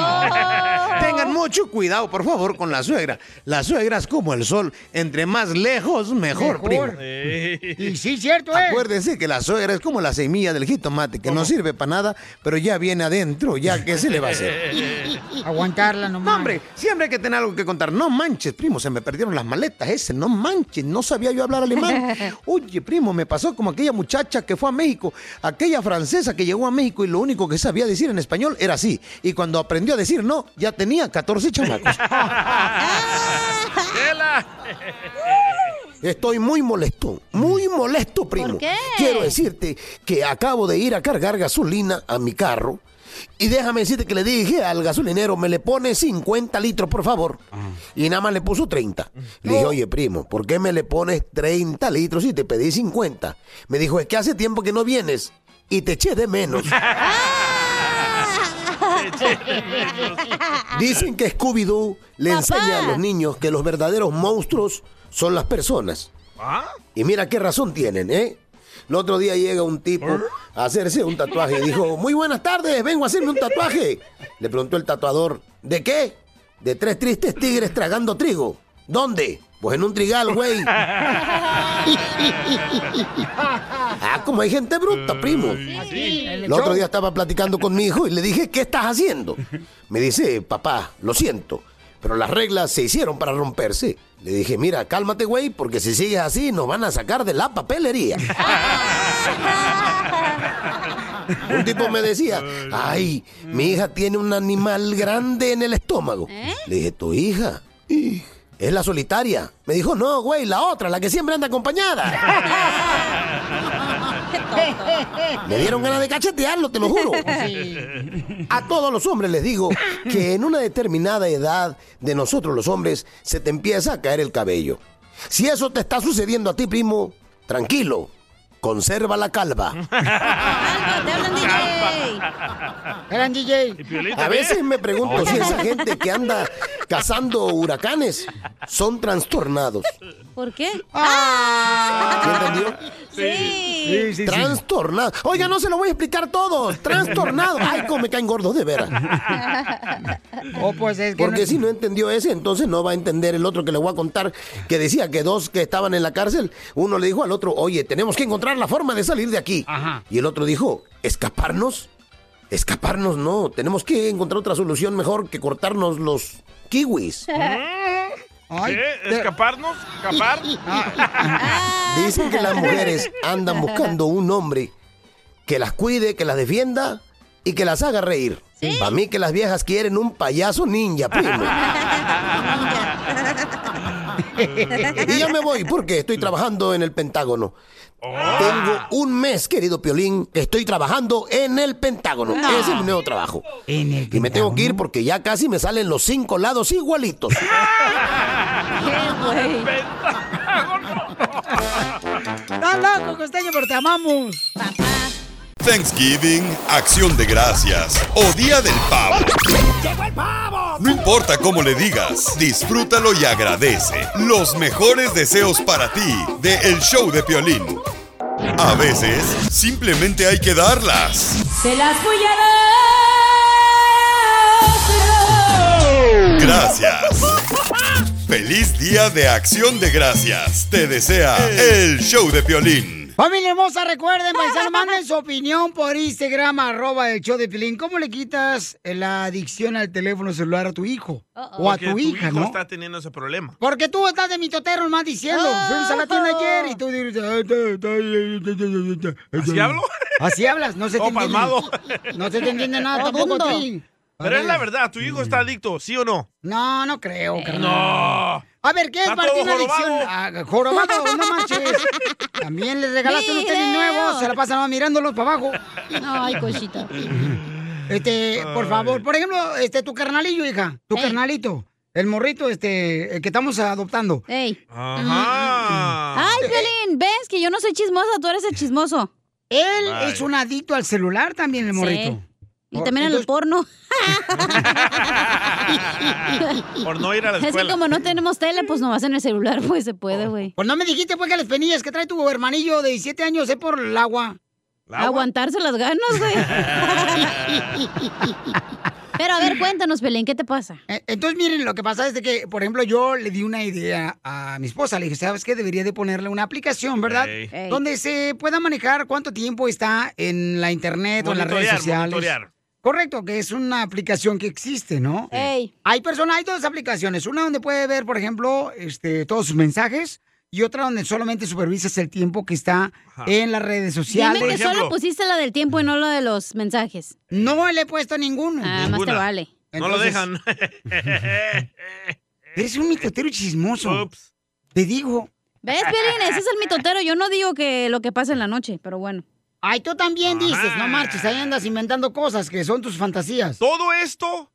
Speaker 14: Tengan mucho cuidado, por favor, con la suegra. La suegra es como el sol. Entre más lejos, mejor, primo.
Speaker 2: Y sí, cierto,
Speaker 14: eh. Acuérdese que la suegra es como la semilla del jitomate, que no sirve para nada, pero ya viene adentro, ya que se le va a hacer.
Speaker 2: Aguantarla nomás.
Speaker 14: No, hombre, siempre hay que tener algo que contar. No manches, primo, se me perdieron las maletas ese. No manches, no sabía yo hablar alemán. Oye, primo, me pasó como aquella muchacha que fue a México, aquella francesa que llegó a México y lo único que sabía decir en español era sí. Y cuando aprendió a decir no, ya tenía 14 chamacos.
Speaker 3: ¡Chela!
Speaker 14: Estoy muy molesto, muy molesto, primo.
Speaker 3: Mm. qué?
Speaker 14: Quiero decirte que acabo de ir a cargar gasolina a mi carro. Y déjame decirte que le dije al gasolinero, me le pone 50 litros, por favor.
Speaker 3: Ah.
Speaker 14: Y nada más le puso 30. Le dije, oye, primo, ¿por qué me le pones 30 litros si te pedí 50? Me dijo, es que hace tiempo que no vienes y te eché de menos.
Speaker 3: Ah,
Speaker 14: Dicen que Scooby-Doo le
Speaker 3: Papá.
Speaker 14: enseña a los niños que los verdaderos monstruos son las personas.
Speaker 3: ¿Ah?
Speaker 14: Y mira qué razón tienen, ¿eh? El otro día llega un tipo a hacerse un tatuaje y dijo, muy buenas tardes, vengo a hacerme un tatuaje. Le preguntó el tatuador, ¿de qué? De tres tristes tigres tragando trigo. ¿Dónde? Pues en un trigal, güey. ah, como hay gente bruta, primo. El otro día estaba platicando con mi hijo y le dije, ¿qué estás haciendo? Me dice, papá, lo siento, pero las reglas se hicieron para romperse. Le dije, mira, cálmate, güey, porque si sigues así nos van a sacar de la papelería. Un tipo me decía, ay, mi hija tiene un animal grande en el estómago. Le dije, ¿tu hija? ¿Es la solitaria? Me dijo, no, güey, la otra, la que siempre anda acompañada. Me dieron ganas de cachetearlo, te lo juro. A todos los hombres les digo que en una determinada edad de nosotros los hombres se te empieza a caer el cabello. Si eso te está sucediendo a ti, primo, tranquilo, conserva la calva.
Speaker 2: Eran DJ.
Speaker 14: A veces me pregunto
Speaker 2: Oh.
Speaker 14: si esa gente que anda cazando huracanes son trastornados.
Speaker 4: ¿Por qué?
Speaker 2: Ah.
Speaker 4: Sí.
Speaker 14: Trastornado. Oiga, no se lo voy a explicar todo. Trastornado. Ay, cómo me caen gordos de veras. Porque si no entendió ese, entonces no va a entender el otro que le voy a contar, que decía que dos que estaban en la cárcel, uno le dijo al otro, oye, tenemos que encontrar la forma de salir de aquí. Y el otro dijo, ¿escaparnos? Escaparnos no, tenemos que encontrar otra solución mejor que cortarnos los kiwis.
Speaker 3: ¿Qué? ¿Escaparnos? ¿Escapar?
Speaker 14: Dicen que las mujeres andan buscando un hombre que las cuide, que las defienda y que las haga reír. Para mí que las viejas quieren un payaso ninja, primo. y ya me voy porque estoy trabajando en el Pentágono. Tengo un mes, querido Piolín, que estoy trabajando en el Pentágono.
Speaker 2: No.
Speaker 14: Ese es mi nuevo trabajo. y me tengo que ir porque ya casi me salen los cinco lados igualitos.
Speaker 2: Estás loco, costeño, pero te amamos.
Speaker 7: Thanksgiving, Acción de Gracias o Día del Pavo. No importa cómo le digas, disfrútalo y agradece. Los mejores deseos para ti de El Show de Piolín. A veces, simplemente hay que darlas.
Speaker 28: Se las voy a
Speaker 7: Gracias. Feliz Día de Acción de Gracias. Te desea El Show de Piolín.
Speaker 2: Familia hermosa, recuerden, paisanos, manden su opinión por Instagram, arroba el show de Pilín. ¿Cómo le quitas la adicción al teléfono celular a tu hijo? O a
Speaker 3: Porque
Speaker 2: tu hija,
Speaker 3: hijo
Speaker 2: ¿no?
Speaker 3: está teniendo ese problema.
Speaker 2: Porque tú estás de mitotero más diciendo. Fuimos a la tienda ayer y tú dices.
Speaker 3: ¿Así hablo?
Speaker 2: Así hablas, no se te
Speaker 3: Oh,
Speaker 2: entiende.
Speaker 3: palmado.
Speaker 2: No se te entiende nada tampoco a ti.
Speaker 3: Pero es la verdad, tu hijo está adicto, ¿sí o no? Eh,
Speaker 2: No, no creo, carnal.
Speaker 3: No.
Speaker 2: A ver, ¿qué es
Speaker 3: Está
Speaker 2: para ti
Speaker 3: todo
Speaker 2: una adicción?
Speaker 3: jorobado.
Speaker 2: Ah, jorobado, no manches. También le regalaste unos tenis
Speaker 4: Video.
Speaker 2: nuevos, se la pasan más mirándolos para abajo.
Speaker 4: Ay, cosita.
Speaker 2: Este, por
Speaker 4: Ay.
Speaker 2: favor, por ejemplo, este, tu carnalillo, hija, tu carnalito, el morrito, este, el que estamos adoptando.
Speaker 4: Ey.
Speaker 3: Ajá.
Speaker 4: Ay, Piolín, ves que yo no soy chismosa, tú eres el chismoso.
Speaker 2: Él es un adicto al celular también, el morrito.
Speaker 4: Y también al
Speaker 2: Entonces-
Speaker 4: porno.
Speaker 3: Por no ir a la
Speaker 4: Es que
Speaker 3: escuela.
Speaker 4: como no tenemos tele, pues nomás en el celular, pues se puede, güey.
Speaker 2: Pues no me dijiste, pues, que las penillas que trae tu hermanillo de 17 años es por el agua.
Speaker 4: Aguantarse las ganas, güey. Pero a ver, cuéntanos, Belén, ¿qué te pasa?
Speaker 2: Eh, Entonces, miren, lo que pasa es de que, por ejemplo, yo le di una idea a mi esposa. Le dije, ¿sabes qué? Debería de ponerle una aplicación, ¿verdad?
Speaker 3: Ey. Ey.
Speaker 2: Donde se pueda manejar cuánto tiempo está en la internet o en las redes
Speaker 3: Monitorear,
Speaker 2: sociales.
Speaker 3: monitorear.
Speaker 2: Correcto, que es una aplicación que existe, ¿no? Hay personas, hay dos aplicaciones. Una donde puede ver, por ejemplo, este, todos sus mensajes y otra donde solamente supervisas el tiempo que está en las redes sociales.
Speaker 4: Dime que solo pusiste la del tiempo y no lo de los mensajes.
Speaker 2: No le he puesto ninguno.
Speaker 4: Ah, más te
Speaker 2: Ninguna.
Speaker 4: vale.
Speaker 3: No lo dejan.
Speaker 2: Eres un mitotero chismoso. Te digo.
Speaker 4: ¿Ves, Piolín? Ese es el mitotero. Yo no digo que lo que pasa en la noche, pero bueno.
Speaker 2: Ay, tú también dices, no marches, ahí andas inventando cosas que son tus fantasías.
Speaker 3: Todo esto,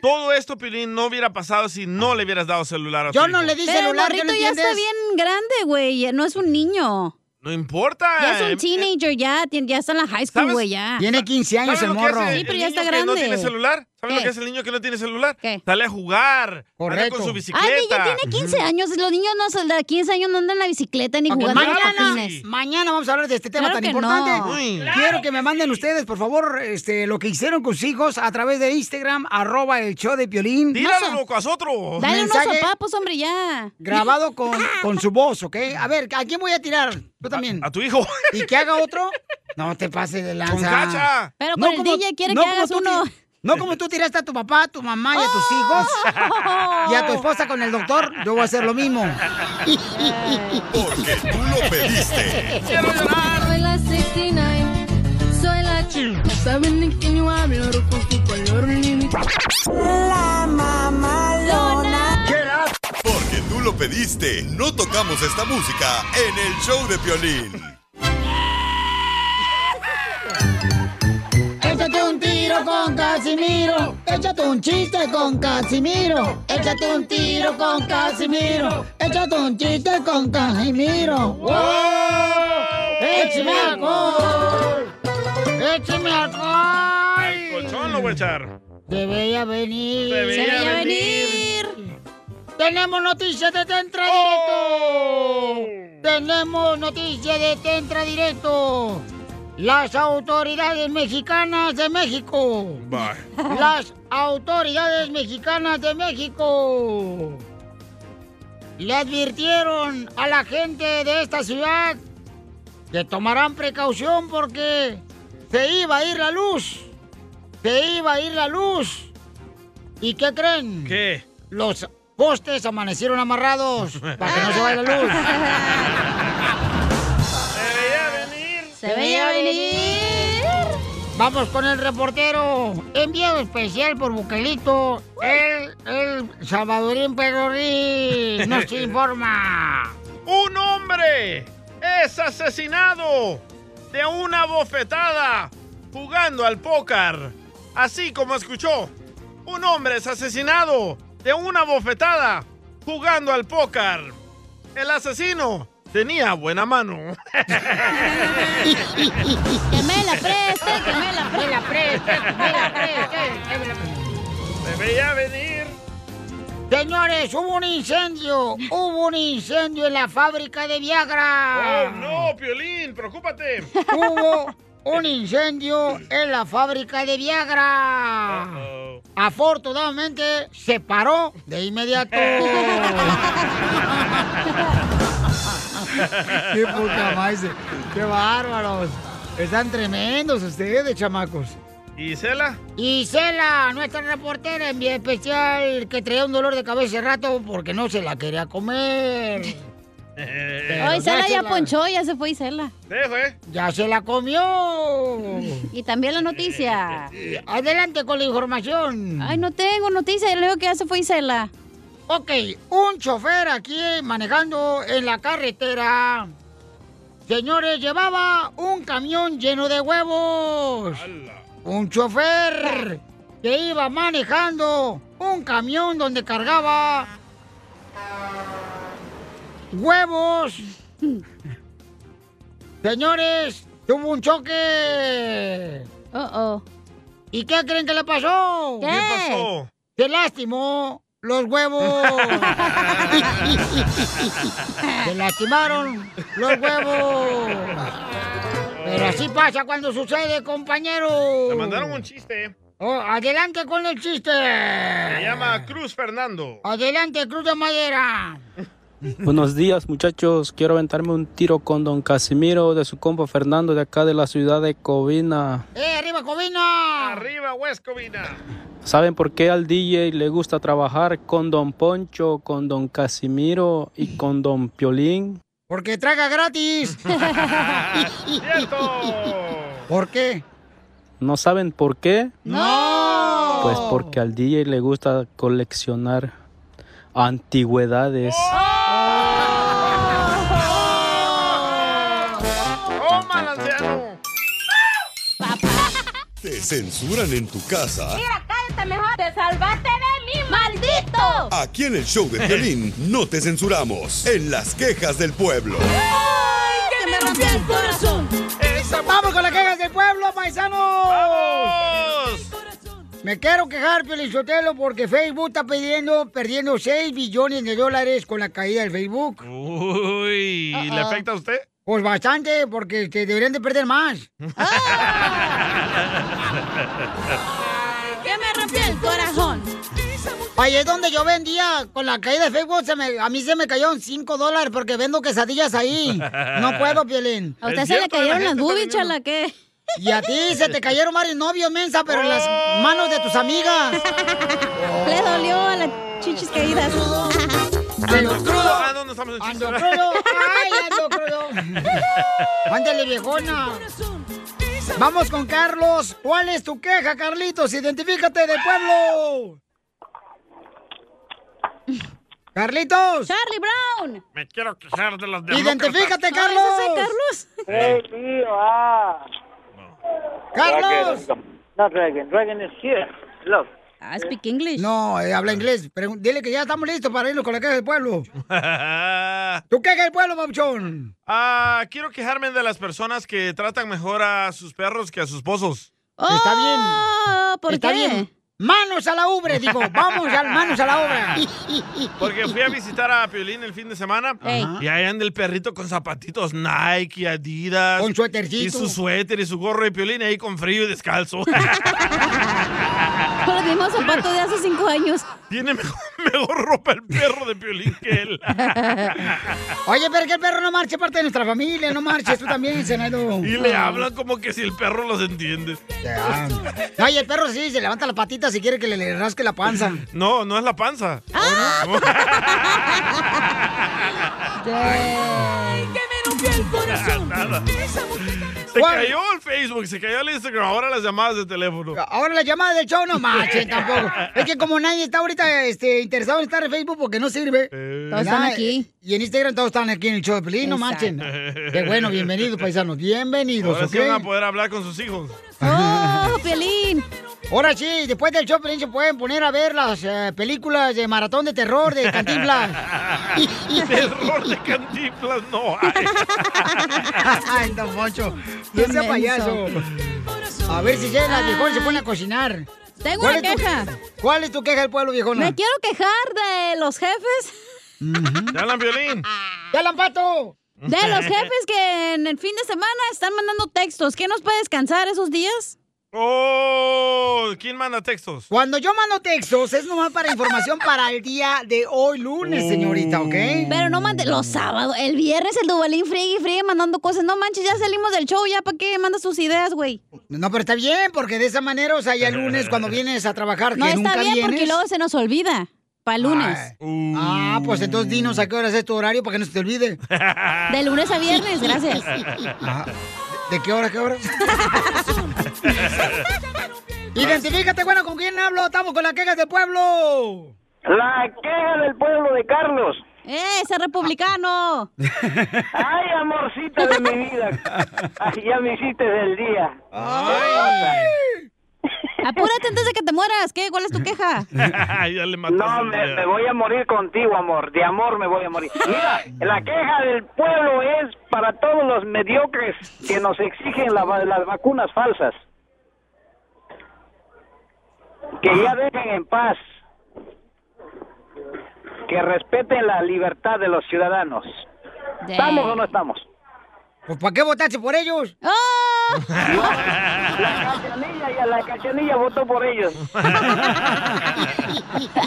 Speaker 3: todo esto, Piolín, no hubiera pasado si no le hubieras dado celular a tu hijo.
Speaker 4: Pero el morrito ya está bien grande, güey. ya No es un niño.
Speaker 3: No importa.
Speaker 4: Ya es
Speaker 3: Eh,
Speaker 4: un teenager, ya, tiene- ya está en la high school,
Speaker 3: ¿Sabes?
Speaker 4: güey, ya.
Speaker 2: Ah. Tiene 15 años
Speaker 3: ¿Sabes
Speaker 2: el
Speaker 3: lo que hace
Speaker 2: morro.
Speaker 4: Sí, pero ya
Speaker 3: niño
Speaker 4: está
Speaker 3: que no
Speaker 4: grande.
Speaker 3: tiene celular? ¿Sabes lo
Speaker 4: ¿Qué?
Speaker 3: que hace el niño que no tiene celular? Sale a jugar. Sale con su bicicleta.
Speaker 4: Ay, niño, Ah, tiene 15 años. Los niños no sal- de 15 años no andan en la bicicleta ni
Speaker 2: Ok,
Speaker 4: jugando a
Speaker 2: mañana,
Speaker 4: patines.
Speaker 2: mañana vamos a hablar de este tema
Speaker 4: Claro
Speaker 2: tan
Speaker 4: que
Speaker 2: importante.
Speaker 4: no. Uy.
Speaker 2: Quiero que me manden ustedes, por favor, este, lo que hicieron con sus hijos a través de Instagram, arroba el show de Piolín.
Speaker 3: Tíralo, loco, a otro.
Speaker 4: Dale unos
Speaker 2: Mensaje
Speaker 4: sopapos, hombre, ya.
Speaker 2: Grabado con, con su voz, ¿ok? A ver, ¿a quién voy a tirar? Tú también.
Speaker 3: A, tu hijo.
Speaker 2: ¿Y que haga otro? No te pases de lanza.
Speaker 3: Con cacha.
Speaker 4: Pero con el DJ quiere que
Speaker 2: como
Speaker 4: hagas
Speaker 2: tú
Speaker 4: uno.
Speaker 2: ti- No como tú tiraste a tu papá, a tu mamá y a tus hijos y a tu esposa con el doctor, yo voy a hacer lo mismo.
Speaker 7: Porque tú lo pediste.
Speaker 24: Soy la 69, soy la chica. Saben ni que yo hablo con tu color La mamalona.
Speaker 7: Porque tú lo pediste. No tocamos esta música en el show de Piolín.
Speaker 1: Échate un tiro con Casimiro. Échate un chiste con Casimiro. Échate un tiro con Casimiro. Échate un chiste con Casimiro. ¡Wow! ¡Échame alcohol! ¡Échame alcohol!
Speaker 3: Colchón lo voy a echar.
Speaker 1: Se veía venir.
Speaker 3: Se veía Se veía
Speaker 1: venir. Tenemos noticias de Tentra Directo. Tenemos noticias de Tentra Directo. Las autoridades mexicanas de México. Las autoridades mexicanas de México le advirtieron a la gente de esta ciudad que tomarán precaución porque se iba a ir la luz. Se iba a ir la luz. ¿Y qué creen?
Speaker 3: ¿Qué?
Speaker 1: Los postes amanecieron amarrados para que no se vaya la luz.
Speaker 4: Se veía
Speaker 1: venir. Vamos con el reportero. Enviado especial por Buquelito. El, el Salvadorín Pedrorín nos informa.
Speaker 3: Un hombre es asesinado de una bofetada jugando al póker. Así como escuchó, un hombre es asesinado de una bofetada jugando al póker. El asesino tenía buena mano.
Speaker 4: Que me la preste, que me la preste.
Speaker 1: Me la preste, me la preste, me la preste.
Speaker 3: Se veía venir.
Speaker 1: Señores, hubo un incendio. Hubo un incendio en la fábrica de
Speaker 3: Oh,
Speaker 1: Viagra.
Speaker 3: no, Piolín, preocúpate.
Speaker 1: Hubo un incendio en la fábrica de Viagra. Afortunadamente se paró de inmediato.
Speaker 2: Qué puta maíz. Qué bárbaros. Están tremendos ustedes, chamacos.
Speaker 3: ¿Y Cela?
Speaker 2: Isela, nuestra reportera en vía especial, que traía un dolor de cabeza hace rato porque no se la quería comer.
Speaker 4: Oh, Isela ya ponchó, ya se fue Isela.
Speaker 3: ¿eh?
Speaker 2: Ya se la comió.
Speaker 4: Y también la noticia.
Speaker 2: Adelante con la información.
Speaker 4: Ay, no tengo noticia, yo le digo que ya se fue Isela.
Speaker 2: Ok, un chofer aquí manejando en la carretera. Señores, llevaba un camión lleno de huevos. Un chofer que iba manejando un camión donde cargaba huevos. Señores, tuvo un choque. ¿Y qué creen que le pasó?
Speaker 4: ¿Qué? ¿Qué pasó?
Speaker 2: Se lastimó los huevos. Se lastimaron los huevos. Pero así pasa cuando sucede, compañero.
Speaker 3: Te mandaron un chiste.
Speaker 2: Oh, adelante con el chiste.
Speaker 3: Se llama Cruz Fernando.
Speaker 2: Adelante, Cruz de Madera.
Speaker 31: Buenos días muchachos, quiero aventarme un tiro con don Casimiro de su compa Fernando de acá de la ciudad de Covina.
Speaker 2: ¡Eh, arriba, Covina!
Speaker 3: ¡Arriba, Huescovina!
Speaker 31: ¿Saben por qué al DJ le gusta trabajar con don Poncho, con don Casimiro y con don Piolín?
Speaker 2: Porque traga gratis. ¿Por qué?
Speaker 31: ¿No saben por qué?
Speaker 2: ¡No!
Speaker 31: Pues porque al DJ le gusta coleccionar antigüedades.
Speaker 7: ¿Te censuran en tu casa?
Speaker 24: Mira, cállate mejor. Te salvaste de mí, maldito.
Speaker 7: Aquí en el show de violín no te censuramos. En las quejas del pueblo.
Speaker 24: ¡Ay, que me rompió el corazón!
Speaker 2: ¡Vamos con las quejas del pueblo, paisanos!
Speaker 3: ¡Vamos!
Speaker 2: Me quiero quejar, Pelichotelo, porque Facebook está pidiendo, perdiendo 6 billones de dólares con la caída del Facebook.
Speaker 3: Uy, ¿le
Speaker 1: Ah,
Speaker 2: Uh-oh.
Speaker 3: afecta a usted?
Speaker 2: Pues bastante, porque te deberían de perder más.
Speaker 1: Ah.
Speaker 24: ¡Que me rompió el corazón!
Speaker 2: Ahí es donde yo vendía, con la caída de Facebook, se me- a mí se me cayeron 5 dólares porque vendo quesadillas ahí. No puedo, Pielín.
Speaker 4: ¿A usted se le cayeron las boobies, chala, qué?
Speaker 2: Y a ti se te cayeron varios novios, mensa, pero en las manos de tus amigas.
Speaker 4: Oh. Le dolió a las chichis caídas.
Speaker 2: Ando crudo.
Speaker 3: Ah, ¿dónde estamos en
Speaker 2: Ando crudo. Ay, ando crudo. Ándale, viejona. Vamos con Carlos. ¿Cuál es tu queja, Carlitos? Identifícate de pueblo. Carlitos.
Speaker 4: Charlie Brown.
Speaker 3: Me quiero quejar de las demócratas.
Speaker 2: Identifícate, Carlos.
Speaker 5: Hey, tío, ah.
Speaker 2: Carlos.
Speaker 5: No, Dragon. Dragon is here. Hello.
Speaker 4: I Ah, speak English.
Speaker 2: No, eh, habla inglés. Pregun- dile que ya estamos listos para irnos con la queja del pueblo. ¿Tu queja del pueblo, Papuchón?
Speaker 3: Ah, quiero quejarme de las personas que tratan mejor a sus perros que a sus esposos.
Speaker 2: Está bien. Está bien. Manos a la obra, digo. Vamos, ya, manos a la obra.
Speaker 3: Porque fui a visitar a Piolín el fin de semana
Speaker 2: Ey.
Speaker 3: y ahí anda el perrito con zapatitos Nike, Adidas. Con
Speaker 2: suétercito.
Speaker 3: Y su suéter y su gorro de Piolín ahí con frío y descalzo.
Speaker 4: Con los mismos zapatos de hace cinco años.
Speaker 3: Tiene mejor, mejor ropa el perro de Piolín que él.
Speaker 2: Oye, pero que el perro no marche parte de nuestra familia, no marches tú también, Senado.
Speaker 3: Y le hablan como que si el perro los entiende.
Speaker 2: Ay, el perro sí, se levanta la patita si quiere que le, le rasque la panza.
Speaker 3: No, no es la panza. No.
Speaker 24: ¡Ay, que me rompió el corazón!
Speaker 3: Nada. Se cayó el Facebook, se cayó el Instagram, ahora las llamadas de teléfono.
Speaker 2: Ahora la llamada del show no marchen tampoco. Es que como nadie está ahorita este, interesado en estar en Facebook porque no
Speaker 3: Eh.
Speaker 2: sirve.
Speaker 4: Todos están
Speaker 2: Nada,
Speaker 4: aquí.
Speaker 2: Y en Instagram todos están aquí en el show de Pelín, no marchen.
Speaker 3: Exacto.
Speaker 2: Qué bueno, bienvenidos, paisanos. Bienvenidos,
Speaker 3: Ahora
Speaker 2: ¿ok?
Speaker 3: sí van a poder hablar con sus hijos.
Speaker 2: ¡Oh, Pelín! Ahora sí, después del show, Pelín, se pueden poner a ver las eh, películas de maratón de terror de Cantinflas.
Speaker 3: Terror de cantiflas no hay.
Speaker 2: Ay, don Poncho, no sea
Speaker 4: Qué menso.
Speaker 2: payaso. A ver si llega la viejona y se pone a cocinar.
Speaker 4: Tengo
Speaker 2: ¿Cuál
Speaker 4: una
Speaker 2: es tu-
Speaker 4: queja.
Speaker 2: ¿Cuál es tu queja del pueblo, viejona?
Speaker 4: Me quiero quejar de los jefes.
Speaker 3: ¿Te hablan violín?
Speaker 2: ¡Ya hablan pato!
Speaker 4: De los jefes que en el fin de semana están mandando textos. ¿Qué nos puede descansar esos días?
Speaker 3: ¡Oh! textos? ¿Quién manda textos?
Speaker 2: Cuando yo mando textos, es nomás para información para el día de hoy, lunes, señorita, ¿ok?
Speaker 4: Pero no mande los sábados. El viernes el Dubalín friegue y friegue mandando cosas. No manches, ya salimos del show, ya para qué mandas tus ideas, güey.
Speaker 2: No, pero está bien, porque de esa manera, o sea, ya el lunes cuando vienes a trabajar, que
Speaker 4: No está
Speaker 2: nunca
Speaker 4: bien
Speaker 2: vienes.
Speaker 4: porque luego se nos olvida. Para lunes.
Speaker 2: Ah, pues entonces dinos a qué horas es tu horario para que no se te olvide.
Speaker 4: De lunes a viernes, gracias.
Speaker 2: Ah, ¿De qué hora, a qué hora? Identifícate, bueno, ¿con quién hablo? Estamos con las quejas del pueblo.
Speaker 5: La queja del pueblo de Carlos.
Speaker 4: ¡Eh, ese republicano!
Speaker 5: Ay, amorcita de mi vida. Ay, ya me hiciste del día.
Speaker 4: Apúrate antes de que te mueras. ¿Qué? ¿Cuál es tu queja?
Speaker 3: ya le mataste
Speaker 5: No,
Speaker 3: el
Speaker 5: me,
Speaker 3: día.
Speaker 5: me voy a morir contigo, amor. De amor me voy a morir. Mira, la queja del pueblo es para todos los mediocres que nos exigen la va- las vacunas falsas. Que ya dejen en paz. Que respeten la libertad de los ciudadanos. ¿Estamos o no estamos?
Speaker 2: Pues ¿para qué votaste por ellos?
Speaker 5: Cachanilla, ya, la cachanilla votó por ellos.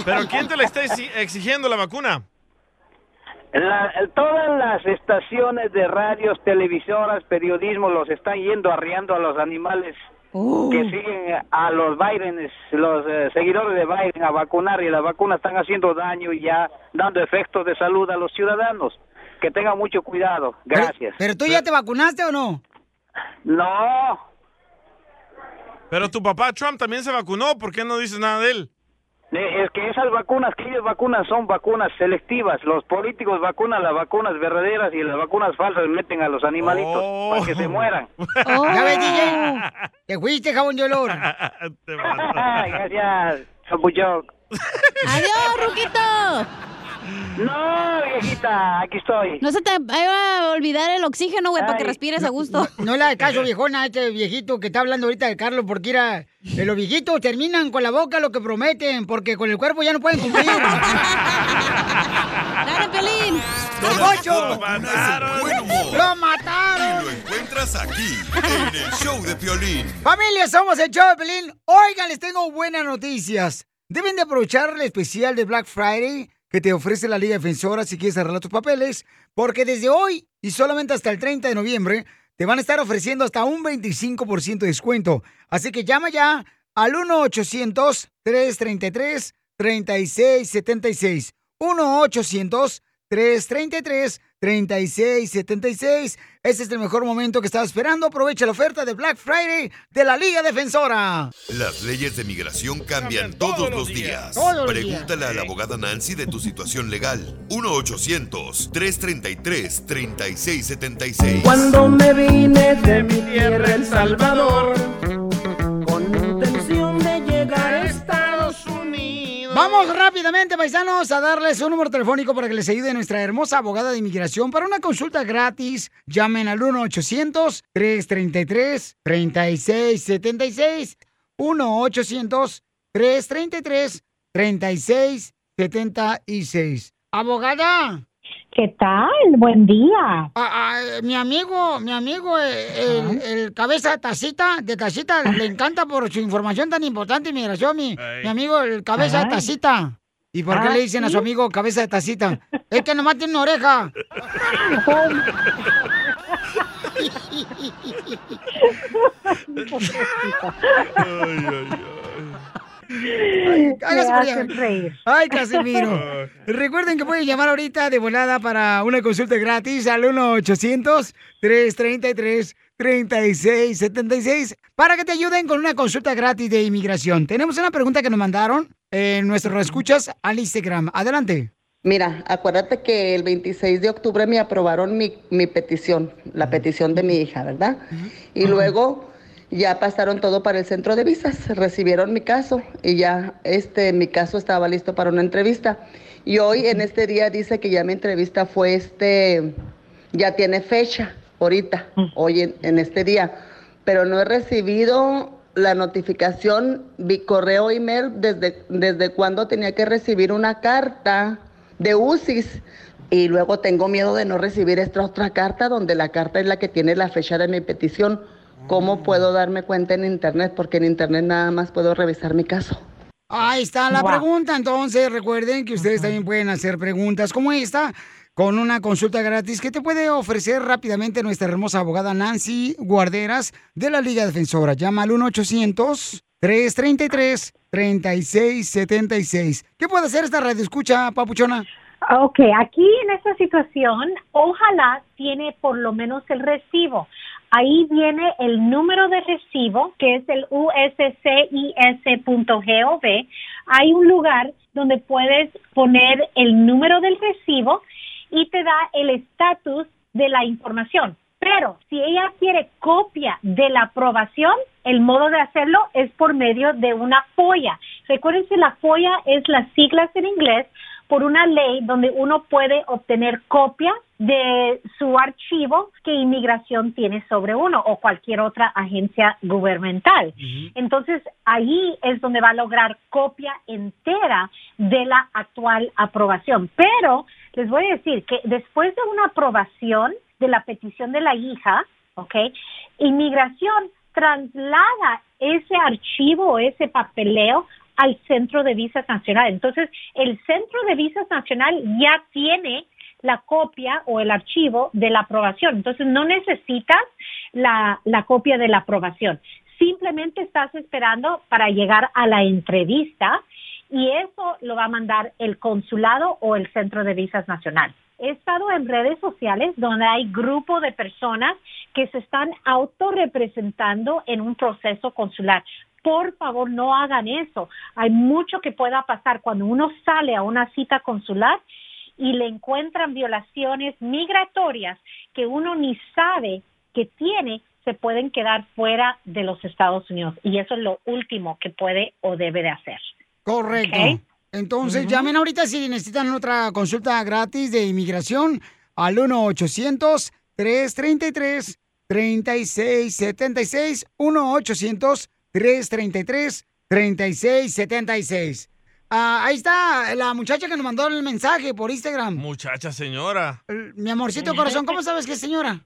Speaker 3: ¿Pero quién te la está exi- exigiendo la vacuna?
Speaker 5: La- todas las estaciones de radios, televisoras, periodismo los están yendo arriando a los animales que
Speaker 29: Uh.
Speaker 5: siguen a los Biden, los eh, seguidores de Biden a vacunar y las vacunas están haciendo daño y ya dando efectos de salud a los ciudadanos. Que tengan mucho cuidado. Gracias.
Speaker 2: ¿Pero tú ya te vacunaste o no?
Speaker 5: No.
Speaker 3: Pero tu papá Trump también se vacunó, ¿por qué no dices nada de él?
Speaker 5: Eh, Es que esas vacunas, que ellos vacunan son vacunas selectivas. Los políticos vacunan las vacunas verdaderas y las vacunas falsas meten a los animalitos
Speaker 3: Oh.
Speaker 5: para que se mueran.
Speaker 2: ¿Ya
Speaker 4: Oh.
Speaker 2: ves, DJ? Te fuiste, jabón de olor.
Speaker 5: Gracias, Chapuchón.
Speaker 4: ¡Adiós, Ruquito!
Speaker 5: No, viejita, aquí estoy.
Speaker 4: No se te va a olvidar el oxígeno, güey, para que respires a gusto.
Speaker 2: No, no le hagas caso, viejona, a este viejito que está hablando ahorita de Carlos, porque era. de Los viejitos terminan con la boca lo que prometen, porque con el cuerpo ya no pueden cumplir.
Speaker 4: ¡Dale, Pelín!
Speaker 2: ¡Ocho! ¡Lo
Speaker 7: Lo
Speaker 2: mataron!
Speaker 7: encuentras aquí, en el show de Piolín.
Speaker 2: Familia, somos el show de Pelín. Oigan, les tengo buenas noticias. Deben de aprovechar el especial de Black Friday que te ofrece la Liga Defensora si quieres arreglar tus papeles, porque desde hoy y solamente hasta el 30 de noviembre te van a estar ofreciendo hasta un 25% de descuento. Así que llama ya al 1-800-333-3676. 1-800-333-3676. Ese Este es el mejor momento que estaba esperando. Aprovecha la oferta de Black Friday de la Liga Defensora.
Speaker 7: Las leyes de migración cambian todos, los días.
Speaker 2: Todos los
Speaker 7: Pregúntale a la abogada Nancy de tu situación legal. 1-800-333-3676.
Speaker 28: Cuando me vine de mi tierra El Salvador, con intención de llegar a Estados Unidos.
Speaker 2: Vamos rápidamente, paisanos, a darles un número telefónico para que les ayude nuestra hermosa abogada de inmigración para una consulta gratis. Llamen al 1-800-333-3676. 1-800-333-3676. Abogada.
Speaker 21: ¿Qué tal? Buen día.
Speaker 2: Ah, ah, mi amigo, mi amigo, eh, el, el cabeza de tacita, de tacita, le encanta por su información tan importante, migración, mi, mi amigo, el cabeza de
Speaker 21: Ay.
Speaker 2: tacita. ¿Y por qué
Speaker 21: Ah,
Speaker 2: le dicen a
Speaker 21: ¿sí?
Speaker 2: su amigo cabeza de tacita? Es que nomás tiene una oreja. Hágase por allá. Ay, Casimiro. Recuerden que pueden llamar ahorita de volada para una consulta gratis al 1-800-333-3676 para que te ayuden con una consulta gratis de inmigración. Tenemos una pregunta que nos mandaron en nuestros escuchas al Instagram. Adelante.
Speaker 6: Mira, acuérdate que el 26 de octubre me aprobaron mi, mi petición, la petición de mi hija, ¿verdad? Y luego ya pasaron todo para el centro de visas, recibieron mi caso y ya este mi caso estaba listo para una entrevista. Y hoy en este día dice que ya mi entrevista fue este ya tiene fecha ahorita, hoy en, en este día, pero no he recibido la notificación vi correo email desde desde cuando tenía que recibir una carta de UCIS y luego tengo miedo de no recibir esta otra carta donde la carta es la que tiene la fecha de mi petición. ¿Cómo puedo darme cuenta en internet? Porque en internet nada más puedo revisar mi caso.
Speaker 2: Ahí está la
Speaker 6: Wow.
Speaker 2: pregunta. Entonces, recuerden que ustedes también pueden hacer preguntas como esta con una consulta gratis que te puede ofrecer rápidamente nuestra hermosa abogada Nancy Guarderas de la Liga Defensora. Llama al 1-800-333-3676. ¿Qué puede hacer esta radio? Escucha, papuchona.
Speaker 21: Ok, aquí en esta situación, ojalá tiene por lo menos el recibo. Ahí viene el número de recibo, que es el uscis.gov. Hay un lugar donde puedes poner el número del recibo y te da el estatus de la información. Pero si ella quiere copia de la aprobación, el modo de hacerlo es por medio de una FOIA. Recuérdense, la FOIA es las siglas en inglés por una ley donde uno puede obtener copia de su archivo que inmigración tiene sobre uno o cualquier otra agencia gubernamental. Entonces, ahí es donde va a lograr copia entera de la actual aprobación. Pero les voy a decir que después de una aprobación de la petición de la hija, ¿ok? Inmigración traslada ese archivo o ese papeleo al Centro de Visas Nacional. Entonces, el Centro de Visas Nacional ya tiene la copia o el archivo de la aprobación. Entonces, no necesitas la, la copia de la aprobación. Simplemente estás esperando para llegar a la entrevista y eso lo va a mandar el consulado o el Centro de Visas Nacional. He estado en redes sociales donde hay grupo de personas que se están autorrepresentando en un proceso consular. Por favor, no hagan eso. Hay mucho que pueda pasar cuando uno sale a una cita consular y le encuentran violaciones migratorias que uno ni sabe que tiene, se pueden quedar fuera de los Estados Unidos. Y eso es lo último que puede o debe de hacer.
Speaker 2: Correcto.
Speaker 21: Ok.
Speaker 2: Entonces,
Speaker 21: Ujú.
Speaker 2: llamen ahorita si necesitan otra consulta gratis de inmigración al 1-800-333-3676. 1-800-333-3676. Ah, ahí está la muchacha que nos mandó el mensaje por Instagram.
Speaker 3: Muchacha señora.
Speaker 2: Mi amorcito corazón, ¿cómo sabes que es señora?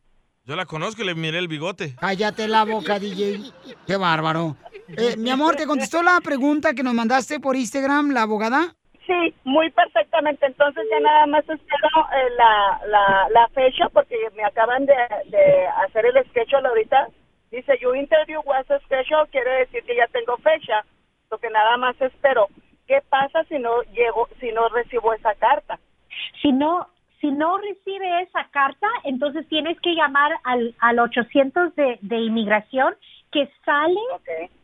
Speaker 3: Yo la conozco y le miré el bigote.
Speaker 2: Cállate la boca, DJ. Qué bárbaro. Eh, mi amor, ¿te contestó la pregunta que nos mandaste por Instagram, la abogada?
Speaker 9: Sí, muy perfectamente. Entonces ya nada más espero eh, la, la, la fecha porque me acaban de, de hacer el schedule ahorita. Dice, you interview was schedule, quiere decir que ya tengo fecha. Lo que nada más espero. ¿Qué pasa si no llego, si no recibo esa carta?
Speaker 21: Si no, si no recibe esa carta, entonces tienes que llamar al, al 800 de, de inmigración que sale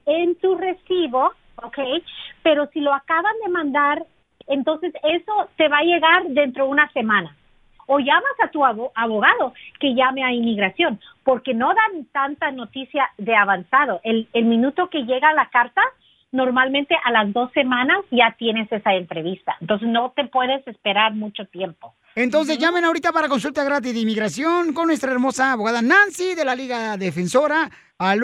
Speaker 21: en tu recibo, ¿ok? Pero si lo acaban de mandar, entonces eso te va a llegar dentro de una semana. O llamas a tu abo- abogado que llame a inmigración, porque no dan tanta noticia de avanzado. El, el minuto que llega la carta, normalmente a las dos semanas ya tienes esa entrevista. Entonces no te puedes esperar mucho tiempo.
Speaker 2: Entonces llamen ahorita para consulta gratis de inmigración con nuestra hermosa abogada Nancy de la Liga Defensora al